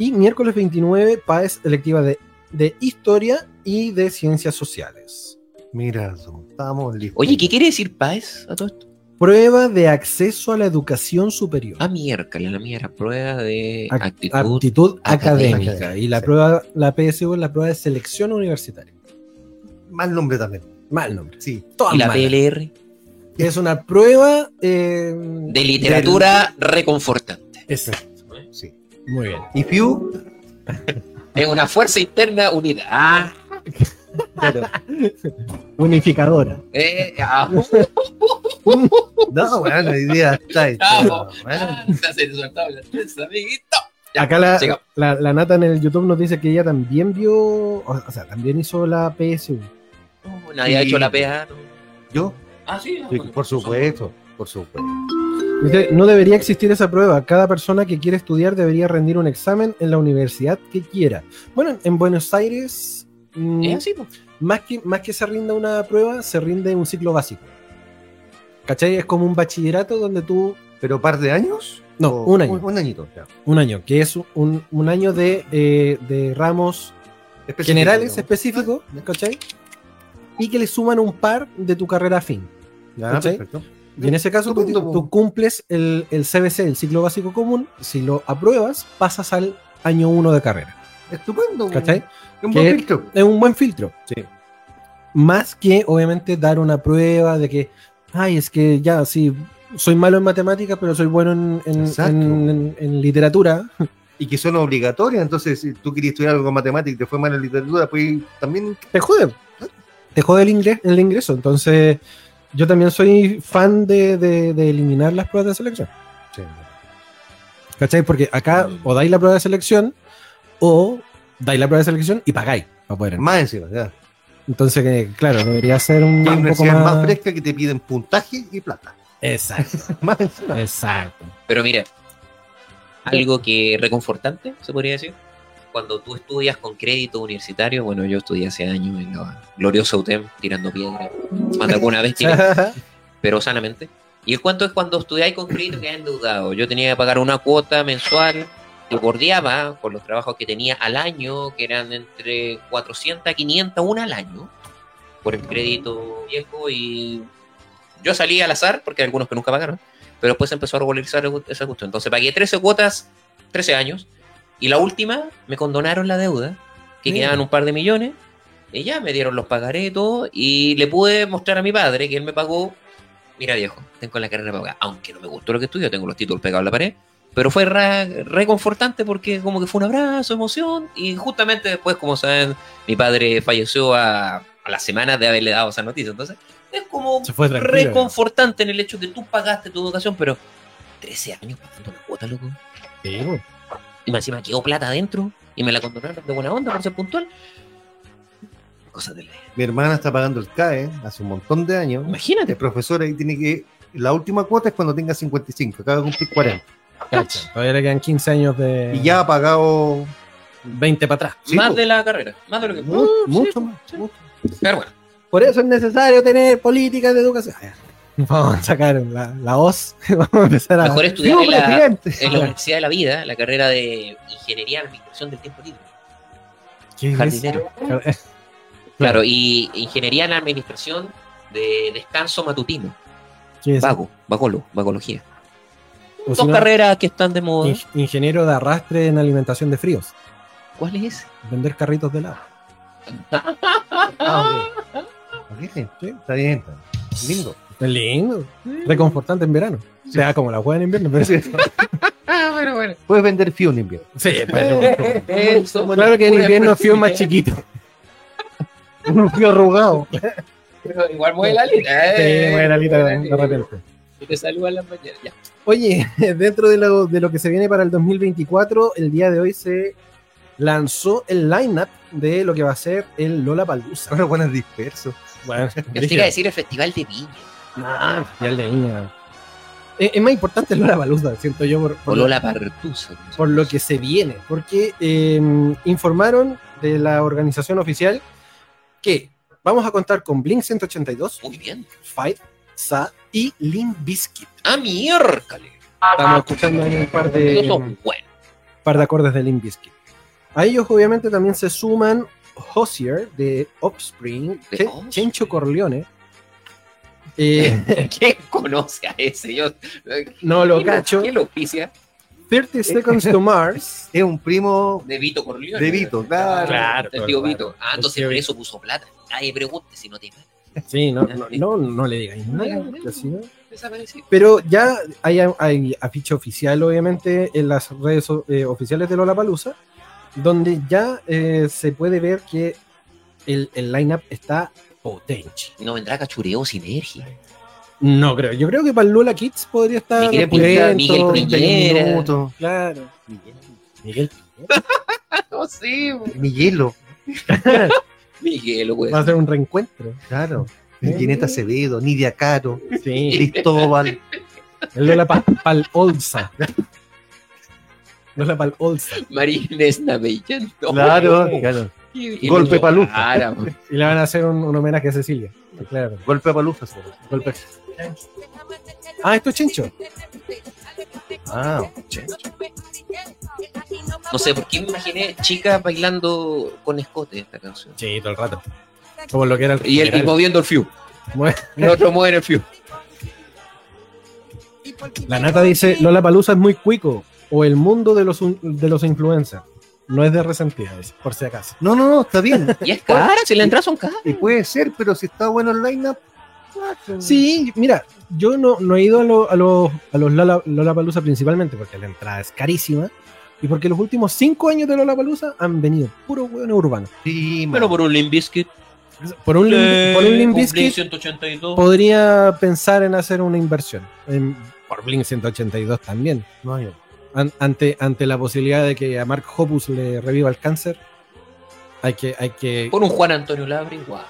Speaker 3: Y miércoles 29, PAES electiva de, de historia y de ciencias sociales.
Speaker 4: Mira, tú, estamos listos.
Speaker 2: Oye, ¿qué quiere decir paz a todo esto?
Speaker 3: Prueba de acceso a la educación superior.
Speaker 2: Ah, miércoles, la mía era prueba de
Speaker 3: Ac-
Speaker 2: actitud.
Speaker 3: Aptitud académica.
Speaker 2: académica.
Speaker 3: Y la
Speaker 4: sí.
Speaker 3: prueba, la PSU es la prueba de selección universitaria.
Speaker 4: Mal nombre también.
Speaker 3: Mal nombre.
Speaker 4: Sí.
Speaker 3: Todas
Speaker 2: Y la
Speaker 3: malas.
Speaker 2: PLR.
Speaker 3: Es una prueba eh,
Speaker 2: De literatura reconfortante.
Speaker 4: sí.
Speaker 3: Muy bien.
Speaker 4: ¿Y Fiu?
Speaker 2: Es una fuerza interna unida. Ah,
Speaker 6: Unificadora.
Speaker 2: eh,
Speaker 4: [laughs]
Speaker 2: ah,
Speaker 4: No, bueno, hoy día está hecho.
Speaker 2: Vamos.
Speaker 4: bueno.
Speaker 2: se hace soltado la trenza, amiguito. Ya,
Speaker 3: Acá la,
Speaker 2: siga.
Speaker 3: la, la Nata en el YouTube nos dice que ella también vio, o, o sea, también hizo la PSU.
Speaker 2: No, nadie ha hecho la PA. no.
Speaker 4: Yo,
Speaker 2: Ah, sí. ah,
Speaker 4: sí,
Speaker 2: bueno.
Speaker 4: por supuesto. Por supuesto.
Speaker 3: Dice, no debería existir esa prueba. Cada persona que quiere estudiar debería rendir un examen en la universidad que quiera. Bueno, en Buenos Aires, mm,
Speaker 2: Es así, pues.
Speaker 3: más, que, más que se rinda una prueba, se rinde un ciclo básico. ¿Cachai? Es como un bachillerato donde tú,
Speaker 4: ¿Pero par de años?
Speaker 3: No,
Speaker 2: Oh.
Speaker 4: ¿O
Speaker 3: un año.
Speaker 4: Un, un añito, ya.
Speaker 3: un año, que es un, un año de, eh, de ramos
Speaker 4: Específico,
Speaker 3: generales
Speaker 4: digamos. Ah,
Speaker 3: específicos, ¿cachai? Y que le suman un par de tu carrera fin.
Speaker 4: Ya,
Speaker 3: ¿cachai?
Speaker 4: perfecto.
Speaker 3: Y en ese caso tú,
Speaker 4: Estupendo,
Speaker 3: tú
Speaker 4: po.
Speaker 3: cumples el, el CBC, el ciclo básico común, si lo apruebas, pasas al año 1 de carrera.
Speaker 4: Estupendo.
Speaker 3: ¿Cachai?
Speaker 4: Un
Speaker 3: Que-
Speaker 4: buen filtro.
Speaker 3: Es un buen filtro.
Speaker 4: Sí.
Speaker 3: Más que obviamente dar una prueba de que, ay, es que ya, sí, soy malo en matemáticas, pero soy bueno en, en-
Speaker 4: Exacto.
Speaker 3: en- en- en literatura.
Speaker 4: Y que son obligatorias. Entonces, si tú querías estudiar algo con matemáticas y te fue mal en literatura, pues también.
Speaker 3: Te jode. Te jode el, ingre- el ingreso. Entonces, yo también soy fan de, de- de eliminar las pruebas de selección. ¿Cachai? Porque acá o dais la prueba de selección o dais la prueba de selección y pagáis para poder entrar.
Speaker 4: Más encima, ya.
Speaker 3: Entonces, que, claro, debería ser un,
Speaker 4: Una
Speaker 3: un poco
Speaker 4: universidad
Speaker 3: más...
Speaker 4: más fresca que te piden puntaje y plata. [laughs]
Speaker 3: Exacto,
Speaker 4: Más encima.
Speaker 3: Eh. exacto.
Speaker 2: Pero mira, algo que reconfortante, se podría decir. Cuando tú estudias con crédito universitario, bueno, yo estudié hace años en la gloriosa UTEM, tirando piedra. Más de alguna vez tiré, pero sanamente. Y el cuento es cuando estudiáis con crédito que endeudado. Yo tenía que pagar una cuota mensual que bordeaba con los trabajos que tenía al año, que eran entre 400 a 500, una al año, por el crédito viejo. Y yo salí al azar, porque hay algunos que nunca pagaron, pero después se empezó a regularizar ese gusto. Entonces pagué 13 cuotas, 13 años, y la última me condonaron la deuda, que
Speaker 3: Mira.
Speaker 2: quedaban un par de millones. Y ya me dieron los pagaré y todo, y le pude mostrar a mi padre que él me pagó Mira, viejo, tengo la carrera pagada. Aunque no me gustó lo que estudio, tengo los títulos pegados a la pared. Pero fue ra- reconfortante porque como que fue un abrazo, emoción. Y justamente después, como saben, mi padre falleció a, a la semana de haberle dado esa noticia. Entonces, es como
Speaker 3: Se fue tranquilo.
Speaker 2: reconfortante en el hecho que tú pagaste tu educación, pero 13 años pagando la cuota, loco.
Speaker 3: Sí, po.
Speaker 2: Y más encima quedó plata adentro y me la condonaron de buena onda por ser puntual. cosas de la vida.
Speaker 4: Mi hermana está pagando el CAE hace un montón de años. Es
Speaker 2: Imagínate.
Speaker 4: profesora y tiene que. La última cuota es cuando tenga 55, acaba de cumplir 40.
Speaker 3: Cacha, Todavía le quedan 15 años de.
Speaker 4: Y ya ha pagado.
Speaker 3: 20 para atrás.
Speaker 4: sí,
Speaker 2: más
Speaker 4: po,
Speaker 2: de la carrera, más de lo que.
Speaker 4: mu- mucho más. mucho.
Speaker 2: Pero bueno,
Speaker 3: Por eso es necesario tener políticas de educación. Ah, ya. [laughs] Vamos a sacar la, la voz. [laughs] Vamos a empezar a.
Speaker 2: mejor estudiar
Speaker 4: ¡Vivo
Speaker 2: en la,
Speaker 4: presidente!
Speaker 2: en
Speaker 3: Ah.
Speaker 2: la Universidad de la Vida, la carrera de Ingeniería en Administración del Tiempo Libre.
Speaker 3: ¿Qué es?
Speaker 2: Jardinero.
Speaker 3: Car-
Speaker 2: Claro, y Ingeniería en Administración de Descanso Matutino.
Speaker 3: ¿Qué es?
Speaker 2: Vago, vagolo, vagología.
Speaker 3: O si
Speaker 2: Dos
Speaker 3: no,
Speaker 2: carreras que están de moda.
Speaker 3: ing- ingeniero de arrastre en alimentación de fríos.
Speaker 2: ¿Cuál es?
Speaker 3: Vender carritos de helado.
Speaker 4: Ah, ok. Ok, Está bien, está bien. lindo.
Speaker 3: Es lindo. Reconfortante en verano. O sea, como la juega en invierno. [laughs] Pero... Sí,
Speaker 2: Ah, bueno, bueno.
Speaker 4: Puedes vender fío en invierno. [laughs]
Speaker 2: Eh,
Speaker 3: pero- Claro que en invierno fui
Speaker 2: [laughs]
Speaker 3: más chiquito.
Speaker 4: Un fío arrugado.
Speaker 2: Igual mueve la línea.
Speaker 3: [laughs] Sí, buena alita de repente.
Speaker 2: Te saludan las mañanas. Ya.
Speaker 3: Oye, [laughs] dentro de lo, de lo que se viene para el 2024, el día de hoy se lanzó el lineup de lo que va a ser el Lola Paldusa.
Speaker 4: Ahora buenas dispersos.
Speaker 3: Bueno,
Speaker 2: Pensé que iba a decir el Festival de Viña.
Speaker 3: Nah, Ah, ya le niña. Es, es más importante el Lola Palusa, siento yo, por, por
Speaker 2: O
Speaker 3: lo-
Speaker 2: Lola Partusa.
Speaker 3: por lo que se viene, porque eh, informaron de la organización oficial que vamos a contar con Blink 182,
Speaker 2: Muy bien.
Speaker 3: Fight, Sa y Limp Bizkit.
Speaker 2: ¡Ah, miércoles!
Speaker 3: Estamos escuchando ahí un par
Speaker 2: Esos
Speaker 3: de,
Speaker 2: son buenos. [laughs]
Speaker 3: par de acordes de Limp Bizkit. A ellos obviamente también se suman Hosier de Offspring,
Speaker 2: De
Speaker 3: Chen-
Speaker 2: Offspring.
Speaker 3: Chencho Corleone. Eh, [laughs]
Speaker 2: ¿Quién conoce a ese? Yo,
Speaker 3: no lo
Speaker 2: ¿Quién
Speaker 3: cacho.
Speaker 2: ¿Quién lo oficia?
Speaker 3: 30 Seconds to Mars.
Speaker 4: Es un primo.
Speaker 2: De Vito Corleone.
Speaker 4: De Vito, claro.
Speaker 3: Claro,
Speaker 2: El tío
Speaker 3: claro.
Speaker 2: Vito. Ah, entonces por eso puso plata. Nadie pregunte si no te mata.
Speaker 3: Sí, no, no, no, no le digáis nada. porque si no-
Speaker 2: Desapareció.
Speaker 3: Pero ya hay, hay afiche oficial, obviamente, en las redes so- eh, oficiales de Lollapalooza, donde ya eh, se puede ver que el, el lineup está potente.
Speaker 2: No vendrá cachureo sinergia.
Speaker 3: No creo. Yo creo que para el Lola Kids podría estar
Speaker 2: Miguel
Speaker 3: Pulido,
Speaker 2: Piñera, Miguel Piñera.
Speaker 4: minutos.
Speaker 3: Claro. Miguel
Speaker 2: [laughs] No, sí.
Speaker 4: Mi hielo.
Speaker 2: Miguel, güey.
Speaker 3: va a ser un reencuentro.
Speaker 4: Claro. Guineta Acevedo, Nidia Caro,
Speaker 3: Sí.
Speaker 4: Cristóbal.
Speaker 3: El Lola pa- Pal Olsa. Lola Pal Olsa.
Speaker 2: Marines Navellando. [laughs]
Speaker 4: Claro, claro. Golpe palufa.
Speaker 2: Claro.
Speaker 3: Y le van a hacer un, un homenaje a Cecilia. Claro.
Speaker 4: Golpe a palufa.
Speaker 3: Golpe. Ah, esto es Chencho.
Speaker 4: Ah,
Speaker 2: No sé por qué me imaginé chicas bailando con escote esta canción.
Speaker 3: Sí, todo el rato. Como lo que era el
Speaker 2: Y el tipo viendo el fiu.
Speaker 3: Bueno.
Speaker 2: El otro mueve el fiu.
Speaker 3: La nata dice, Lola Palusa es muy cuico, o el mundo de los, un- de los influencers. No es de resentida, dice, por si acaso.
Speaker 4: No, no, no, está bien.
Speaker 2: Y es cara, si le entras son cara.
Speaker 4: Y puede ser, pero si está bueno el lineup. claro.
Speaker 3: Sí, mira, yo no, no he ido a, lo- a los a los Lola Palusa principalmente porque la entrada es carísima y porque los últimos cinco años de Lola Palusa han venido puro hueones urbanos.
Speaker 4: Sí, man.
Speaker 2: Pero por un Limbiskit.
Speaker 3: Por un, Lim- por un Limp Bizkit
Speaker 2: 182.
Speaker 3: podría pensar en hacer una inversión. En- por Blink 182 también.
Speaker 4: No hay otro.
Speaker 3: An- ante, ante la posibilidad de que a Mark Hoppus le reviva el cáncer, hay que, hay que
Speaker 2: Por un Juan Antonio Labri. Guau.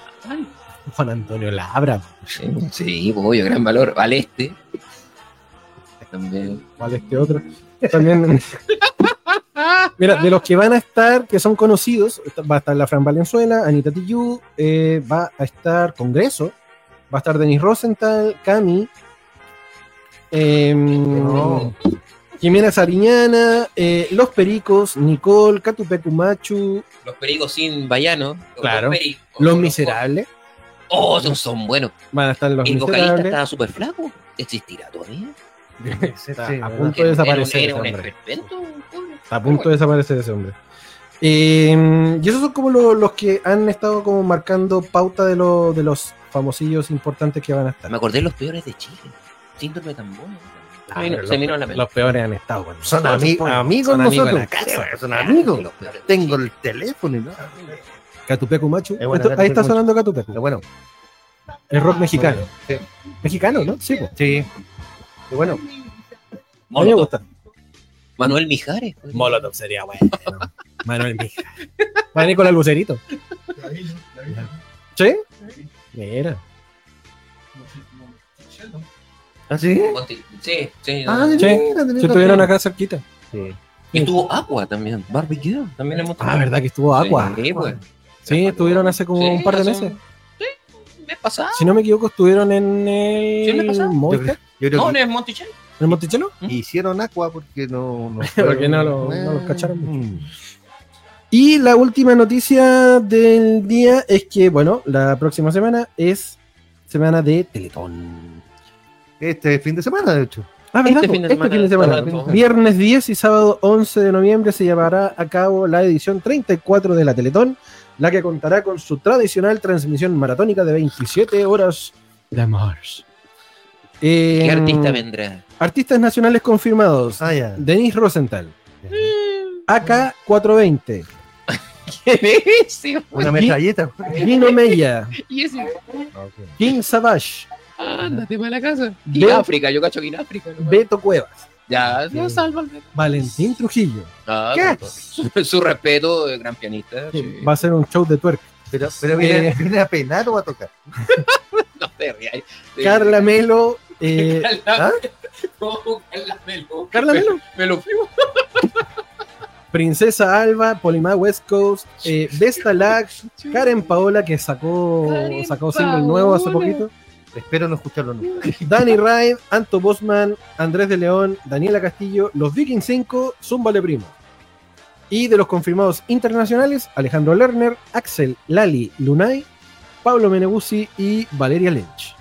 Speaker 3: Juan Antonio Labra.
Speaker 2: Sí, sí, pues, obvio, gran valor. Al este. También.
Speaker 3: ¿Cuál este otro? También. [laughs] Mira, de los que van a estar, que son conocidos, va a estar la Fran Valenzuela, Anita Tijoux, eh, va a estar Congreso, va a estar Denis Rosenthal, Cami, eh, Jimena Sariñana, eh, Los Pericos, Nicole, Catupecu Machu,
Speaker 2: Los perigos sin Bayano.
Speaker 3: Claro.
Speaker 2: Los, peri-
Speaker 3: Los Miserables,
Speaker 2: Oh, esos son buenos.
Speaker 3: van a estar Los
Speaker 2: El vocalista
Speaker 3: Miserables.
Speaker 2: estaba súper flaco. ¿Existirá todavía?
Speaker 4: Sí,
Speaker 3: Está
Speaker 4: sí,
Speaker 3: a
Speaker 4: ¿verdad?
Speaker 3: punto de
Speaker 2: Era un-
Speaker 3: desaparecer
Speaker 2: Era un
Speaker 3: ese hombre.
Speaker 2: esperpento, pobre.
Speaker 3: Está a punto de desaparecer ese hombre. Eh, y esos son como lo- los que han estado como marcando pauta de, lo- de los famosillos importantes que van a estar.
Speaker 2: Me acordé de los peores de Chile. Síndrome de tambor.
Speaker 3: Ah,
Speaker 2: Se me vino-
Speaker 3: pero
Speaker 2: se me vino a la mente.
Speaker 3: Los peores han estado. bueno.
Speaker 4: Son ami- amigos
Speaker 3: Son amigos de
Speaker 4: nosotros.
Speaker 3: la
Speaker 4: Claro, Son
Speaker 2: de
Speaker 4: amigos.
Speaker 2: los peores de
Speaker 4: Tengo
Speaker 2: Chile.
Speaker 4: el teléfono y nada.
Speaker 3: Catupecu Machu.
Speaker 4: Es buena,
Speaker 3: Esto- ahí está
Speaker 4: Catupecu
Speaker 3: sonando
Speaker 4: Pero
Speaker 3: Catupecu.
Speaker 4: bueno,
Speaker 3: El rock mexicano.
Speaker 4: Sí.
Speaker 3: Mexicano, ¿no? Sí, po.
Speaker 4: sí. Pero bueno,
Speaker 3: A mí me
Speaker 2: Molotov.
Speaker 3: gusta.
Speaker 2: Manuel Mijares. pues.
Speaker 3: Molotov sería bueno. Manuel Mija. Va a venir con el lucerito.
Speaker 7: La vi, la vi.
Speaker 3: ¿Sí? Mira. ¿Ah, sí?
Speaker 2: Monti- Sí, sí.
Speaker 4: Ah,
Speaker 2: no.
Speaker 4: de
Speaker 3: Sí.
Speaker 4: veras, de
Speaker 3: Si
Speaker 4: veras.
Speaker 3: estuvieron acá cerquita.
Speaker 4: Sí.
Speaker 2: Y tuvo Aqua también. Barbie Girl también hemos
Speaker 3: Ah, verdad que estuvo Aqua.
Speaker 2: Sí, pues.
Speaker 3: Sí, estuvieron hace como
Speaker 2: Sí,
Speaker 3: un par de
Speaker 2: hace
Speaker 3: meses.
Speaker 2: Sí, mes pasado.
Speaker 3: Si no me equivoco, estuvieron en
Speaker 2: Sí, me
Speaker 3: el.
Speaker 2: pasaba.
Speaker 4: Yo,
Speaker 3: Movistar,
Speaker 4: creo- yo creo
Speaker 2: No,
Speaker 4: que
Speaker 2: no es Monticello.
Speaker 3: ¿En el Monticello?
Speaker 4: hicieron agua porque no.
Speaker 3: [laughs]
Speaker 4: no
Speaker 3: Porque no lo-
Speaker 4: fueron-
Speaker 3: no los cacharon
Speaker 4: Mm.
Speaker 3: Y la última noticia del día es que, bueno, la próxima semana es semana de Teletón.
Speaker 4: Este fin de semana, de hecho.
Speaker 3: Ah,
Speaker 2: Este
Speaker 3: ¿verdad?
Speaker 2: fin de
Speaker 3: Este
Speaker 2: semana
Speaker 3: fin de semana.
Speaker 2: está la-
Speaker 3: Viernes 10 y sábado 11 de noviembre se llevará a cabo la edición 34 de la Teletón, la que contará con su tradicional transmisión maratónica de 27 horas de Mars. Eh,
Speaker 2: ¿Qué artista vendrá?
Speaker 3: Artistas nacionales confirmados.
Speaker 4: Ah, ya.
Speaker 3: Denis Rosenthal.
Speaker 2: Mm.
Speaker 3: AK420.
Speaker 2: ¿Quién es ese?
Speaker 3: [laughs]
Speaker 4: Una metralleta.
Speaker 3: Gino Meya.
Speaker 2: ¿Y ese?
Speaker 3: King Savage.
Speaker 2: Ándate para la casa.
Speaker 3: Ve-
Speaker 2: Y África, yo cacho que en África. ¿no?
Speaker 3: Beto Cuevas. Ah,
Speaker 2: Ya, ya, sálvame.
Speaker 3: Valentín Trujillo.
Speaker 2: Ah,
Speaker 4: ¿Qué?
Speaker 2: con Su, [laughs] su respeto de gran pianista. sí.
Speaker 3: Va a ser un show de tuerca.
Speaker 4: Pero, pero viene,
Speaker 3: Eh.
Speaker 4: viene a penar o a tocar.
Speaker 2: No te rías. eh. Sí.
Speaker 3: Carla Melo.
Speaker 4: [laughs]
Speaker 3: eh,
Speaker 2: Carla-
Speaker 4: ¿Ah?
Speaker 2: [laughs] No, Carla Melo.
Speaker 3: Carla Melo.
Speaker 2: Me lo fui.
Speaker 3: Princesa Alba, Polimá West Coast, eh, Vesta Lax, Karen Paola, que sacó,
Speaker 2: Karen
Speaker 3: sacó single nuevo hace
Speaker 2: Paola.
Speaker 3: poquito,
Speaker 4: Espero no escucharlo nunca.
Speaker 3: Danny Ryan, Anto Bosman, Andrés de León, Daniela Castillo, Los Vikings 5, Zúmbale Primo. Y de los confirmados internacionales, Alejandro Lerner, Axel Lali Lunay, Pablo Meneguzzi y Valeria Lynch.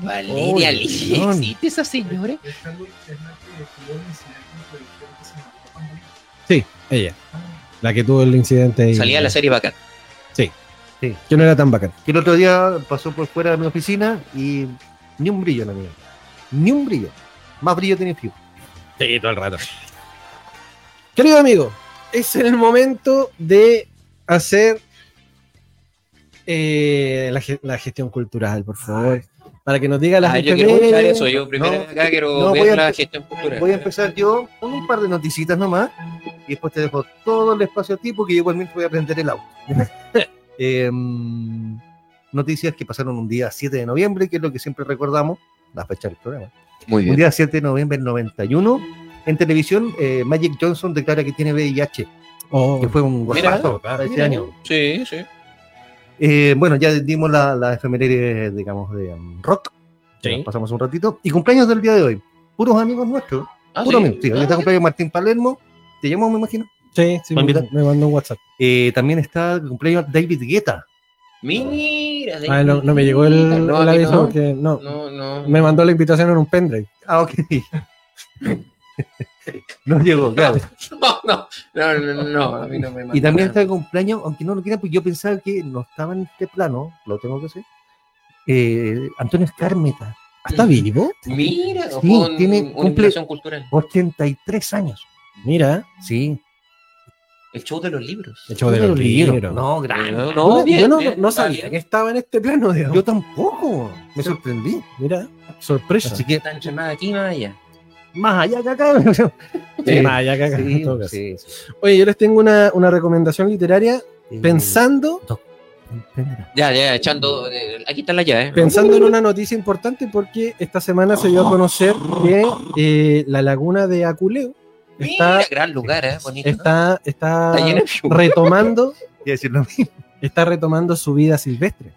Speaker 2: Valeria
Speaker 3: Oye,
Speaker 2: Lee,
Speaker 3: perdón.
Speaker 2: ¿existe esa señora?
Speaker 7: Es algo que es la que tuvo el incidente en televisión que se mató cuando-
Speaker 3: Sí, ella, la que tuvo el incidente ahí,
Speaker 2: Salía de la serie Bacán.
Speaker 3: que no era tan bacán.
Speaker 4: Que el otro día pasó por fuera de mi oficina y ni un brillo, la mía. Ni un brillo. Más brillo tiene Fiu.
Speaker 3: Sí, todo el rato. Querido amigo, es el momento de hacer eh, la, ge- la gestión cultural, por favor. Para que nos diga las
Speaker 2: Ah, yo quiero
Speaker 3: efemérides.
Speaker 2: escuchar eso. Yo primero
Speaker 4: No,
Speaker 2: acá quiero
Speaker 4: no,
Speaker 2: ver
Speaker 4: voy a-
Speaker 2: la gestión cultural.
Speaker 4: Voy a empezar yo con un par de noticitas nomás y después te dejo todo el espacio a ti porque yo igualmente voy a prender el
Speaker 2: [laughs]
Speaker 4: auto. Em, noticias que pasaron un día 7 de noviembre, que es lo que siempre recordamos, la fecha del programa.
Speaker 2: Muy
Speaker 4: Un día 7 de noviembre del 91, en televisión, eh, Magic Johnson declara que tiene VIH,
Speaker 3: Oh,
Speaker 4: que fue un
Speaker 2: Mira.
Speaker 4: golpazo para ese
Speaker 2: Mira.
Speaker 4: año.
Speaker 2: Sí, sí.
Speaker 4: Eh, bueno, ya dimos la, la efeméride, digamos, de um, rock.
Speaker 3: Sí.
Speaker 4: Nos Pasamos un ratito. Y cumpleaños del día de hoy. Puros amigos nuestros.
Speaker 2: Ah,
Speaker 4: puros
Speaker 2: sí.
Speaker 4: amigos. Sí, hoy está cumpleaños Martín Palermo. Te llamó, me imagino.
Speaker 3: sí, sí, me,
Speaker 4: Mira.
Speaker 3: me mandó un WhatsApp.
Speaker 4: Eh, también está el cumpleaños David Guetta.
Speaker 2: Mira, de-
Speaker 3: Ah, no, no me llegó el,
Speaker 2: No,
Speaker 3: el
Speaker 2: a mí
Speaker 3: aviso
Speaker 2: no.
Speaker 3: porque no.
Speaker 2: No, no.
Speaker 3: Me mandó la invitación en un pendrive.
Speaker 4: Ah, ok. [laughs] no llegó, claro.
Speaker 2: [laughs] No, no, no, no, no, a mí no me
Speaker 4: Y
Speaker 2: mandaron.
Speaker 4: también está el cumpleaños, aunque no lo quieran, pues yo pensaba que no estaba en este plano, lo tengo que decir. Eh, Antonio Escarmeta,
Speaker 3: ¿Está vivo?
Speaker 2: Mira,
Speaker 4: Sí,
Speaker 2: con
Speaker 4: tiene-
Speaker 2: una
Speaker 4: cumple-
Speaker 2: invitación cultural.
Speaker 4: 83 años.
Speaker 3: Mira.
Speaker 4: Sí.
Speaker 2: El show de los libros.
Speaker 3: El show de los libros.
Speaker 4: No, grande.
Speaker 2: No,
Speaker 3: No,
Speaker 2: bien,
Speaker 3: yo no,
Speaker 2: bien,
Speaker 3: no
Speaker 2: está
Speaker 3: sabía
Speaker 2: bien.
Speaker 3: que estaba en este plano, digamos.
Speaker 4: Yo tampoco. Me sorprendí.
Speaker 3: Mira, sorpresa.
Speaker 4: Así que
Speaker 2: Está entre más aquí más allá.
Speaker 4: más allá que acá.
Speaker 3: Sí,
Speaker 4: Sí,
Speaker 3: más allá que acá, ah, [laughs] en
Speaker 4: eh, sí,
Speaker 3: todo caso.
Speaker 4: sí, sí.
Speaker 3: Oye, yo les tengo una, una recomendación literaria
Speaker 4: Eh,
Speaker 3: pensando
Speaker 2: Ya, ya, echando. eh, aquí está la llave. ¿eh?
Speaker 3: Pensando en una noticia importante porque esta semana se dio a conocer que eh, la laguna de Aculeo
Speaker 2: Mira,
Speaker 3: está,
Speaker 2: gran lugar, ¿eh? Bonito.
Speaker 3: está, está
Speaker 2: Está lleno de fiu.
Speaker 3: retomando,
Speaker 4: Iba a decir lo mismo.
Speaker 3: está retomando su vida silvestre.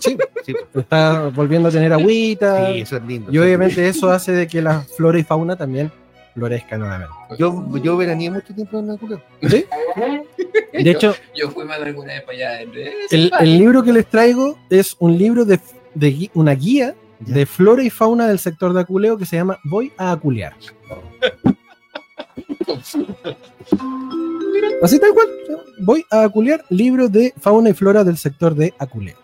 Speaker 4: Sí, sí, [laughs]
Speaker 3: Está volviendo a tener agüita.
Speaker 4: sí, eso es lindo.
Speaker 3: y obviamente eso hace de que la flora y fauna también florezca nuevamente.
Speaker 4: Yo, yo veraneé mucho tiempo en la cura.
Speaker 3: De hecho,
Speaker 2: Yo fui más de alguna vez para allá. ¿eh?
Speaker 3: el, el libro que les traigo es un libro de, de gui- una guía de flora y fauna del sector de Aculeo que se llama Voy a [laughs] Aculear. Así tal cual. Voy a Aculear, libro de fauna y flora del sector de Aculeo.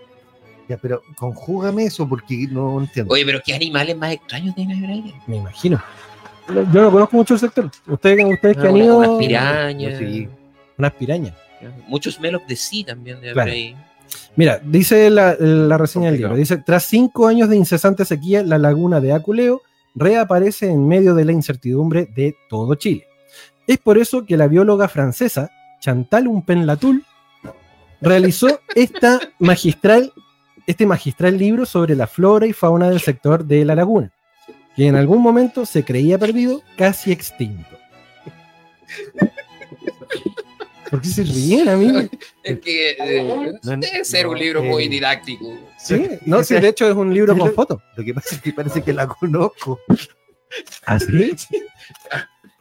Speaker 4: Ya, pero conjúgame eso porque no entiendo.
Speaker 2: Oye, pero qué animales más extraños tienen por allá.
Speaker 3: Me imagino. Yo no conozco mucho el sector. Ustedes, ustedes que
Speaker 2: Ah,
Speaker 3: han
Speaker 2: una-
Speaker 3: ido.
Speaker 2: unas pirañas.
Speaker 4: Sí.
Speaker 3: Unas pirañas.
Speaker 2: Muchos melos de sí también de
Speaker 3: Claro.
Speaker 2: ahí.
Speaker 3: Mira, dice la, la reseña del
Speaker 4: Complicado.
Speaker 3: libro. Dice, tras cinco años de incesante sequía, la laguna de Aculeo reaparece en medio de la incertidumbre de todo Chile. Es por eso que la bióloga francesa Chantal Umpenlatul realizó esta magistral, este magistral libro sobre la flora y fauna del sector de la laguna, que en algún momento se creía perdido, casi extinto. ¿Por qué se ríen, amigo?
Speaker 2: Es que eh,
Speaker 4: No, no,
Speaker 2: debe ser un
Speaker 4: no,
Speaker 2: libro
Speaker 4: eh.
Speaker 2: muy didáctico.
Speaker 3: Sí, no, sí, de hecho es un libro con fotos.
Speaker 4: [laughs] Lo que pasa es que parece que la conozco.
Speaker 3: Así.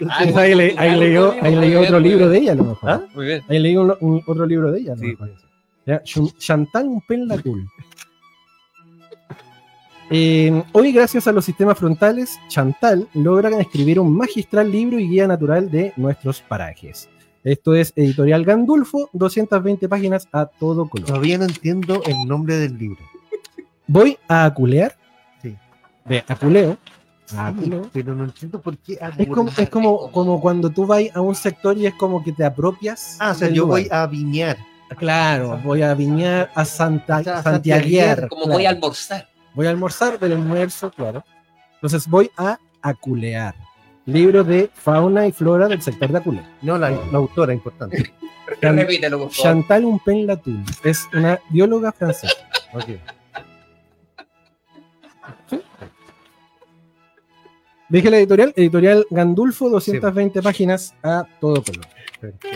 Speaker 2: Ah,
Speaker 3: ahí, le- ahí leyó, ahí leyó otro libro de ella, a lo mejor.
Speaker 4: ¿Ah?
Speaker 2: Muy bien.
Speaker 3: Ahí leí un- un- otro libro de ella. ¿no?
Speaker 4: Sí.
Speaker 3: Ya, Ch- Chantal Pen Lacul. Eh, hoy, gracias a los sistemas frontales, Chantal logra escribir un magistral libro y guía natural de nuestros parajes. Esto es Editorial Gandulfo, 220 páginas a todo color.
Speaker 4: Todavía no entiendo el nombre del libro.
Speaker 3: Voy a aculear.
Speaker 4: Sí.
Speaker 3: De aculeo.
Speaker 4: Ah,
Speaker 3: Aculeo.
Speaker 4: Pero no entiendo por qué.
Speaker 3: Es como, es como, como cuando tú vas a un sector y es como que te apropias.
Speaker 4: Ah, o sea,
Speaker 3: del
Speaker 4: yo
Speaker 3: lugar.
Speaker 4: voy a viñar.
Speaker 3: Claro, voy a viñar a Santa,
Speaker 4: A
Speaker 3: Santiaguear.
Speaker 4: santiaguear,
Speaker 2: Como
Speaker 3: claro.
Speaker 2: voy a almorzar.
Speaker 3: Voy a almorzar del almuerzo, claro. Entonces voy a aculear. Libro de fauna y flora del sector de Aculea.
Speaker 4: No, la, la autora,
Speaker 2: [laughs]
Speaker 4: importante.
Speaker 3: Chan-
Speaker 2: Repítelo, por favor.
Speaker 3: Chantal Umpen Latour es una bióloga francesa.
Speaker 4: Ok.
Speaker 3: Dije la editorial, editorial Gandulfo, 220 páginas a todo color.
Speaker 4: Perfecto.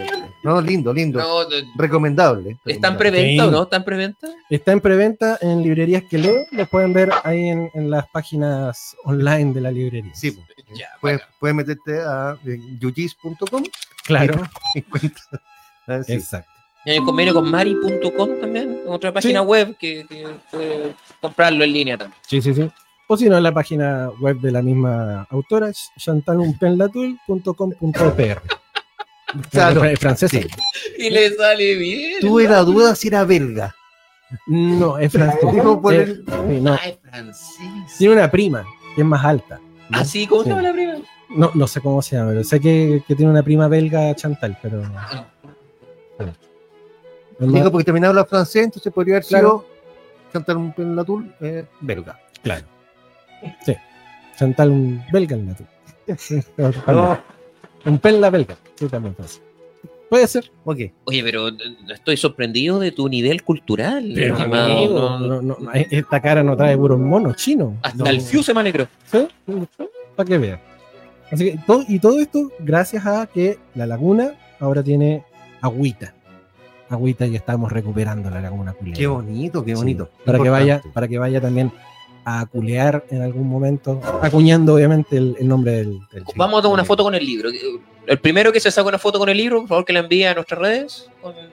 Speaker 4: No, lindo, lindo.
Speaker 2: No, no,
Speaker 4: Recomendable.
Speaker 2: ¿Están
Speaker 4: recomendable.
Speaker 2: preventa o
Speaker 3: Sí.
Speaker 2: no? ¿Están preventa?
Speaker 3: Está en preventa en librerías que leo, los pueden ver ahí en, en las páginas online de la librería.
Speaker 4: Sí, pues.
Speaker 2: [laughs] Ya,
Speaker 4: puedes, puedes meterte a eh, yugis.com
Speaker 3: claro.
Speaker 4: y encuentras. [laughs] Ah, sí.
Speaker 3: Exacto.
Speaker 2: Y hay un convenio con mari.com también, otra página web que, que puede comprarlo en línea también.
Speaker 3: Sí, sí, sí. O si no, en la página web de la misma autora, chantalumpenlatul.com.pr.
Speaker 4: [laughs] Claro.
Speaker 3: Es francesa.
Speaker 4: Sí.
Speaker 2: Y le sale bien.
Speaker 4: [laughs] Tuve la duda si era belga.
Speaker 3: No, es francesa.
Speaker 4: Digo, por
Speaker 3: Eh,
Speaker 4: el-
Speaker 3: sí, no.
Speaker 2: Ay, Francis.
Speaker 3: Tiene una prima que es más alta.
Speaker 2: Así, Ah, ¿cómo se
Speaker 3: Sí.
Speaker 2: llama la prima?
Speaker 3: No, no sé cómo se llama, pero sé que, que tiene una prima belga Chantal, pero.
Speaker 4: Ah.
Speaker 3: Es más-
Speaker 4: Digo, porque también habla francés, entonces podría haber
Speaker 3: Claro.
Speaker 4: sido cantar un penlatul eh, belga.
Speaker 3: Chantal, un belga en latín. Un perla belga. Sí, también francés. Puede ser.
Speaker 4: Ok.
Speaker 2: Oye, pero eh, estoy sorprendido de tu nivel cultural.
Speaker 1: Pero,
Speaker 2: estimado.
Speaker 3: Amigo,
Speaker 2: No, no.
Speaker 3: no, no, no, esta cara no trae puros monos chinos.
Speaker 2: Hasta
Speaker 3: No.
Speaker 2: el Fiu se me alegró.
Speaker 3: ¿Sí? Para que vea. Así que todo, y todo esto gracias a que la laguna ahora tiene agüita. Agüita y estamos recuperando la laguna culera.
Speaker 4: Qué bonito, qué bonito.
Speaker 3: Sí, para, que vaya,
Speaker 4: Importante.
Speaker 3: para que vaya también a culear en algún momento, acuñando obviamente el, el nombre del... del-
Speaker 2: Vamos a tomar una foto con el libro. El primero que se saca una foto con el libro, por favor que la envíe a nuestras redes, con- en,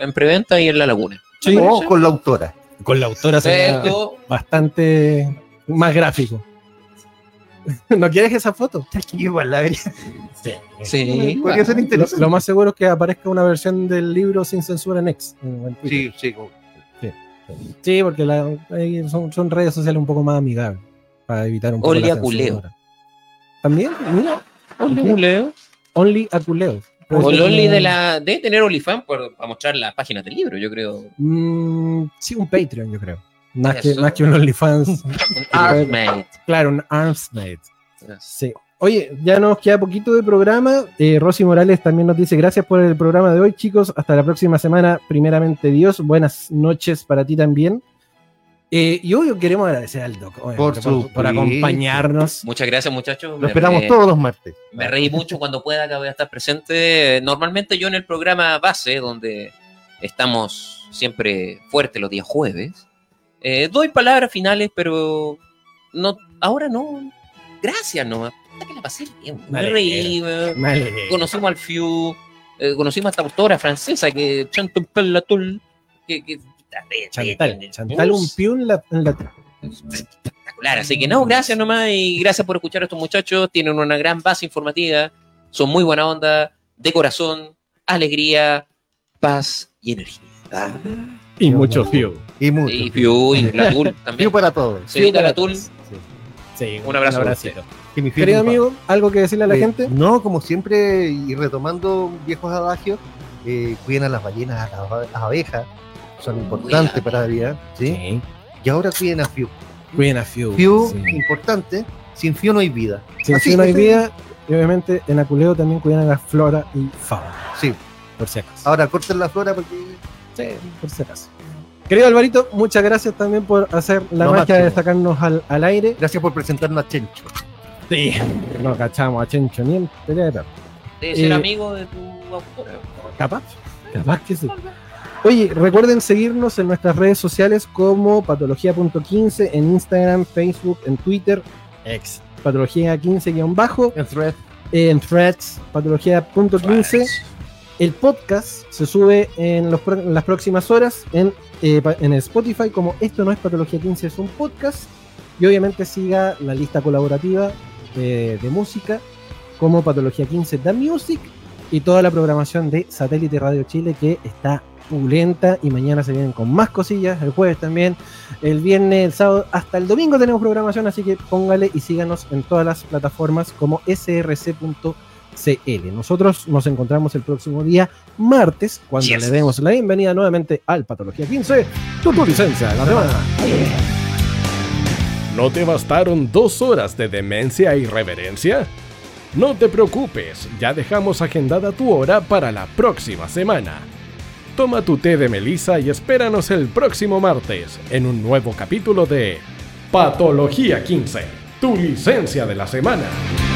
Speaker 2: en preventa y en la laguna.
Speaker 3: Sí,
Speaker 4: O con la autora.
Speaker 3: con la autora sería
Speaker 2: Esto,
Speaker 3: bastante más gráfico. [laughs] ¿No quieres esa foto?
Speaker 4: Igual, la verdad.
Speaker 2: [laughs] sí.
Speaker 4: Podría ser
Speaker 3: Lo,
Speaker 4: interesante.
Speaker 3: lo más seguro es que aparezca una versión del libro sin censura en X. en- en Twitter.
Speaker 4: Sí, sí. como-
Speaker 3: Sí, porque la- ahí son, son redes sociales un poco más amigables para evitar un poco
Speaker 2: Only
Speaker 3: la
Speaker 2: a culeo.
Speaker 3: censura. También, mira,
Speaker 2: Leo.
Speaker 3: Only a culeo.
Speaker 2: O Loli de la. Debe tener OnlyFans por- para mostrar las páginas del libro, yo creo.
Speaker 3: Mm, sí, un Patreon, yo creo. Más que,
Speaker 2: Eso.
Speaker 3: más que un OnlyFans.
Speaker 2: Un Artmate.
Speaker 3: claro, un Armsnight. Sí. Oye, ya nos queda poquito de programa. Eh, Rosy Morales también nos dice gracias por el programa de hoy, chicos. Hasta la próxima semana. Primeramente, Dios. Buenas noches para ti también. Eh, y obvio queremos agradecer al Doc obviamente,
Speaker 4: Por
Speaker 3: por, por
Speaker 4: supuesto.
Speaker 3: acompañarnos.
Speaker 2: Muchas gracias, muchachos.
Speaker 4: Lo
Speaker 2: Me
Speaker 4: esperamos
Speaker 2: re-
Speaker 4: todos los martes.
Speaker 2: Me reí mucho cuando pueda, que voy a estar presente. Normalmente yo en el programa base, donde estamos siempre fuertes los días jueves, eh, doy palabras finales, pero no, ahora no. Gracias nomás. Puta que la pasé bien. Me
Speaker 3: Vale.
Speaker 2: reí, weón. conocimos al Fiu, eh, conocimos a esta autora francesa que Chantal Pelatul, que, que
Speaker 3: Chantal, Chantal un piu en la, en la-
Speaker 2: espectacular. Así que no, gracias nomás y gracias por escuchar a estos muchachos. Tienen una gran base informativa, son muy buena onda, de corazón, alegría, paz y energía.
Speaker 1: Y mucho fío.
Speaker 4: Y mucho. pues,
Speaker 2: Y Fiu y Latul también.
Speaker 4: Fiu para todos.
Speaker 2: Señorita Latul,
Speaker 3: pues, Sí,
Speaker 2: un abrazo.
Speaker 3: abracito.
Speaker 4: Que mi fiu
Speaker 3: Querido
Speaker 4: compadre.
Speaker 3: amigo, ¿algo que decirle a la
Speaker 4: Eh,
Speaker 3: gente?
Speaker 4: No, como siempre, y retomando viejos adagios, eh, cuiden a las ballenas, a las, ave- las abejas, son importantes
Speaker 2: Cuidado.
Speaker 4: para la vida. ¿sí? Y ahora cuiden a Fiu.
Speaker 3: Cuiden a Fiu.
Speaker 4: Fiu,
Speaker 3: sí.
Speaker 4: importante, sin Fiu no hay vida.
Speaker 3: Sin
Speaker 2: Ah,
Speaker 4: Así
Speaker 3: Fiu no hay
Speaker 4: es.
Speaker 3: vida. Y obviamente en Aculeo también cuidan a la flora y fauna,
Speaker 4: Sí.
Speaker 3: por si acaso.
Speaker 4: Ahora corten la flora porque
Speaker 3: Sí, por si acaso. Querido Alvarito, muchas gracias también por hacer la
Speaker 4: Lo
Speaker 3: magia de
Speaker 4: máximo.
Speaker 3: sacarnos al, al aire.
Speaker 4: Gracias por presentarnos a Chencho.
Speaker 3: Sí. No cachamos a Chencho ni en pelea de perro.
Speaker 2: Debe ser
Speaker 3: Eh,
Speaker 2: amigo de tu autora.
Speaker 3: Capaz, capaz que sí. Oye, recuerden seguirnos en nuestras redes sociales como patología.15 en Instagram, Facebook, en Twitter, ex patología15-bajo,
Speaker 4: En Thread.
Speaker 3: en threads, patología.15. El podcast se sube en, los pro- en las próximas horas en, eh, pa- en Spotify como Esto no es Patología 15, es un podcast. Y obviamente siga la lista colaborativa eh, de, de música como Patología 15 Da Music y toda la programación de Satélite Radio Chile que está pulenta y mañana se vienen con más cosillas, el jueves también, el viernes, el sábado, hasta el domingo tenemos programación, así que póngale y síganos en todas las plataformas como src.com CL. Nosotros nos encontramos el próximo día, martes, cuando
Speaker 2: Yes.
Speaker 3: le demos la bienvenida nuevamente al Patología 15, tu, tu licencia, la semana.
Speaker 1: ¿No te bastaron dos horas de demencia y reverencia? No te preocupes, ya dejamos agendada tu hora para la próxima semana. Toma tu té de melisa y espéranos el próximo martes en un nuevo capítulo de Patología 15, tu licencia de la semana.